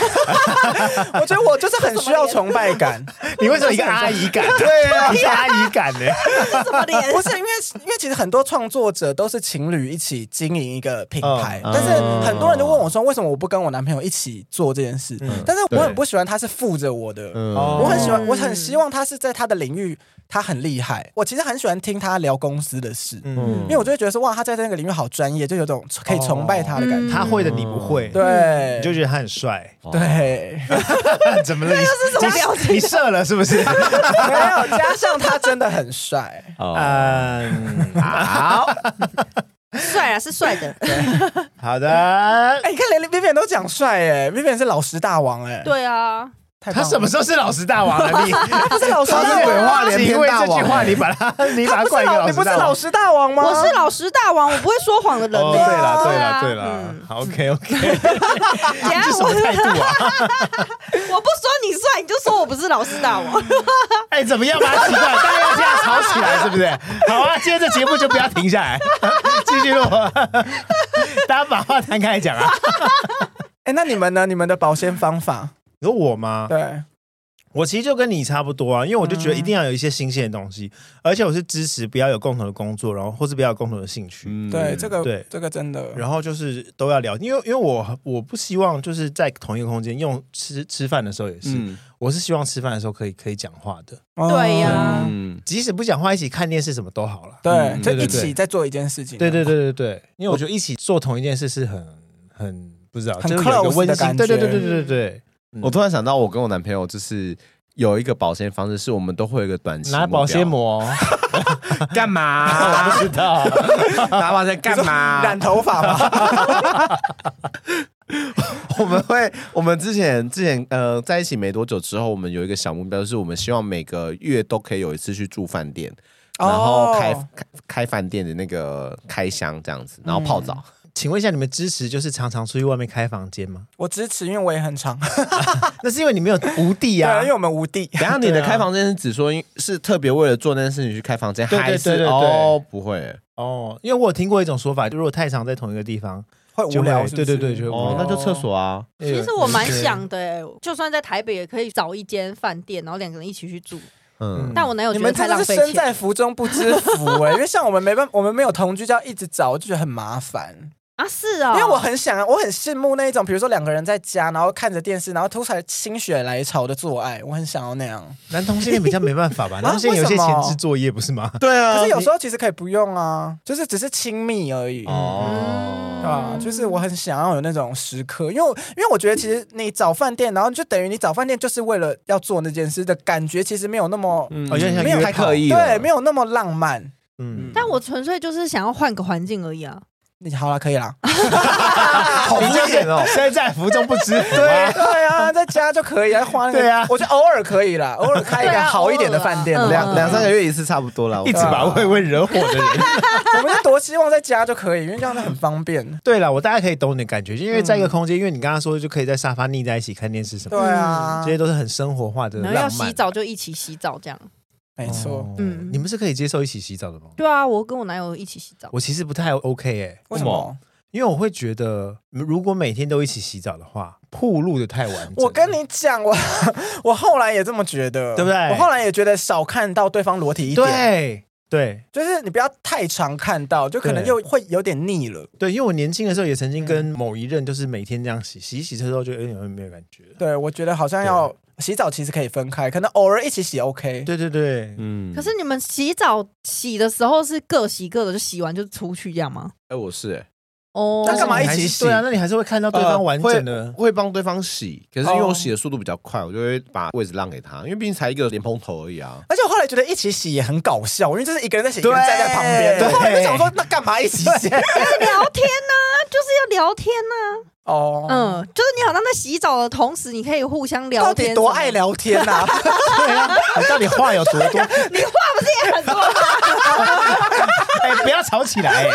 [SPEAKER 2] 我觉得我就是很需要崇拜
[SPEAKER 3] *laughs*
[SPEAKER 2] 感，
[SPEAKER 3] 你为什么一个阿姨感？对啊，是阿姨感呢、
[SPEAKER 4] 怎嗯么连
[SPEAKER 2] 不是因为因为其实很多创作者都是情侣一起经营一个品牌，
[SPEAKER 1] 嗯
[SPEAKER 2] 但是很多人就问我说，为什么我不跟我男朋友一起做这件事？
[SPEAKER 3] 嗯
[SPEAKER 2] 但是我很不喜欢他是附着我的，
[SPEAKER 1] 嗯
[SPEAKER 3] 哦
[SPEAKER 2] 我很喜欢，
[SPEAKER 4] 嗯
[SPEAKER 2] 我很希望他是在他的领域他很厉害，我其实很喜欢听他聊公司的事。
[SPEAKER 3] 嗯，
[SPEAKER 2] 因为我就会觉得说，哇，他在那个领域好专业，就有种可以崇拜他的感觉。
[SPEAKER 3] 他会的你不会，
[SPEAKER 2] 对，
[SPEAKER 3] 嗯你就觉得他很帅。 *laughs*
[SPEAKER 2] 对，
[SPEAKER 3] 怎么了？你
[SPEAKER 4] 这是什么表
[SPEAKER 3] *laughs* 你
[SPEAKER 4] 情？
[SPEAKER 3] 射了是不是？
[SPEAKER 2] 没有加上他真真的很帅， *laughs*
[SPEAKER 6] 哦，
[SPEAKER 3] 嗯，
[SPEAKER 1] 好，
[SPEAKER 4] 帅啊，是帅 *laughs* 的，
[SPEAKER 3] 好的。
[SPEAKER 2] 哎，你看连 Vivian 都讲帅哎，Vivian 是老实大王哎，，
[SPEAKER 4] 对啊，
[SPEAKER 3] 他什么时候是老实大王了？你
[SPEAKER 2] 他是老实
[SPEAKER 1] 他
[SPEAKER 2] 大
[SPEAKER 1] 是鬼
[SPEAKER 2] 王？
[SPEAKER 1] 话连
[SPEAKER 3] 因
[SPEAKER 1] 篇
[SPEAKER 3] 为
[SPEAKER 1] 大
[SPEAKER 3] 这
[SPEAKER 1] 王
[SPEAKER 3] 句
[SPEAKER 1] 欸，
[SPEAKER 3] 话，你把他， *laughs* 你把他
[SPEAKER 2] 他不
[SPEAKER 3] 冠
[SPEAKER 2] 是
[SPEAKER 3] 一个
[SPEAKER 2] 老，
[SPEAKER 3] 老
[SPEAKER 2] 你
[SPEAKER 3] 实
[SPEAKER 2] 不是
[SPEAKER 3] 大
[SPEAKER 2] 老
[SPEAKER 3] 王。
[SPEAKER 2] 实大王吗？
[SPEAKER 4] 我是老实大王，我不会说谎的人
[SPEAKER 3] 哦，
[SPEAKER 4] 呢。
[SPEAKER 3] 对了，对了，
[SPEAKER 4] 啊
[SPEAKER 3] 对了
[SPEAKER 4] *laughs* 嗯，
[SPEAKER 3] 好，OK，OK。OK *laughs* OK，
[SPEAKER 4] 怎样
[SPEAKER 3] 这什么态度啊？
[SPEAKER 4] *laughs* 我不说你帅，你就说我不是老实大王。
[SPEAKER 3] *laughs* 哎，怎么样吧？奇怪，大家要这样吵起来，是不 *laughs* 是？好啊，今天这节目就不要停下来， *laughs* 继续录。 *laughs* 大家把话摊开来讲啊。
[SPEAKER 2] 哎，那你们呢？你们的保鲜方法？
[SPEAKER 3] 有我吗？
[SPEAKER 2] 对，
[SPEAKER 3] 我其实就跟你差不多啊，因为我就觉得一定要有一些新鲜的东西，而且我是支持不要有共同的工作，然后或是不要有共同的兴趣。
[SPEAKER 1] 嗯
[SPEAKER 2] 对，这个
[SPEAKER 3] 对
[SPEAKER 2] 这个真的，
[SPEAKER 3] 然后就是都要聊，因为因为我我不希望就是在同一个空间用吃吃饭的时候也是，
[SPEAKER 1] 嗯
[SPEAKER 3] 我是希望吃饭的时候可以可以讲话的，
[SPEAKER 2] 哦
[SPEAKER 4] 对
[SPEAKER 2] 啊
[SPEAKER 4] 呀
[SPEAKER 1] 嗯，
[SPEAKER 3] 即使不讲话，一起看电视什么都好了。
[SPEAKER 2] 对，
[SPEAKER 1] 嗯
[SPEAKER 2] 就
[SPEAKER 3] 对对
[SPEAKER 2] 一起
[SPEAKER 3] 对
[SPEAKER 2] 在做一件事情。啊
[SPEAKER 3] 对对对对对，因为我觉得一起做同一件事是很很不知道，
[SPEAKER 2] 很
[SPEAKER 3] 就是有一个
[SPEAKER 2] close 的
[SPEAKER 3] 温
[SPEAKER 2] 感
[SPEAKER 3] 馨。
[SPEAKER 2] 觉
[SPEAKER 3] 对对对对对对对，
[SPEAKER 1] 我突然想到，我跟我男朋友就是有一个保鲜方式，是我们都会有一个短期
[SPEAKER 3] 拿保鲜膜，
[SPEAKER 2] *laughs*
[SPEAKER 1] 干
[SPEAKER 3] *laughs*
[SPEAKER 1] 嘛？
[SPEAKER 3] 不知道。
[SPEAKER 1] 拿保鲜干嘛？
[SPEAKER 2] 染头
[SPEAKER 3] *laughs*
[SPEAKER 2] 发吗？
[SPEAKER 1] *laughs* 我们会，我们之前之前呃在一起没多久之后，我们有一个小目标，就是我们希望每个月都可以有一次去住饭店，然后开、
[SPEAKER 2] 哦
[SPEAKER 1] 开开饭店的那个开箱这样子，然后泡澡。
[SPEAKER 3] 请问一下，你们支持就是常常出去外面开房间吗？
[SPEAKER 2] 我支持，因为我也很长，
[SPEAKER 3] 那是因为你没有无地
[SPEAKER 2] *laughs* 对
[SPEAKER 3] 啊
[SPEAKER 2] 啊，因。为我们无地。
[SPEAKER 1] 等一下你的
[SPEAKER 3] 对啊
[SPEAKER 1] 开房间是指说因是特别为了做那件事情去开房间，
[SPEAKER 3] 对对
[SPEAKER 1] 还是
[SPEAKER 3] 对对对
[SPEAKER 1] 哦不会
[SPEAKER 3] 哦，因为我有听过一种说法，就如果太常在同一个地方，
[SPEAKER 2] 会
[SPEAKER 3] 就
[SPEAKER 2] 无
[SPEAKER 3] 会
[SPEAKER 2] 聊是不是，
[SPEAKER 3] 对对对就会无
[SPEAKER 1] 哦
[SPEAKER 3] 聊
[SPEAKER 1] 那就厕所啊，
[SPEAKER 4] 其实我蛮想的、欸，就算在台北也可以找一间饭店，然后两个人一起去住。
[SPEAKER 1] 嗯
[SPEAKER 3] 嗯
[SPEAKER 4] 但我男友
[SPEAKER 2] 你
[SPEAKER 4] 觉
[SPEAKER 2] 们
[SPEAKER 4] 得太
[SPEAKER 2] 真的
[SPEAKER 4] 浪
[SPEAKER 2] 是
[SPEAKER 4] 费
[SPEAKER 2] 身在
[SPEAKER 4] 钱。
[SPEAKER 2] 福中不知福哎、因为像我们没办法，我们没有同居，就要一直找，就觉得很麻烦。
[SPEAKER 4] 啊，是啊、
[SPEAKER 2] 因为我很想啊，我很羡慕那一种，比如说两个人在家，然后看着电视，然后突然心血来潮的做爱，我很想要那样。
[SPEAKER 3] 男同性恋比较没办
[SPEAKER 2] *laughs*
[SPEAKER 3] 法吧？男同性恋有一些前置作业不是吗？
[SPEAKER 1] 对啊
[SPEAKER 2] 可是有时候其实可以不用啊，就是只是亲密而已。
[SPEAKER 1] 哦
[SPEAKER 4] 嗯
[SPEAKER 2] 对吧？就是我很想要有那种时刻，因为我因为我觉得其实你找饭店，然后就等于你找饭店就是为了要做那件事的感觉，其实没有那么、
[SPEAKER 1] 嗯
[SPEAKER 3] 哦有点像
[SPEAKER 1] 没有
[SPEAKER 3] 约
[SPEAKER 1] 太
[SPEAKER 3] 炮
[SPEAKER 1] 刻意了，
[SPEAKER 2] 对，没有那么浪漫。
[SPEAKER 3] 嗯，
[SPEAKER 4] 但我纯粹就是想要换个环境而已啊。
[SPEAKER 2] 你好了，可以啦。
[SPEAKER 3] 好明显哦，身在福中不知福啊。
[SPEAKER 2] *laughs* 对啊，在家就可以啊，花那个。
[SPEAKER 3] 对啊
[SPEAKER 2] 我觉得偶尔
[SPEAKER 3] *laughs*
[SPEAKER 2] 可以啦，偶尔开一个
[SPEAKER 4] 对啊
[SPEAKER 2] 好一点的饭店
[SPEAKER 4] 偶尔
[SPEAKER 2] 啦，
[SPEAKER 4] 啊
[SPEAKER 1] 两
[SPEAKER 4] 嗯
[SPEAKER 1] 两三个月一次差不多了，
[SPEAKER 3] *laughs* 一直
[SPEAKER 2] 啊
[SPEAKER 3] 把
[SPEAKER 1] 我
[SPEAKER 3] 魏魏惹火的人。
[SPEAKER 4] 嗯
[SPEAKER 2] 我们就多希望在家就可以，因为这样子很方便。
[SPEAKER 3] 对了，我大概可以懂你的感觉，因为在一个空间，因为你刚刚说就可以在沙发腻在一起看电视什么
[SPEAKER 2] 嗯对
[SPEAKER 3] 的，
[SPEAKER 2] 啊
[SPEAKER 3] 这，些都是很生活化的
[SPEAKER 4] 然
[SPEAKER 3] 浪
[SPEAKER 4] 后
[SPEAKER 3] 漫。
[SPEAKER 4] 要洗澡就一起洗澡，这样。
[SPEAKER 2] 没错。
[SPEAKER 3] 哦
[SPEAKER 4] 嗯
[SPEAKER 3] 你们是可以接受一起洗澡的吗？
[SPEAKER 4] 对啊，我跟我男友一起洗澡。
[SPEAKER 3] 我其实不太 OK 哎、
[SPEAKER 2] 为什么？
[SPEAKER 3] 因为我会觉得，如果每天都一起洗澡的话，暴露的太完整。
[SPEAKER 2] 我跟你讲，我 *laughs* 我后来也这么觉得，
[SPEAKER 3] 对不对
[SPEAKER 2] 我后来也觉得少看到对方裸体一点，
[SPEAKER 3] 对对
[SPEAKER 2] 就是你不要太常看到，就可能
[SPEAKER 3] 对
[SPEAKER 2] 又会有点腻了。
[SPEAKER 3] 对，因为我年轻的时候也曾经
[SPEAKER 2] 嗯
[SPEAKER 3] 跟某一任就是每天这样洗，洗一洗之后就有点没有感觉。
[SPEAKER 2] 对，我觉得好像要洗澡，其实可以分开，可能偶尔一起洗 OK。
[SPEAKER 3] 对对对，
[SPEAKER 1] 嗯
[SPEAKER 4] 可是你们洗澡洗的时候是各洗各的，就洗完就出去这样吗？
[SPEAKER 1] 哎我是哎
[SPEAKER 4] 哦，
[SPEAKER 2] 那干嘛
[SPEAKER 3] 你
[SPEAKER 2] 一
[SPEAKER 3] 还
[SPEAKER 2] 起
[SPEAKER 3] 是
[SPEAKER 2] 洗
[SPEAKER 3] 对啊，那你还是会看到对
[SPEAKER 1] 呃
[SPEAKER 3] 方完整的。
[SPEAKER 1] 会帮对方洗，可是因为
[SPEAKER 2] 哦
[SPEAKER 1] 我洗的速度比较快，我就会把位置让给他，因为毕竟才一个莲蓬头而已啊。
[SPEAKER 2] 而且我后来觉得一起洗也很搞笑，因为就是一个人在洗，一个人站在旁边。
[SPEAKER 3] 对
[SPEAKER 2] 我后来就想说，那干嘛一起洗？
[SPEAKER 4] 聊天呐、 *laughs* 就是要聊天呐、
[SPEAKER 2] *laughs* 哦，
[SPEAKER 4] 嗯，就是你好像在洗澡的同时，你可以互相聊
[SPEAKER 2] 到
[SPEAKER 4] 天。
[SPEAKER 2] 底多
[SPEAKER 4] *laughs*
[SPEAKER 2] 爱？聊天呐、
[SPEAKER 3] 对啊，你到底话有多哎多？
[SPEAKER 4] 你话不是也很多吗？
[SPEAKER 3] 哎，不要吵起来、哎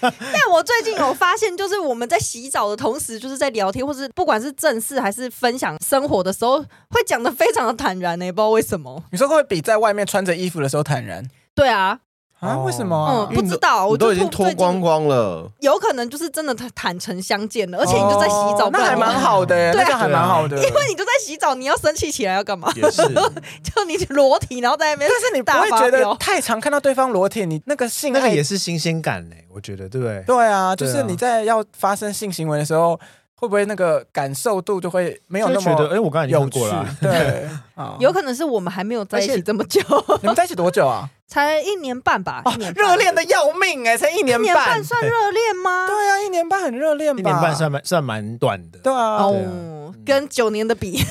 [SPEAKER 4] 但我最近有发现，就是我们在洗澡的同时，就是在聊天，或是不管是正事还是分享生活的时候，会讲的非常的坦然欸呢、也不知道为什么。
[SPEAKER 2] *laughs* 你说会不会比在外面穿着衣服的时候坦然
[SPEAKER 4] 对啊，
[SPEAKER 2] 啊？
[SPEAKER 3] 哦
[SPEAKER 2] 为什么啊、
[SPEAKER 4] 嗯，不知道，
[SPEAKER 1] 我
[SPEAKER 4] 我
[SPEAKER 1] 都
[SPEAKER 4] 就
[SPEAKER 1] 已经
[SPEAKER 4] 突
[SPEAKER 1] 脱光，光了，
[SPEAKER 4] 最近有可能就是真的坦坦诚相见了，而且你就在洗澡，不
[SPEAKER 2] 哦那
[SPEAKER 4] 然
[SPEAKER 2] 还
[SPEAKER 4] 你
[SPEAKER 2] 蛮。好的、
[SPEAKER 4] 对
[SPEAKER 2] 那
[SPEAKER 4] 啊
[SPEAKER 2] 就还蛮好的。
[SPEAKER 4] 因为你就在洗澡，你要生气起来要干嘛？
[SPEAKER 1] 也是
[SPEAKER 4] *laughs* 就你裸体，然后在那边，
[SPEAKER 2] 但是你不
[SPEAKER 4] 大
[SPEAKER 2] 会
[SPEAKER 4] 发
[SPEAKER 2] 觉得嗯
[SPEAKER 4] 飙
[SPEAKER 2] 太常看到对方裸体，你那个性
[SPEAKER 3] 那个
[SPEAKER 2] 爱
[SPEAKER 3] 也是新鲜感嘞、我觉得对不对？
[SPEAKER 2] 哎对啊，就是
[SPEAKER 3] 对啊
[SPEAKER 2] 你在要发生性行为的时候，会不会那个感受度就会没有那
[SPEAKER 3] 就觉得哎、
[SPEAKER 2] 么
[SPEAKER 3] 我刚才已经
[SPEAKER 2] 有
[SPEAKER 3] 看
[SPEAKER 2] 趣
[SPEAKER 3] 过了啊。？
[SPEAKER 2] *laughs* 对，啊
[SPEAKER 4] 有可能是我们还没有在一
[SPEAKER 2] 而且
[SPEAKER 4] 起这么久， *laughs*
[SPEAKER 2] 你们在一起多久啊？
[SPEAKER 4] 才一年半吧，一年半
[SPEAKER 2] 哦热恋的要命哎、才一
[SPEAKER 4] 一
[SPEAKER 2] 年
[SPEAKER 4] 年
[SPEAKER 2] 半
[SPEAKER 4] 半。算热恋吗？
[SPEAKER 2] 对啊，一年半很热恋吧？
[SPEAKER 3] 一年半算哦蛮算蛮短的，
[SPEAKER 2] 对啊，
[SPEAKER 4] 哦，跟九年的比，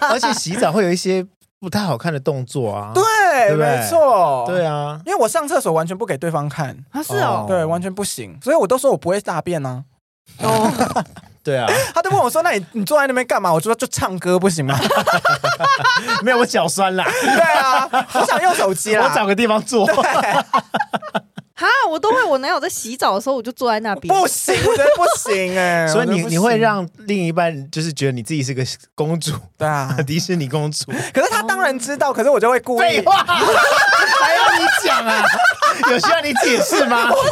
[SPEAKER 3] 而且洗澡会有一些不太好看的动作啊。
[SPEAKER 2] 对，
[SPEAKER 3] 对不对
[SPEAKER 2] 没错，
[SPEAKER 3] 对。啊，
[SPEAKER 2] 因为我上厕所完全不给对方看，
[SPEAKER 4] 啊是哦，
[SPEAKER 2] 对，完全不行，所以我都说我不会大便啊。
[SPEAKER 4] 哦，
[SPEAKER 3] 对啊，
[SPEAKER 2] 他就
[SPEAKER 3] *laughs*
[SPEAKER 2] 问我说：“那你你坐在那边干嘛？”我就说：“就唱歌不行吗 *laughs*
[SPEAKER 3] 没有我脚酸啦，？”
[SPEAKER 2] 对啊，我想用手机啦。
[SPEAKER 3] 我找个地方坐。
[SPEAKER 2] *laughs* 啊
[SPEAKER 4] 哈，我都会，我男友在洗澡的时候，我就坐在那边，
[SPEAKER 2] 不行，我觉得不行哎、
[SPEAKER 3] *laughs* *laughs* 所以
[SPEAKER 2] 我觉
[SPEAKER 3] 你
[SPEAKER 2] 得不行
[SPEAKER 3] 你会让另一半就是觉得你自己是个公主， *laughs*
[SPEAKER 2] 对啊？
[SPEAKER 3] 迪士尼公主。
[SPEAKER 2] 可是他当然知道，可是我就会故意
[SPEAKER 3] 废话，还要你讲啊？有需要你解释吗？
[SPEAKER 4] *laughs* 不要生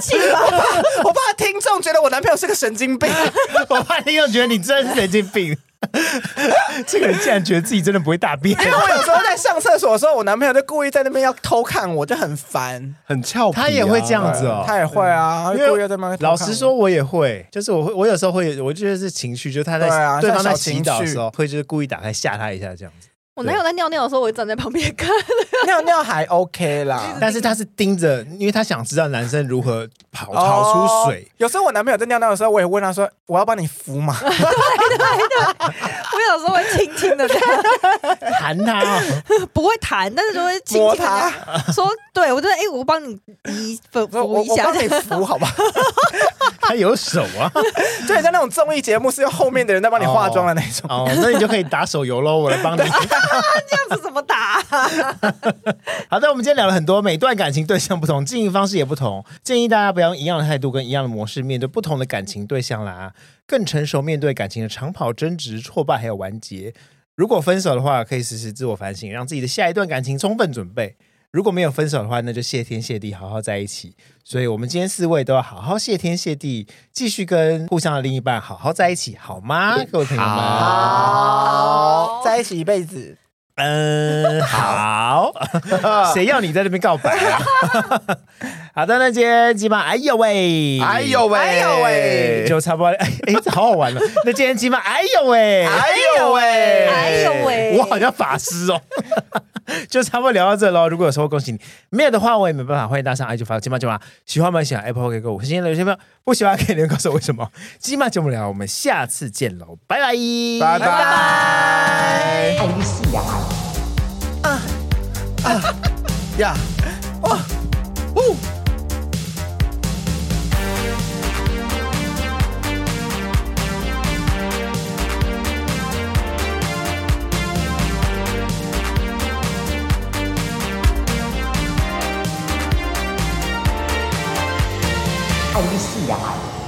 [SPEAKER 4] 气吧？
[SPEAKER 2] *laughs* 我怕听众觉得我男朋友是个神经
[SPEAKER 3] *laughs*
[SPEAKER 2] 病，
[SPEAKER 3] 我怕听众觉得你真的是神经病。 *laughs* 这个人竟然觉得自己真的不会大便，
[SPEAKER 2] 因为我有时候在上厕所的时候，我男朋友就故意在那边要偷看我，就很烦。
[SPEAKER 1] *laughs* 很俏皮啊、
[SPEAKER 3] 他也会这样子哦。
[SPEAKER 2] 他也会啊，他
[SPEAKER 3] 因
[SPEAKER 2] 就
[SPEAKER 3] 为
[SPEAKER 2] 故意要在那边偷看
[SPEAKER 3] 老
[SPEAKER 2] 我
[SPEAKER 3] 实说，，我也会，就是我会，我有时候会，我觉得是情绪，就是他在
[SPEAKER 2] 对啊
[SPEAKER 3] 对方
[SPEAKER 2] 像小
[SPEAKER 3] 在洗
[SPEAKER 2] 情
[SPEAKER 3] 澡的
[SPEAKER 2] 绪
[SPEAKER 3] 时候，会就是故意打开吓他一下这样子。
[SPEAKER 4] 我男友在尿尿的时候，我就站在旁边看， *laughs*
[SPEAKER 2] 尿尿还
[SPEAKER 3] *laughs*
[SPEAKER 2] OK 啦。
[SPEAKER 3] 但是他是盯着，因为他想知道男生如何跑逃出水 *laughs*
[SPEAKER 2] 哦。有时候我男朋友在尿尿的时候，我也问他说：“我要帮你扶嘛
[SPEAKER 4] 我有时候会轻轻的这样，
[SPEAKER 3] 弹他哦，
[SPEAKER 4] 不会弹，但是就会轻
[SPEAKER 2] 摸
[SPEAKER 4] 轻
[SPEAKER 2] 他
[SPEAKER 4] 的说，对我就哎，我帮你移 *laughs* 扶？”
[SPEAKER 2] 我说：“我
[SPEAKER 4] 扶一
[SPEAKER 2] 我
[SPEAKER 4] 下
[SPEAKER 2] 帮，你扶，好吧
[SPEAKER 3] *laughs*
[SPEAKER 2] *laughs*
[SPEAKER 3] 他有手啊。？”
[SPEAKER 2] 就很像那种综艺节目，是用后面的人在帮你化妆的那种。
[SPEAKER 3] 哦，那你就可以打手游喽，我来帮你。
[SPEAKER 4] 这样子怎么打？
[SPEAKER 3] 好的，我们今天聊了很多，每段感情对象不同，经营方式也不同，建议大家不要用一样的态度跟一样的模式面对不同的感情对象啦，更成熟面对感情的长跑、争执、挫败还有完结。如果分手的话，可以实时自我反省，让自己的下一段感情充分准备。如果没有分手的话，那就谢天谢地，好好在一起。所以，我们今天四位都要好好谢天谢地，继续跟互相的另一半好好在一起，好吗？各位朋友们，
[SPEAKER 4] 哦
[SPEAKER 2] 好，在一起一辈子。
[SPEAKER 3] 嗯，
[SPEAKER 1] *laughs*
[SPEAKER 3] 好。谁要你在那边告白
[SPEAKER 1] *laughs*
[SPEAKER 3] 啊？好的，那今天鸡巴，哎呦喂，
[SPEAKER 1] 哎呦喂，
[SPEAKER 2] 哎呦喂
[SPEAKER 3] 就差不多，哎，哎这好好玩哦。那今天鸡巴，哎呦喂，
[SPEAKER 1] 哎呦喂，
[SPEAKER 4] 哎呦喂，
[SPEAKER 3] 我好像法师哦。 *laughs* 就差不多聊到这喽。如果有收获，恭喜你；没有的话，我也没办法。欢迎大家上 i 就发鸡妈鸡妈，喜欢吗？喜欢 Apple 可以给我五星评论，有些朋友不喜欢可以留言告诉我为什么。鸡妈节目聊，我们下次见喽，拜拜，
[SPEAKER 1] 拜拜呀。
[SPEAKER 2] 어.
[SPEAKER 6] Alicia.